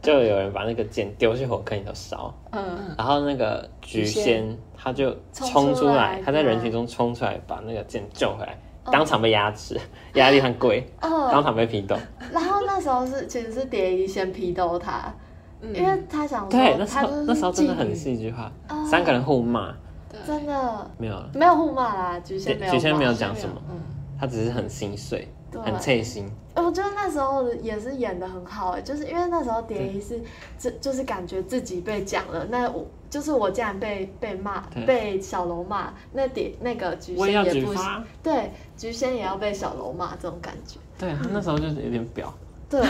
Speaker 3: 就有人把那个剑丢去火坑里头烧，
Speaker 2: 嗯
Speaker 3: 然后那个菊仙他就冲
Speaker 2: 冲
Speaker 3: 出
Speaker 2: 出
Speaker 3: 来
Speaker 2: 来，啊
Speaker 3: 他在人群中冲出来把那个剑救回来，当场被压制， <laughs> 压力很贵，当
Speaker 2: 哦，
Speaker 3: 场被批斗。
Speaker 2: 然后那时候是其实是蝶衣先批斗他，
Speaker 1: 嗯
Speaker 2: 因为他想
Speaker 3: 对，
Speaker 2: 说
Speaker 3: 那时
Speaker 2: 他
Speaker 3: 候
Speaker 2: 就是
Speaker 3: 那时候真的很
Speaker 2: 妓女
Speaker 3: 戏剧化，
Speaker 2: 哦
Speaker 3: 三个人互骂，
Speaker 1: 对
Speaker 2: 真的
Speaker 3: 没有啊了。
Speaker 2: 没有互骂啦，菊仙没有
Speaker 3: 菊仙没有
Speaker 2: 骂
Speaker 3: 讲什么，
Speaker 1: 嗯
Speaker 3: 他只是很心碎，
Speaker 2: 对
Speaker 3: 很脆心。
Speaker 2: 哎我觉得那时候也是演的很好、哎，就是因为那时候蝶衣
Speaker 3: 嗯
Speaker 2: 是，这就是感觉自己被讲了，那我就是我竟然被被骂
Speaker 3: 对，
Speaker 2: 被小楼骂，那蝶那个菊
Speaker 3: 我也
Speaker 2: 仙
Speaker 3: 要
Speaker 2: 也
Speaker 3: 举
Speaker 2: 不行，
Speaker 3: 发。
Speaker 2: 对，菊仙也要被小楼骂这种感觉，
Speaker 3: 对他那时候就是有点表， <laughs>
Speaker 2: 对，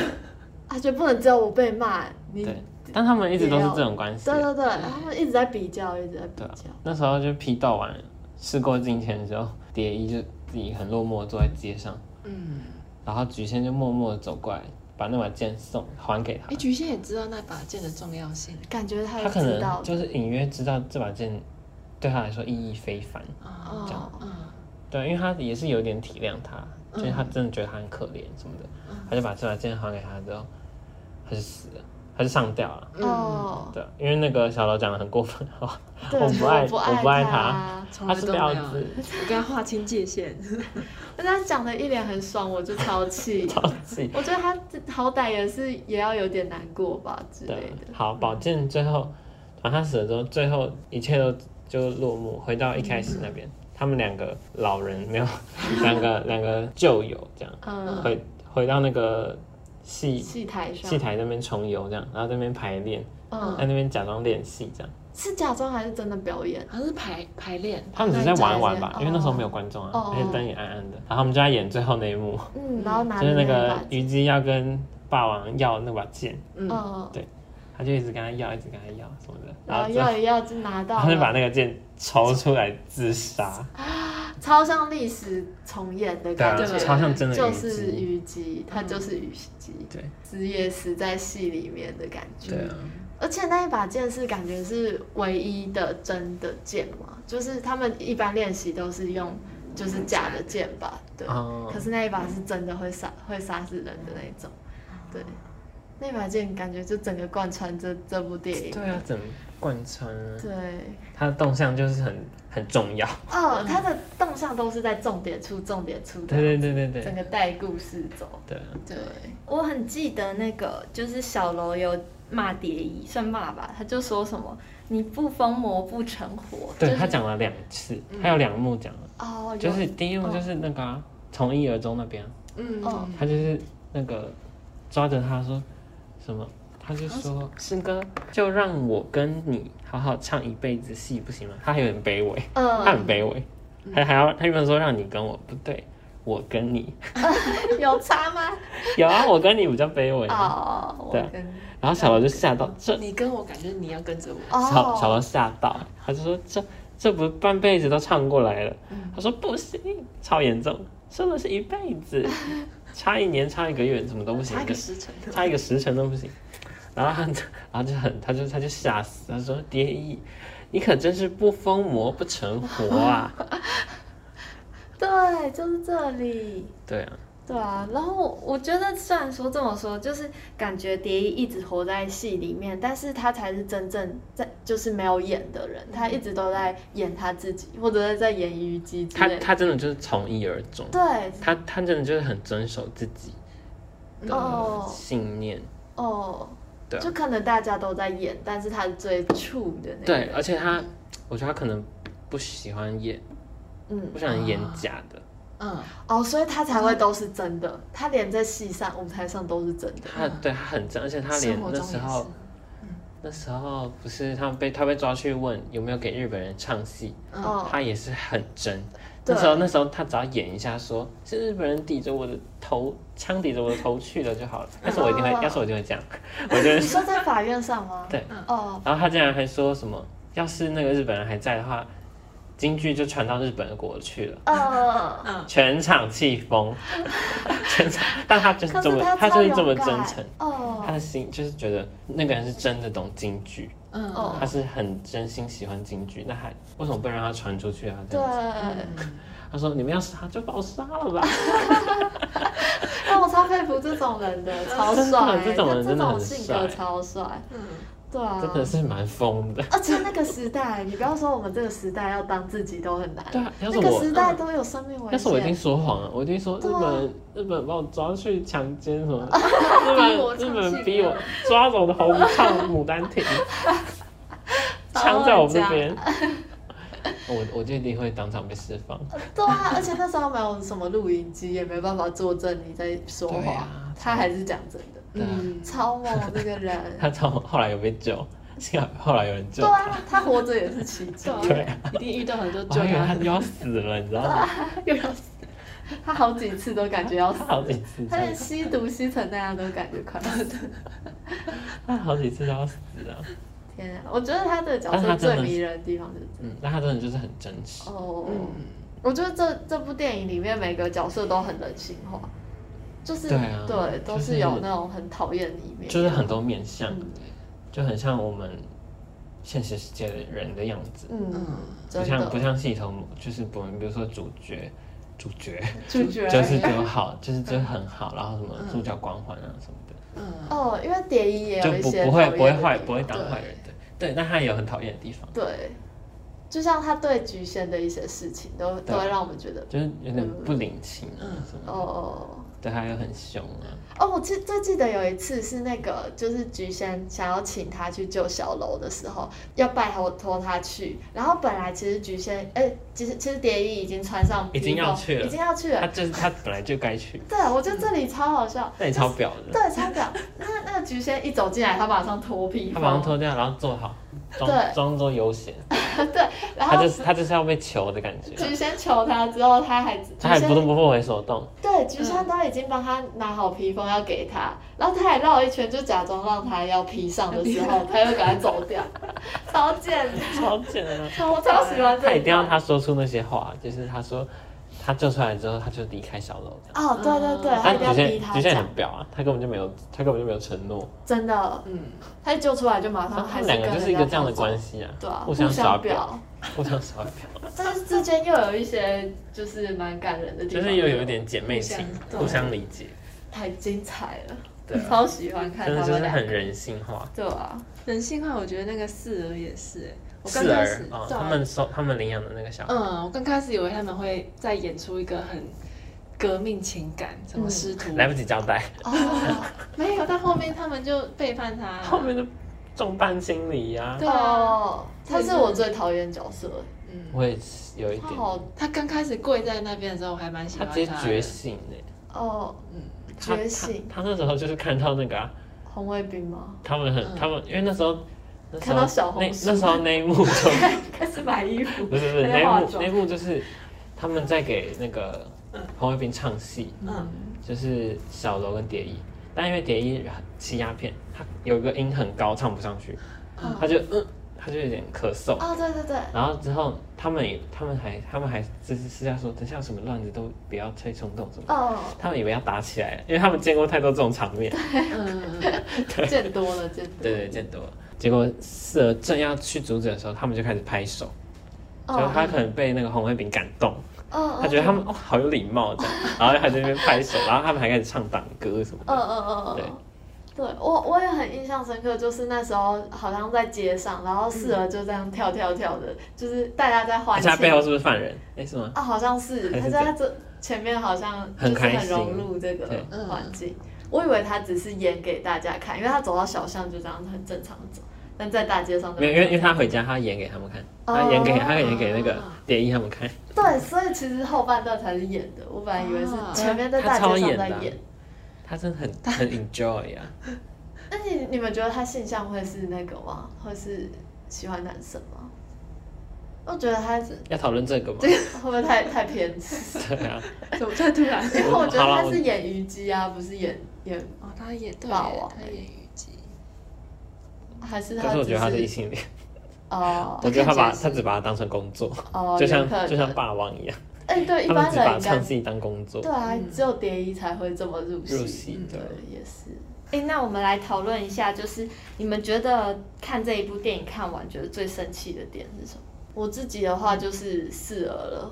Speaker 2: 啊，就不能只有我被骂，你
Speaker 3: 对，但他们一直都是这种关系
Speaker 2: 对。对对，他们一直在比较，一直在比
Speaker 3: 对啊
Speaker 2: 较，，
Speaker 3: 那时候就批斗完，事过境迁之后，蝶衣就自己很落寞地坐在街上，
Speaker 1: 嗯，
Speaker 3: 然后菊仙就默默的走过来，把那把剑送还给他
Speaker 1: 哎，。菊仙也知道那把剑的重要性
Speaker 2: 感觉他
Speaker 3: 他
Speaker 2: 也
Speaker 3: 可
Speaker 2: 知道
Speaker 3: 能，就是隐约知道这把剑对他来说意义非凡，
Speaker 1: 啊，
Speaker 3: 这样
Speaker 2: 哦，
Speaker 1: 嗯，
Speaker 3: 对，因为他也是有点体谅他，就是他真的觉得他很可怜什么的，他就把这把剑还给他之后，他就死了，他就上吊了。
Speaker 2: 哦，
Speaker 3: 对，因为那个小楼讲的很过分的话，
Speaker 2: 对，
Speaker 3: 嗯我不爱
Speaker 2: 不
Speaker 3: 我不爱
Speaker 2: 他，
Speaker 1: 从
Speaker 3: 他
Speaker 1: 来
Speaker 3: 是
Speaker 1: 都没有
Speaker 3: 婊子，
Speaker 1: 我跟他划清界限，
Speaker 2: 但他讲的一脸很爽，我就超气，
Speaker 3: <laughs> 超气。
Speaker 2: 我觉得他这好歹也是也要有点难过吧之
Speaker 3: 对啊
Speaker 2: 类的。，
Speaker 3: 好，宝剑最后，反正他死了之后，最后一切都就落幕，回到一开始那边，他们两个老人没有，两个两个旧友这样，
Speaker 2: 嗯，
Speaker 3: 回回到那个戏
Speaker 2: 戏台上，
Speaker 3: 戏台那边重游这样，然后在那边排练，
Speaker 2: 嗯，
Speaker 3: 在那边假装练戏这样。
Speaker 2: 是假装还是真的表演？
Speaker 1: 好像是排排练，
Speaker 3: 他们只是在玩玩
Speaker 2: 那
Speaker 3: 吧，
Speaker 2: 你在
Speaker 3: 因为那时候没有观众啊，
Speaker 2: 哦
Speaker 3: 而且灯也暗暗的。然后他们就在演最后那一幕，
Speaker 2: 嗯，然后拿
Speaker 3: 就是那
Speaker 2: 个
Speaker 3: 个虞姬要跟霸王要那把剑，
Speaker 1: 嗯，
Speaker 2: 嗯，
Speaker 3: 他就一直跟他要，一直跟他要什么的，
Speaker 2: 然后
Speaker 3: 最后
Speaker 2: 哦要一要就拿到
Speaker 3: 他就
Speaker 2: 了，
Speaker 3: 把 <laughs> 那个剑抽出来自杀，
Speaker 2: 超像历史重演的
Speaker 3: 对啊
Speaker 2: 感，觉，
Speaker 3: 超像真的
Speaker 2: 就
Speaker 3: 虞
Speaker 2: 是
Speaker 3: 姬，嗯
Speaker 2: 虞姬，他就是虞姬，
Speaker 3: 对
Speaker 2: 子也死在戏里面的感觉。
Speaker 3: 对啊，
Speaker 2: 而且那一把剑是感觉是唯一的真的剑嘛，就是他们一般练习都是用就是假的剑吧，对。
Speaker 3: 哦
Speaker 2: 可是那一把是真的会杀会杀死人的那一种，对。那把剑感觉就整个贯穿这这部电影。
Speaker 3: 对啊，怎么贯穿啊？
Speaker 2: 对。
Speaker 3: 他的动向就是很很重要，
Speaker 2: 哦，它的动向都是在重点处重点处的，
Speaker 3: 对对对对
Speaker 2: 整个
Speaker 3: 对
Speaker 2: 带故事走。
Speaker 3: 对啊，
Speaker 1: 对，
Speaker 4: 我很记得那个，就是小楼有骂蝶衣，算骂吧，他就说什么“你不疯魔不成活”，
Speaker 3: 对
Speaker 4: 就是
Speaker 3: 他讲了两次，
Speaker 2: 嗯
Speaker 3: 还有两幕讲了，
Speaker 2: 哦，有
Speaker 3: 就是第一幕就是那个啊从一而终那边啊。
Speaker 1: 嗯
Speaker 2: 哦
Speaker 3: 他就是那个抓着他说什么，他就
Speaker 2: 啊
Speaker 3: 说师哥，就让我跟你好好唱一辈子戏，不行吗？他还有点卑微，他很
Speaker 2: 嗯，
Speaker 3: 卑微，还还要他原本说让你跟我，不对，我跟你 <laughs>
Speaker 2: 有差吗？
Speaker 3: 有啊，我跟你比较卑微啊。
Speaker 2: 哦，我
Speaker 3: 对啊
Speaker 2: 跟
Speaker 3: 然后小罗就吓到，这
Speaker 1: 你跟我感觉你要跟着我，
Speaker 2: 哦，
Speaker 3: 小小罗吓到，他就说这这不是半辈子都唱过来了，他说不行，超严重，说的是一辈子，差一年差一个月，怎么都不行
Speaker 1: 差一
Speaker 3: 的
Speaker 1: 个时辰，
Speaker 3: 差一个时辰都不行。然后他，然后就很，他就他就吓死，他说蝶衣，你可真是不疯魔不成活啊！
Speaker 2: 对，就是这里。
Speaker 3: 对啊，
Speaker 2: 对啊，然后我觉得虽然说这么说，就是感觉蝶衣一直活在戏里面，但是他才是真正在就是没有演的人，他一直都在演他自己，或者是在演虞姬之
Speaker 3: 他
Speaker 2: 类的。
Speaker 3: 他真的就是从一而终，
Speaker 2: 对，
Speaker 3: 他他真的就是很遵守自己的
Speaker 2: 哦
Speaker 3: 信念。
Speaker 2: 哦，
Speaker 3: 对啊
Speaker 2: 就可能大家都在演，但是他是最 true 的那个
Speaker 3: 对，
Speaker 2: 人。
Speaker 3: 而且他，我觉得他可能不喜欢演，
Speaker 2: 嗯
Speaker 3: 不，想演
Speaker 1: 啊
Speaker 3: 假的，
Speaker 1: 嗯，
Speaker 2: 哦，所以他才会都是真的，他连在戏上、舞台上都是真的。
Speaker 3: 他对他很真，而且他连
Speaker 1: 生活
Speaker 3: 那
Speaker 1: 中
Speaker 3: 时
Speaker 1: 也
Speaker 3: 候
Speaker 1: 是，
Speaker 3: 那时候不是他被他被抓去问有没有给日本人唱戏，
Speaker 1: 嗯
Speaker 2: 哦，
Speaker 3: 他也是很真。
Speaker 2: 对
Speaker 3: 那时候那时候他只要演一下说，是日本人抵着我的头，枪抵着我的头去的就好了。但是我一定会，
Speaker 2: 哦
Speaker 3: 要是我一定会这样，我就会
Speaker 2: 你说在法院上吗？
Speaker 3: 对。
Speaker 2: 哦，
Speaker 3: 然后他竟然还说什么，要是那个日本人还在的话，京剧就传到日本国去了。 <laughs>
Speaker 2: 呃，
Speaker 3: 全场气
Speaker 2: <laughs>
Speaker 3: 疯，全场，但他就是
Speaker 2: 可
Speaker 3: 这
Speaker 2: 是
Speaker 3: 么，
Speaker 2: 他
Speaker 3: 他
Speaker 2: 超
Speaker 3: 就是这么
Speaker 2: 勇
Speaker 3: 真
Speaker 2: 敢
Speaker 3: 诚，
Speaker 2: 哦
Speaker 3: <laughs> 他的心就是觉得那个人是真的懂京剧，
Speaker 1: 嗯
Speaker 2: 哦
Speaker 3: 他是很真心喜欢京剧，那还为什么不让他传出去啊？这
Speaker 2: 对
Speaker 3: 样子，，
Speaker 1: 嗯
Speaker 3: 他说你们要杀就把我杀了 <laughs> 吧，
Speaker 2: 但哦我超佩服这种人的，超
Speaker 3: <laughs> 真的
Speaker 2: 帅欸，
Speaker 3: 这种人
Speaker 2: 他
Speaker 3: 真的很
Speaker 2: 性
Speaker 3: 帅
Speaker 2: 格超帅，
Speaker 1: 嗯
Speaker 2: 对啊，
Speaker 3: 真的是蛮疯的。
Speaker 2: <laughs> 而且那个时代，你不要说我们这个时代要当自己都很难，
Speaker 3: 对啊，要是
Speaker 2: 那个
Speaker 3: 我
Speaker 2: 时代都有生命危
Speaker 3: 要是我一定
Speaker 2: 险，
Speaker 3: 说谎啊，我一定说日
Speaker 2: 对啊
Speaker 3: 本人日本把我抓去强奸什 <laughs> 么，日本日本逼我抓走我的喉咙唱《牡丹亭》， <laughs> 枪在我们这边，我我就一定会当场被释放。
Speaker 2: 对啊，而且那时候没有什么录音机，也没办法作证你在说
Speaker 3: 对
Speaker 2: 谎
Speaker 3: 啊，
Speaker 2: 他还是讲真的，
Speaker 3: 对啊
Speaker 1: 嗯
Speaker 2: 超猛这个人
Speaker 3: <laughs> ，他从后来有被救，幸好后来有人救
Speaker 2: 对
Speaker 3: 他。
Speaker 2: 啊，他活着也是奇迹，
Speaker 3: 对啊，
Speaker 1: 一定遇到很多
Speaker 3: 我
Speaker 1: 救
Speaker 3: 还以为他
Speaker 1: 他
Speaker 3: 就要死了，你知道吗？
Speaker 2: 又要死，他好几次都感觉要死
Speaker 3: <laughs> 他。好几次，
Speaker 2: 他连吸毒吸成那样都感觉快死，
Speaker 3: <laughs> 他好几次都要死了。
Speaker 2: 天啊！我觉得他的角
Speaker 3: 但是他
Speaker 2: 色
Speaker 3: 真的
Speaker 2: 最
Speaker 3: 是
Speaker 2: 迷人的地方就是这
Speaker 3: 嗯，那他真的就是很真实。
Speaker 2: 哦，
Speaker 1: 嗯
Speaker 2: 我觉得这这部电影里面每个角色都很人性化，就是
Speaker 3: 对啊
Speaker 2: 对都
Speaker 3: 就是
Speaker 2: 是有那种很讨厌的一面，
Speaker 3: 就是很多面相，
Speaker 2: 嗯
Speaker 3: 就很像我们现实世界的人的样子，
Speaker 2: 嗯，
Speaker 1: 嗯
Speaker 3: 不
Speaker 2: 真
Speaker 3: 像不
Speaker 2: 的
Speaker 3: 像系统，就是我们比如说主角，主角
Speaker 2: 主角
Speaker 3: 就是只
Speaker 2: <laughs>
Speaker 3: 有好，就是就是很好，然后什么主角光环啊什么的，
Speaker 1: 嗯
Speaker 2: 哦，因为蝶衣也有一
Speaker 3: 就不
Speaker 2: 些
Speaker 3: 不会
Speaker 2: 讨厌的
Speaker 3: 不会坏
Speaker 2: 地方
Speaker 3: 不会当坏人的，对，但他也有很讨厌的地方，
Speaker 2: 对，就像他对局限的一些事情都
Speaker 3: 对
Speaker 2: 都会让我们觉得
Speaker 3: 就是有点不领情啊什么
Speaker 2: 嗯
Speaker 3: 的，
Speaker 2: 哦。
Speaker 3: 对，他又很凶啊，
Speaker 2: 哦，我记最记得有一次是那个，就是菊仙想要请他去救小楼的时候，要拜托托他去。然后本来其实菊仙，哎、其实其实蝶衣已经穿上
Speaker 3: 已经要
Speaker 2: 披风
Speaker 3: 去了
Speaker 2: 已经要去
Speaker 3: 他
Speaker 2: 了。
Speaker 3: 就是他本来就该去，
Speaker 2: 对，我觉得这里超好笑。
Speaker 3: 那也超表的，
Speaker 2: 对，超屌。那那个菊仙一走进来，他马上脱披
Speaker 3: 他
Speaker 2: 风，
Speaker 3: 马上脱掉，然后坐好，装
Speaker 2: 对
Speaker 3: 装作悠闲，
Speaker 2: 对，然
Speaker 3: 他
Speaker 2: 后
Speaker 3: 就是他就是要被求的感觉，
Speaker 2: 菊仙求他之后，他还菊
Speaker 3: 他还不
Speaker 2: 仙
Speaker 3: 动不不为所动。
Speaker 2: 对，菊仙都已经帮他拿好披风要给他，然后他还绕一圈，就假装让他要披上的时
Speaker 3: <laughs>
Speaker 2: 候，他又赶快走掉， <laughs> 超贱的。
Speaker 3: 超贱啊！
Speaker 2: <laughs> 我超喜欢这
Speaker 3: 他一定要
Speaker 2: 段
Speaker 3: 他说出那些话，就是他说他救出来之后，他就离开小楼这样。
Speaker 2: 哦，对对对，
Speaker 1: 嗯
Speaker 2: 他
Speaker 3: 但
Speaker 2: 一定
Speaker 3: 局
Speaker 2: 要逼
Speaker 3: 限
Speaker 2: 他
Speaker 3: 局限
Speaker 2: 讲
Speaker 3: 很，婊啊，他根本就没有他根本就没有承诺，
Speaker 2: 真的，
Speaker 1: 嗯，
Speaker 2: 他一救出来就马
Speaker 3: 他
Speaker 2: 上还
Speaker 3: 们
Speaker 2: 是
Speaker 3: 两
Speaker 2: 跟
Speaker 3: 个就是一个这样的关系啊
Speaker 2: 人家，对啊，互
Speaker 3: 互相耍婊，
Speaker 2: 表，
Speaker 3: 互相
Speaker 2: <laughs>
Speaker 3: 耍婊，
Speaker 2: 但是之间又有一些就是蛮感人的地
Speaker 3: 就
Speaker 2: 方，
Speaker 3: 是又有一点姐妹情，
Speaker 1: 互相
Speaker 3: 互相理解，
Speaker 2: 太精彩了，
Speaker 3: 对啊，
Speaker 2: 超喜欢看
Speaker 3: 真的
Speaker 2: 他
Speaker 3: 就
Speaker 2: 们
Speaker 3: 是
Speaker 2: 两个
Speaker 3: 很，人性化。
Speaker 2: 对啊， <laughs>
Speaker 1: 人性化，我觉得那个四儿也是、欸，我刚
Speaker 3: 四
Speaker 1: 开
Speaker 3: 儿
Speaker 1: 始
Speaker 3: 啊，哦
Speaker 1: 对
Speaker 3: 他
Speaker 1: 啊
Speaker 3: 们收他们领养的那个小孩，
Speaker 1: 嗯，我刚开始以为他们会再演出一个很革命情感，什么师
Speaker 2: 嗯
Speaker 1: 徒，
Speaker 3: 来不及交代，
Speaker 2: 哦，
Speaker 1: 没有，但后面他们就背叛他，
Speaker 3: <laughs> 后面的重担心理呀，
Speaker 1: 对啊，
Speaker 2: 哦，他是我最讨厌角色，
Speaker 1: 嗯，
Speaker 3: 我也是有一
Speaker 2: 他
Speaker 3: 点，
Speaker 2: 好
Speaker 1: 他刚开始跪在那边的时候，我还蛮喜
Speaker 3: 他
Speaker 1: 欢他
Speaker 3: 直接
Speaker 1: 的，
Speaker 3: 觉醒哎，
Speaker 2: 哦，
Speaker 3: 他
Speaker 2: 觉醒，
Speaker 3: 他他那时候就是看到那个啊。
Speaker 2: 红卫兵吗？
Speaker 3: 他们很，
Speaker 1: 嗯
Speaker 3: 他们因为那时候，那时候
Speaker 2: 看到小红
Speaker 3: 那
Speaker 2: 书
Speaker 3: 那时候那一幕就 <laughs>
Speaker 2: 开始买衣服，
Speaker 3: 不是不是
Speaker 2: 还在
Speaker 3: 那一
Speaker 2: 化
Speaker 3: 幕
Speaker 2: 妆
Speaker 3: 那一幕就是他们在给那个黄卫兵唱戏，
Speaker 1: 嗯
Speaker 3: 就是小楼跟蝶衣，但因为蝶衣吸鸦片，他有一个音很高唱不上去，
Speaker 1: 嗯
Speaker 3: 他就嗯，他就有点咳嗽，
Speaker 2: 哦，对对对，
Speaker 3: 然后之后他们也他们还他们还就是私下说，等下有什么乱子都不要太冲动什么的。
Speaker 2: 哦，
Speaker 3: 他们以为要打起来了，因为他们见过太多这种场面，
Speaker 1: 嗯，嗯嗯
Speaker 2: 见多了见多了，
Speaker 3: 对对，见多了。结果四儿正要去阻止的时候，他们就开始拍手，
Speaker 2: 哦
Speaker 3: 就是他可能被那个红卫兵感动，
Speaker 2: 哦，
Speaker 3: 他觉得他们哦好有礼貌这样，然后他在那边拍手，然后他们还开始唱党歌什么
Speaker 2: 嗯
Speaker 3: 的，
Speaker 2: 嗯嗯
Speaker 3: 对
Speaker 2: 嗯，对我我也很印象深刻，就是那时候好像在街上，然后四儿就这样跳跳跳的，就是大家在
Speaker 3: 而
Speaker 2: 欢
Speaker 3: 且
Speaker 2: 庆
Speaker 3: 他背后是不是犯人？哎，是吗？
Speaker 2: 啊，好像是
Speaker 3: 还
Speaker 2: 他
Speaker 3: 是
Speaker 2: 在这前面好像
Speaker 3: 很
Speaker 2: 就是
Speaker 3: 开
Speaker 2: 很
Speaker 3: 心
Speaker 2: 融入这个
Speaker 3: 对
Speaker 1: 嗯
Speaker 2: 环境。我以为他只是演给大家看，因为他走到小巷就这样很正常地走，但在大街上就
Speaker 3: 没有，因为因为他回家，他演给他们看，
Speaker 2: 哦
Speaker 3: 他演给他演给那个蝶衣他们看，
Speaker 2: 对，所以其实后半段才是演的。我本来以为是
Speaker 1: 啊
Speaker 2: 前面在大
Speaker 3: 他超
Speaker 2: 街上
Speaker 3: 演
Speaker 2: 在
Speaker 3: 的啊
Speaker 2: 演。
Speaker 3: 他真的很很 enjoy 啊。
Speaker 2: 那你你们觉得他性向会是那个吗？会是喜欢男生吗？我觉得他是
Speaker 3: 要讨论这个吗？
Speaker 2: 这个会不会太太偏执？
Speaker 3: 对
Speaker 2: <laughs>
Speaker 3: 啊，
Speaker 1: 嗯怎么太突然？
Speaker 2: 因为我觉得
Speaker 3: 好啦
Speaker 2: 他
Speaker 3: 我
Speaker 2: 是演虞姬啊，不是演演，
Speaker 1: 哦，他也对耶，
Speaker 2: 霸王
Speaker 1: 他也虞姬，
Speaker 2: 还是
Speaker 3: 可
Speaker 2: 他
Speaker 3: 是我觉得他
Speaker 2: 只
Speaker 3: 是异
Speaker 2: 是
Speaker 3: 性恋，
Speaker 2: 哦
Speaker 3: 我觉得他把
Speaker 1: 看起
Speaker 3: 他
Speaker 1: 来是
Speaker 3: 只把它当成工作，
Speaker 2: 哦，有
Speaker 3: 就像
Speaker 2: 可能
Speaker 3: 就像霸王一样，
Speaker 2: 哎，对，一
Speaker 3: 他们
Speaker 2: 般
Speaker 3: 只
Speaker 2: 人
Speaker 3: 把
Speaker 2: 应
Speaker 3: 他
Speaker 2: 该
Speaker 3: 自己当工作
Speaker 2: 对啊，
Speaker 1: 嗯
Speaker 2: 只有蝶衣才会这么入戏。
Speaker 3: 入戏
Speaker 1: 嗯
Speaker 3: 的
Speaker 2: 对。，也是。
Speaker 4: 哎，那我们来讨论一下，就是你们觉得看这一部电影看完，觉得最生气的点是什么？
Speaker 2: 我自己的话就是四儿了。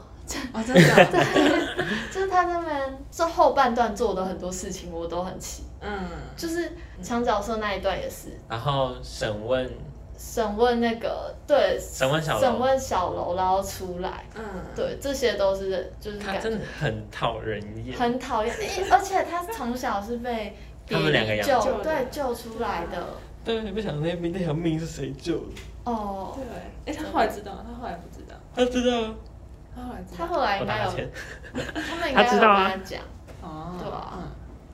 Speaker 1: 哦，真 <laughs> 的，
Speaker 2: <laughs> 就是他那边这后半段做的很多事情，我都很气。
Speaker 1: 嗯，
Speaker 2: 就是墙角社那一段也是
Speaker 3: 然后审问
Speaker 2: 审问那个对
Speaker 3: 审问小
Speaker 2: 审
Speaker 3: 楼，
Speaker 2: 问小楼，然后出来，
Speaker 1: 嗯，
Speaker 2: 对这些都是就是
Speaker 3: 他
Speaker 2: 感
Speaker 3: 真的很讨人厌，
Speaker 2: 很讨厌，诶而且他从小是被
Speaker 3: 他们两个养
Speaker 2: 救
Speaker 1: 救的
Speaker 2: 对救出来的
Speaker 3: 对，不想那边那条命是谁救的，
Speaker 2: 哦
Speaker 1: 对。，哎，他后来知道，他后来不知道，
Speaker 3: 他知道啊，
Speaker 1: 他后来知道，
Speaker 2: 他后来
Speaker 3: 我
Speaker 2: 应该
Speaker 3: 打
Speaker 2: 有
Speaker 3: 他，钱，
Speaker 2: 他们应
Speaker 3: 他
Speaker 2: 该有跟
Speaker 3: 知道啊
Speaker 2: 他讲，
Speaker 1: 哦，
Speaker 2: 对啊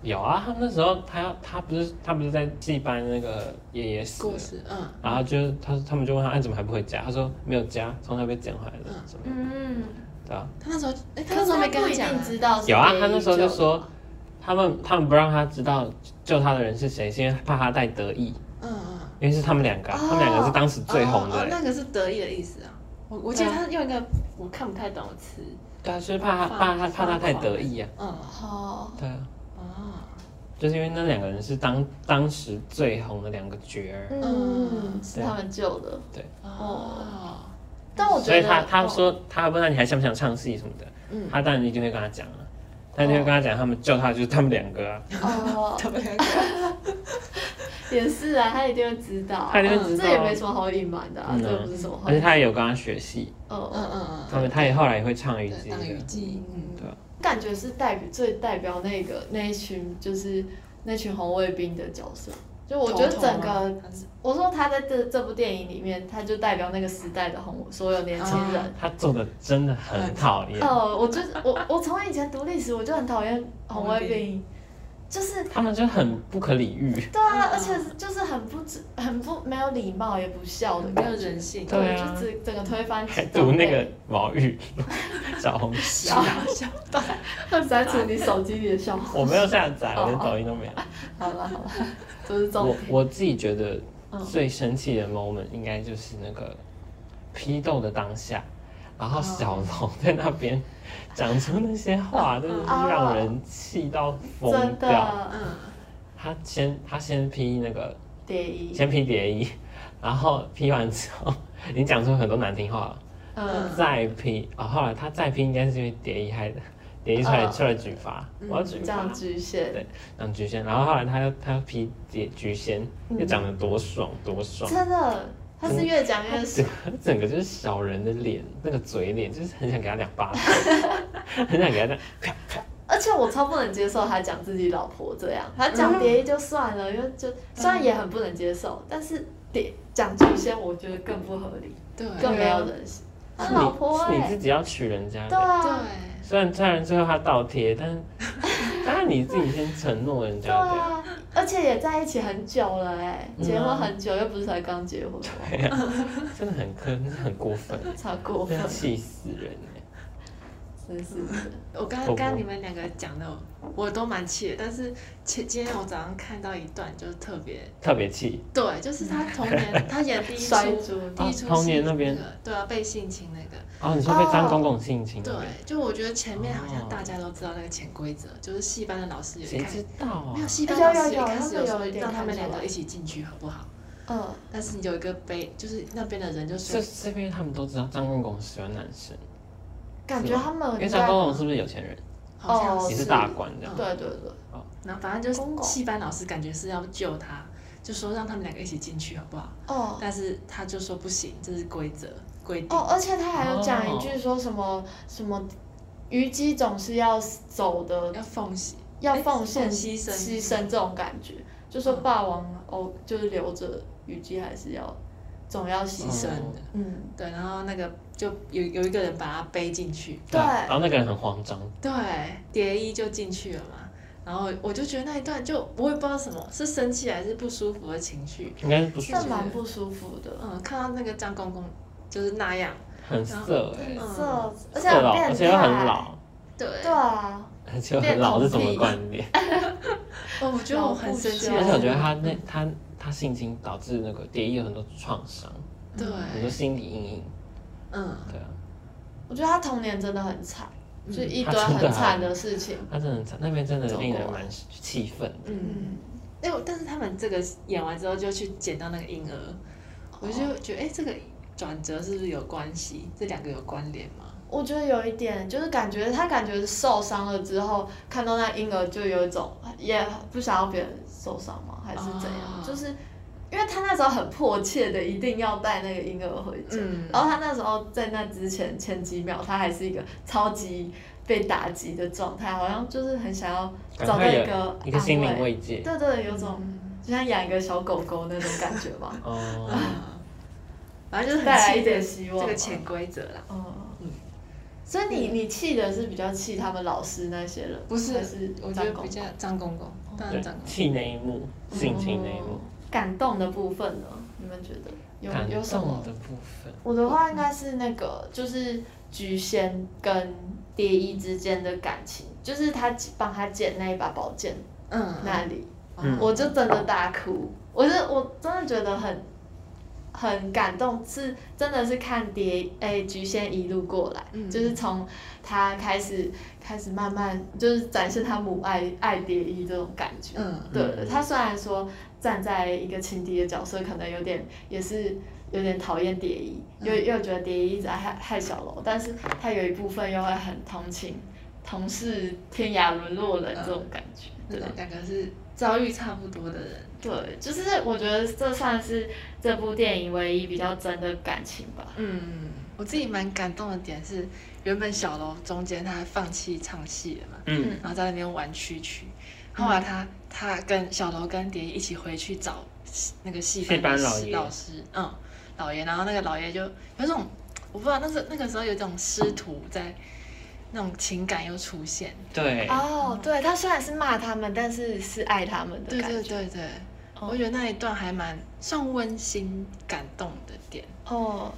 Speaker 3: 有啊，他们那时候他要他不是他不是在戏班那个爷爷
Speaker 1: 嗯，
Speaker 3: 死了
Speaker 1: 故。事，嗯，
Speaker 3: 然后就是他他们就问他，哎、怎么还不回家？他说没有家，从那边捡回来的
Speaker 1: 嗯，
Speaker 3: 什么的
Speaker 4: 嗯，
Speaker 3: 对啊，
Speaker 1: 他那时候，哎，他
Speaker 2: 可
Speaker 1: 那
Speaker 2: 是
Speaker 1: 时候
Speaker 2: 他
Speaker 1: 没跟
Speaker 2: 不
Speaker 1: 他
Speaker 2: 一
Speaker 1: 讲
Speaker 2: 定知道是
Speaker 3: 有啊
Speaker 2: 别，人
Speaker 3: 他那时候就
Speaker 2: 救的
Speaker 3: 说，他们他们不让他知道救他的人是谁，是因为怕他带得意，
Speaker 1: 嗯嗯，
Speaker 3: 因为是他们两个啊、
Speaker 2: 哦
Speaker 3: 他们两个是当时最红的、
Speaker 1: 哦哦
Speaker 3: 欸，
Speaker 1: 那个是得意的意思啊。我我记得他用一个我看不太懂的词，
Speaker 3: 对啊，就是怕他怕他怕他太得意啊，
Speaker 1: 嗯，
Speaker 2: 哦，
Speaker 3: 对啊，
Speaker 1: 哦，
Speaker 3: 就是因为那两个人是当当时最红的两个角儿，
Speaker 2: 嗯，是
Speaker 3: 对啊
Speaker 2: 他们救的。
Speaker 1: 哦，
Speaker 2: 但我觉得，
Speaker 3: 所以他他
Speaker 2: 哦，
Speaker 3: 说、他问他你还想不想唱戏什么的，
Speaker 1: 嗯
Speaker 3: 他当然一定会跟他讲啊，他一定会跟他讲他们救他就是他们两个啊，
Speaker 2: 哦，
Speaker 1: 他们两个，
Speaker 2: <laughs> 也是啊，他一定会知道，
Speaker 3: <laughs> 他一定会知道啊
Speaker 2: 这也没什么好隐瞒的啊，
Speaker 3: 嗯啊
Speaker 2: 这不是什么好
Speaker 3: 而。且他也有跟他学戏，
Speaker 1: 嗯
Speaker 2: 嗯，
Speaker 1: 嗯
Speaker 3: 他
Speaker 1: 嗯，
Speaker 3: 们他也后来也会唱虞
Speaker 1: 对，
Speaker 3: 姬
Speaker 1: 当虞
Speaker 3: 的，
Speaker 1: 姬，嗯，
Speaker 3: 对啊，
Speaker 2: 感觉是代表最代表那个那一群就是那群红卫兵的角色。就我觉得整
Speaker 1: 头头啊
Speaker 2: 个，
Speaker 1: 吗
Speaker 2: 我说他在这这部电影里面，他就代表那个时代的红所有年轻人。
Speaker 3: 他做的真的很讨厌。
Speaker 2: 哦，我就是我，我从以前读历史，我就很讨厌红卫兵，就是
Speaker 3: 他们就很不可理喻，
Speaker 2: 对啊，
Speaker 1: 嗯
Speaker 2: 而且就是很不知、很不没有礼貌，也不孝的
Speaker 1: 没
Speaker 2: 感
Speaker 1: 有
Speaker 2: 觉。
Speaker 1: 人性，
Speaker 3: 对啊
Speaker 2: 就整整个推翻
Speaker 3: 还
Speaker 2: 指导
Speaker 3: 读
Speaker 2: <laughs>
Speaker 3: 那个毛玉小红书，
Speaker 1: 小小到
Speaker 2: 会删除你手机里的笑话。
Speaker 3: 我没有下载，
Speaker 2: 哦
Speaker 3: 我连抖音都没有。
Speaker 2: 好了好了，都是重
Speaker 3: 我
Speaker 2: 点。
Speaker 3: <laughs> 我自己觉得
Speaker 2: 嗯
Speaker 3: 最生气的 moment 应该就是那个批斗的当下，然后小
Speaker 2: 嗯
Speaker 3: 龙在那边讲出那些话，真的是让人气到疯
Speaker 2: 哦真
Speaker 3: 掉。
Speaker 2: 的，
Speaker 1: 嗯，
Speaker 3: 他先他先批那个，
Speaker 2: 蝶衣，
Speaker 3: 先批蝶衣，然后批完之后，已经讲出很多难听话了。
Speaker 2: 嗯，
Speaker 3: 再批啊、后来他再批应该是因为蝶衣害的， <laughs> 蝶衣出来、
Speaker 2: 嗯
Speaker 3: 出来举发，我要举
Speaker 2: 这
Speaker 3: 发
Speaker 2: 样，局限，
Speaker 3: 对，让菊仙，然后后来他又他又批蝶菊仙，又讲的多爽多
Speaker 2: 嗯
Speaker 3: 爽，
Speaker 2: 真的，他是越讲越爽。
Speaker 3: 他 <laughs> 整个就是小人的脸，那个嘴脸就是很想给他两巴掌， <laughs> 很想给他这样啪啪，
Speaker 2: 而且我超不能接受他讲自己老婆这样，他讲蝶衣就算了，因为就虽然也很不能接受，但是蝶讲菊仙我觉得更不合理，
Speaker 1: 对，啊
Speaker 2: 更没有人性。他
Speaker 3: 是
Speaker 2: 老婆
Speaker 3: 你是你
Speaker 2: 哎
Speaker 3: 自，己要娶人家
Speaker 2: 对
Speaker 3: 的，
Speaker 2: 啊，
Speaker 1: 对，
Speaker 3: 虽然虽然最后他倒贴，但是
Speaker 2: <laughs>
Speaker 3: 当然你自己先承诺人家
Speaker 2: 对
Speaker 3: 的呀，
Speaker 2: 啊，而且也在一起很久了哎，
Speaker 3: 嗯啊
Speaker 2: 结婚很久又不是才刚结婚，
Speaker 3: <laughs> 真的很坑，真的很过分，
Speaker 2: 超过
Speaker 3: 真
Speaker 2: 分
Speaker 1: 啊
Speaker 3: 的，气死人哎、
Speaker 2: 真是
Speaker 1: 我刚
Speaker 3: 我
Speaker 1: 刚刚你们两个讲的，我都蛮气的，但是前今天我早上看到一段，就是特别
Speaker 3: 特别气，
Speaker 1: 对，就是他童 <laughs> 年他演第一出
Speaker 2: 摔猪
Speaker 1: 第一出戏
Speaker 3: 啊童年那边
Speaker 1: 个对啊，被性侵那个，
Speaker 3: 哦，你说被张
Speaker 2: 哦
Speaker 3: 公公性侵
Speaker 1: 对
Speaker 3: 了，
Speaker 1: 就我觉得前面好像大家都知道那个潜规则，就是戏班的老师有一
Speaker 3: 哦谁
Speaker 1: 开
Speaker 3: 知道啊
Speaker 1: 没有？戏班老师有一
Speaker 2: 有有有
Speaker 1: 开始有
Speaker 2: 他们有一
Speaker 1: 说
Speaker 2: 点
Speaker 1: 让他们
Speaker 2: 看出来
Speaker 1: 两个一起进去好不好？
Speaker 2: 嗯，
Speaker 1: 但是有一个悲，就是那边的人就说，
Speaker 3: 这这边他们都知道张公公喜欢男生，
Speaker 2: 感觉他们
Speaker 3: 因
Speaker 2: 有
Speaker 3: 为
Speaker 2: 在
Speaker 3: 张公公是不是有钱人？
Speaker 1: 好像
Speaker 2: 啊哦
Speaker 1: 是
Speaker 3: 也是大官这样。
Speaker 2: 对对对，
Speaker 1: 然后反正
Speaker 2: 公
Speaker 1: 就是
Speaker 2: 公
Speaker 1: 戏班老师感觉是要救他，就说让他们两个一起进去好不好？
Speaker 2: 哦
Speaker 1: 但是他就说不行，这是规则规定。
Speaker 2: 哦，而且他还有讲一句说什么、
Speaker 3: 哦
Speaker 2: 什么，虞姬总是要走的，
Speaker 1: 要奉行，
Speaker 2: 要
Speaker 1: 哎
Speaker 2: 奉献
Speaker 1: 牺牲
Speaker 2: 牺牲这种感觉，就说
Speaker 1: 嗯
Speaker 2: 霸王哦，就是留着虞姬还是要总要牺
Speaker 1: 牺牲
Speaker 2: 牲，
Speaker 1: 的。
Speaker 2: 嗯，
Speaker 1: 对，然后那个就有有一个人把他背进去，
Speaker 2: 对
Speaker 3: 啊然后那个人很慌张，
Speaker 1: 对，蝶衣就进去了嘛。然后我就觉得那一段就我也不知道什么是生气还是不舒服的情绪。
Speaker 3: 应该是不是
Speaker 2: 这蛮不舒服的。
Speaker 1: 嗯，看到那个张公公就是那样，
Speaker 3: 很色哎、
Speaker 1: 嗯
Speaker 2: 这，而且
Speaker 3: 色
Speaker 2: 很
Speaker 3: 老，
Speaker 2: 变态，
Speaker 3: 而且又很，老，
Speaker 1: 对，
Speaker 2: 对啊，
Speaker 3: 而且又很老是什么观念？
Speaker 2: <laughs>
Speaker 1: 哦，我觉得我很生气，
Speaker 2: 老
Speaker 3: 而
Speaker 2: 不
Speaker 3: 且
Speaker 2: 休
Speaker 3: 我觉得他那他他性侵导致那个蝶衣有很多创伤，
Speaker 2: 嗯
Speaker 3: 很多
Speaker 1: 对，
Speaker 3: 心理阴影，
Speaker 1: 嗯，
Speaker 3: 对啊，
Speaker 2: 我觉得他童年真的很惨，
Speaker 1: 嗯
Speaker 2: 就一
Speaker 3: 他
Speaker 2: 堆
Speaker 3: 真的
Speaker 2: 很
Speaker 3: 啊
Speaker 2: 惨的事情，
Speaker 3: 他真的很惨，那边真的
Speaker 2: 走过
Speaker 3: 令人蛮气愤的。
Speaker 1: 嗯。
Speaker 2: 嗯，
Speaker 1: 哎、我但是他们这个演完之后就去捡到那个婴儿，我就觉得哎、这个转折是不是有关系？这两个有关联吗？
Speaker 2: 我觉得有一点，就是感觉他感觉受伤了之后，看到那婴儿就有一种也不想要别人受伤吗？还是怎样？
Speaker 1: 哦
Speaker 2: 就是因为他那时候很迫切的一定要带那个婴儿回家，
Speaker 1: 嗯
Speaker 2: 然后他那时候在那之前前几秒，他还是一个超级被打击的状态，好像就是很想要
Speaker 3: 赶
Speaker 2: 找到
Speaker 3: 快
Speaker 2: 一
Speaker 3: 有
Speaker 2: 个
Speaker 3: 一个
Speaker 2: 安
Speaker 3: 心灵
Speaker 2: 慰
Speaker 3: 慰藉。，
Speaker 2: 对对，有种
Speaker 1: 嗯
Speaker 2: 就像养一个小狗狗那种感觉吧
Speaker 3: 哦，
Speaker 1: 啊，反正就是
Speaker 2: 带来
Speaker 1: 很
Speaker 2: 一
Speaker 1: 气
Speaker 2: 点
Speaker 1: 的
Speaker 2: 希望
Speaker 1: 这个
Speaker 2: 吧
Speaker 1: 潜规则啦。
Speaker 2: 嗯
Speaker 1: 嗯，
Speaker 2: 所以你你气的是比较气他们老师那些人，
Speaker 1: 不是
Speaker 2: 还是
Speaker 1: 我觉
Speaker 2: 张
Speaker 1: 得
Speaker 2: 公
Speaker 1: 比较张公哦公，当
Speaker 3: 对
Speaker 1: 然张，公公。
Speaker 3: 气那一幕，
Speaker 2: 哦嗯
Speaker 3: 性侵那一幕，
Speaker 2: 感动的部分呢？你们觉得
Speaker 3: 感
Speaker 2: 有有什
Speaker 3: 动
Speaker 2: 么
Speaker 3: 的？部分，
Speaker 2: 我的话应该是那个，就是菊仙跟蝶衣之间的感情，就是他帮他捡那一把宝剑
Speaker 1: 嗯，
Speaker 2: 那里，
Speaker 1: 嗯
Speaker 2: 我就真的大哭，我是我真的觉得很。很感动，是真的是看蝶哎菊仙一路过来，
Speaker 1: 嗯
Speaker 2: 就是从他开始开始慢慢就是展现他母爱爱蝶衣这种感觉，
Speaker 1: 嗯
Speaker 2: 对
Speaker 3: 嗯
Speaker 2: 他虽然说站在一个情敌的角色，可能有点也是有点讨厌蝶衣，又
Speaker 1: 嗯
Speaker 2: 又觉得蝶衣一直在害害小楼，但是他有一部分又会很同情同是天涯沦落人这种感觉。
Speaker 1: 那
Speaker 2: 对
Speaker 1: 种两个是遭遇差不多的人，
Speaker 2: 对，就是我觉得这算是这部电影唯一比较真的感情吧。
Speaker 1: 嗯，我自己蛮感动的点是，原本小楼中间他放弃唱戏了嘛，
Speaker 3: 嗯，
Speaker 1: 然后在那边玩蛐蛐。后来他他跟小楼跟蝶衣一起回去找那个戏
Speaker 3: 戏班
Speaker 1: 的
Speaker 3: 老爷
Speaker 1: 老师，嗯，老爷，然后那个老爷就有种我不知道，那是那个时候有种师徒在那种情感又出现，
Speaker 3: 对，
Speaker 2: 哦，对他虽然是骂他们，但是是爱他们
Speaker 1: 对对对对，
Speaker 2: 哦
Speaker 1: 我觉得那一段还蛮算温馨感动的点，
Speaker 2: 哦，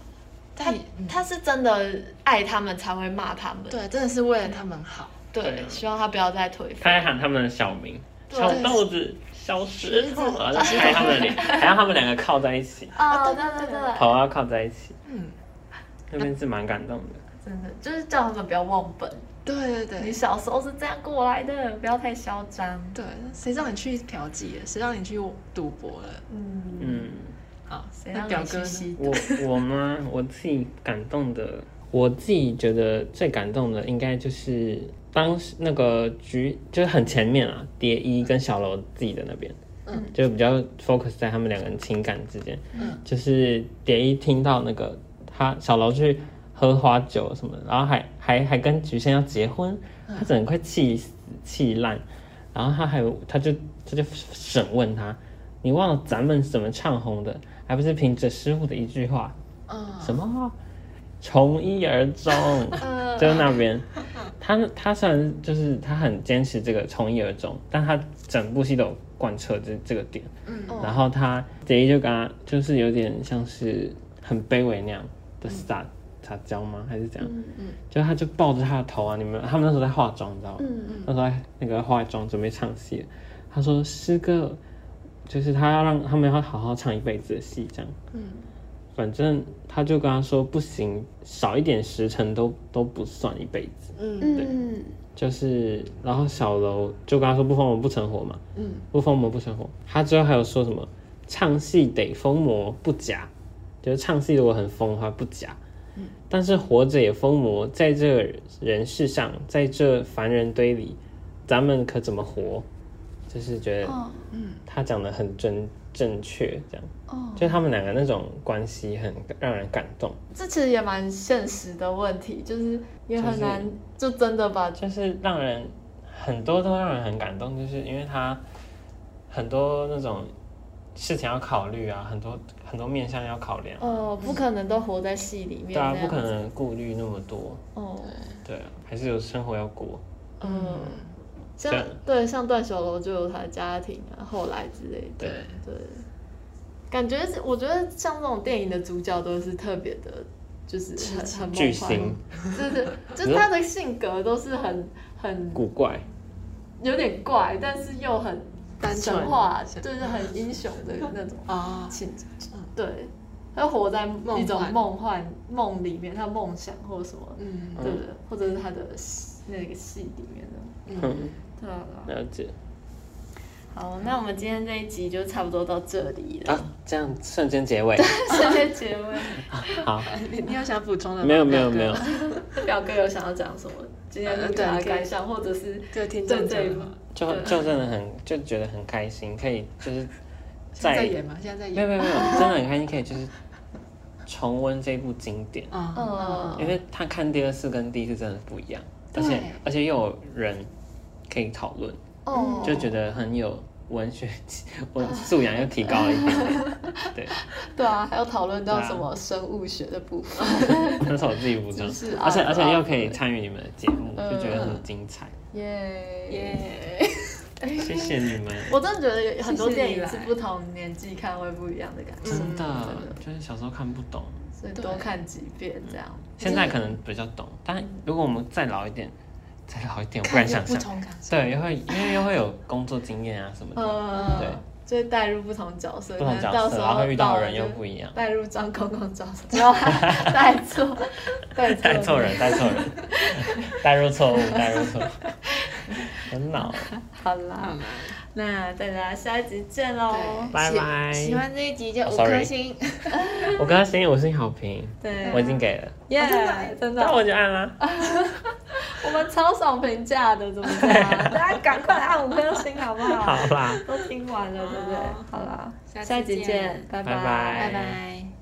Speaker 1: 但也、嗯、
Speaker 2: 他是真的爱他们才会骂他们。
Speaker 1: 对真的是嗯为了他们好，
Speaker 2: 对，啊希望他不要再颓废。
Speaker 3: 他还喊他们的小名，
Speaker 2: 对
Speaker 3: 小豆子、小石头，然后拍他们的脸，还让他们两个靠在一起，
Speaker 2: 哦，
Speaker 1: 对对对
Speaker 3: 头要靠在一起，
Speaker 1: 嗯，
Speaker 3: 那边是蛮感动的。
Speaker 2: 真的就是叫他们不要忘本。
Speaker 1: 对对
Speaker 2: 你
Speaker 1: 对
Speaker 2: 小时候是这样过来的，不要太嚣张。
Speaker 1: 对，谁让你去嫖妓了？谁让你去赌博了？
Speaker 2: 嗯，
Speaker 3: 嗯，
Speaker 1: 好，
Speaker 2: 谁
Speaker 1: 那
Speaker 2: 让
Speaker 1: 表
Speaker 2: 你
Speaker 1: 哥
Speaker 2: 去
Speaker 1: 呢
Speaker 2: 吸毒？
Speaker 3: 我我吗？我自己感动的，我自己觉得最感动的应该就是当时那个局，就是很前面啊，蝶衣跟小楼自己的那边，
Speaker 1: 嗯，
Speaker 3: 就比较 focus 在他们两个人情感之间，
Speaker 1: 嗯，
Speaker 3: 就是蝶衣听到那个他小楼去喝花酒什么的，然后还还还跟菊仙要结婚，
Speaker 1: 嗯
Speaker 3: 他整个快气死气烂，然后他还有他就他就审问他，你忘了咱们怎么唱红的，还不是凭着师傅的一句话，
Speaker 1: 嗯，
Speaker 3: 什么从一而终，
Speaker 1: <laughs> 嗯
Speaker 3: 就是那边，他他虽然就是他很坚持这个从一而终，但他整部戏都有贯彻这这个点。
Speaker 1: 嗯
Speaker 2: 哦
Speaker 3: 然后他蝶衣就跟他就是有点像是很卑微那样的撒撒娇吗？还是怎样？
Speaker 1: 嗯
Speaker 3: 就他就抱着他的头啊，你们他们那时候在化妆，你知道吗？
Speaker 2: 嗯
Speaker 3: 那时候在那个化妆准备唱戏了，他说师哥，就是他要让他们要好好唱一辈子的戏这样。
Speaker 1: 嗯
Speaker 3: 反正他就跟他说不行，少一点时辰都都不算一辈子。
Speaker 1: 嗯
Speaker 2: 嗯，
Speaker 3: 就是，然后小楼就跟他说不疯魔不成活嘛，
Speaker 1: 嗯
Speaker 3: 不疯魔不成活。他最后还有说什么？唱戏得疯魔不假，就是唱戏如果很疯的话不假，但是活着也疯魔，在这人世上，在这凡人堆里，咱们可怎么活？就是觉得
Speaker 2: 哦
Speaker 1: 嗯
Speaker 3: 他讲的很正正确，这样，
Speaker 2: 哦，
Speaker 3: 就他们两个那种关系很让人感动。
Speaker 2: 这其实也蛮现实的问题，就是也
Speaker 3: 就
Speaker 2: 很
Speaker 3: 是
Speaker 2: 难，就真的把
Speaker 3: 就是让人很多都让人很感动，就是因为他很多那种事情要考虑啊，很多很多面向要考量，
Speaker 2: 呃，不可能都活在戏里面，
Speaker 3: 对啊
Speaker 2: 这，样
Speaker 3: 不可能顾虑那么多，
Speaker 2: 哦，
Speaker 3: 对啊，还是有生活要过，
Speaker 2: 嗯，像
Speaker 3: 对
Speaker 2: 对像段小楼就有他的家庭啊，后来之类的，
Speaker 3: 对
Speaker 1: 对
Speaker 2: 对，感觉是我觉得像这种电影的主角都是特别的，就是很很
Speaker 3: 巨
Speaker 2: 梦幻
Speaker 3: 星， <laughs>
Speaker 2: 就是就是他的性格都是很很
Speaker 3: 古怪，
Speaker 2: 有点怪，但是又很
Speaker 1: 单纯
Speaker 2: 神话，就是很英雄的那 <laughs> 种
Speaker 1: 啊，
Speaker 2: 情景
Speaker 1: 嗯。
Speaker 2: 对，他活在一种
Speaker 1: 梦幻
Speaker 2: 梦幻梦里面，他梦想或者什么，
Speaker 1: 嗯
Speaker 2: 对不对？或者是他的戏那个戏里面的，
Speaker 3: 嗯，
Speaker 2: 对啊。对啊
Speaker 3: 了解
Speaker 4: 好，那我们今天这一集就差不多到这里了，
Speaker 3: 啊，这样瞬间结尾，
Speaker 4: 谢谢结尾。
Speaker 3: 好，
Speaker 1: 你你有想补充的吗？
Speaker 3: 没有没
Speaker 1: 表
Speaker 3: 有
Speaker 1: 哥
Speaker 3: 没有，
Speaker 2: 那表哥有想要讲什么？今天
Speaker 1: 呃
Speaker 2: 对
Speaker 1: 对
Speaker 2: 他的
Speaker 1: 可以
Speaker 2: 感想，或者是
Speaker 1: 对听
Speaker 2: 对
Speaker 1: 众
Speaker 2: 这一
Speaker 1: 讲
Speaker 2: 部
Speaker 1: 好，
Speaker 3: 就就真的很就觉得很开心，可以就是
Speaker 1: 现在在
Speaker 3: 在
Speaker 1: 演吗？现在在
Speaker 3: 没
Speaker 1: 演
Speaker 3: 有没有没有，真的很开心，可以就是重温这部经典。
Speaker 1: 啊
Speaker 2: 嗯
Speaker 3: 因为他看第二次跟第一次真的不一样，而且
Speaker 1: 对
Speaker 3: 而且又有人可以讨论，
Speaker 2: 哦
Speaker 3: 就觉得很有文学文素养又提高了一点。
Speaker 2: <laughs>
Speaker 3: 对，
Speaker 2: 对啊，还有讨论到
Speaker 3: 对啊
Speaker 2: 什么生物学的部分，
Speaker 3: 那是我自己补充
Speaker 2: 知识，
Speaker 3: 而且
Speaker 2: 啊
Speaker 3: 而且
Speaker 2: 对
Speaker 3: 又可以参与你们的节目，
Speaker 2: 嗯
Speaker 3: 就觉得很精彩。
Speaker 2: 耶
Speaker 1: 耶！
Speaker 3: 谢谢
Speaker 2: <laughs>
Speaker 3: 你们，
Speaker 2: 我真的觉得有很多
Speaker 1: 谢谢
Speaker 2: 电
Speaker 1: 你
Speaker 2: 影是
Speaker 1: 来
Speaker 2: 不同年纪看会不一样的感觉，
Speaker 3: 真
Speaker 2: 真
Speaker 3: 的
Speaker 2: 的
Speaker 3: 就是小时候看不懂，
Speaker 2: 所以
Speaker 1: 对
Speaker 2: 多看几遍这样。
Speaker 3: 现在可能比较懂，但如果我们再老一点，再老一点，我不敢
Speaker 1: 有
Speaker 3: 想
Speaker 1: 不
Speaker 3: 象。
Speaker 1: 同感受，
Speaker 3: 对，又会因为又会有工作经验啊什么的，
Speaker 2: 呃，
Speaker 3: 对，
Speaker 2: 就会带入不同角色，
Speaker 3: 嗯不同
Speaker 2: 可能
Speaker 3: 角
Speaker 2: 到
Speaker 3: 色
Speaker 2: 时
Speaker 3: 然
Speaker 2: 候
Speaker 3: 后遇到
Speaker 2: 了
Speaker 3: 人又
Speaker 2: 就
Speaker 3: 不一样
Speaker 2: 带入张公公角色，
Speaker 4: <laughs>
Speaker 2: 不要带错，带错，
Speaker 3: <laughs> 带错人，带错人，带入错误，带入错误，很恼。
Speaker 2: 好
Speaker 3: 嗯
Speaker 2: 啦，那大家下一集见喽。
Speaker 1: 对
Speaker 3: 拜拜。
Speaker 4: 喜欢这一集就
Speaker 3: 哦
Speaker 4: 五
Speaker 3: ，sorry
Speaker 4: 颗星，
Speaker 3: 我跟他声音五星好评，
Speaker 2: 对，
Speaker 3: 我已经给了，
Speaker 2: 耶、真
Speaker 3: 那
Speaker 2: 的，
Speaker 3: 我就按啦。
Speaker 2: <laughs> 我们超少评价的，怎么这样？ <laughs> 大家赶快按五颗星好不好？
Speaker 3: 好啦，
Speaker 2: 都听完了，对不对？好啦，
Speaker 1: 下次
Speaker 2: 下一集
Speaker 1: 见
Speaker 2: 见，拜
Speaker 3: 拜拜
Speaker 4: 拜拜。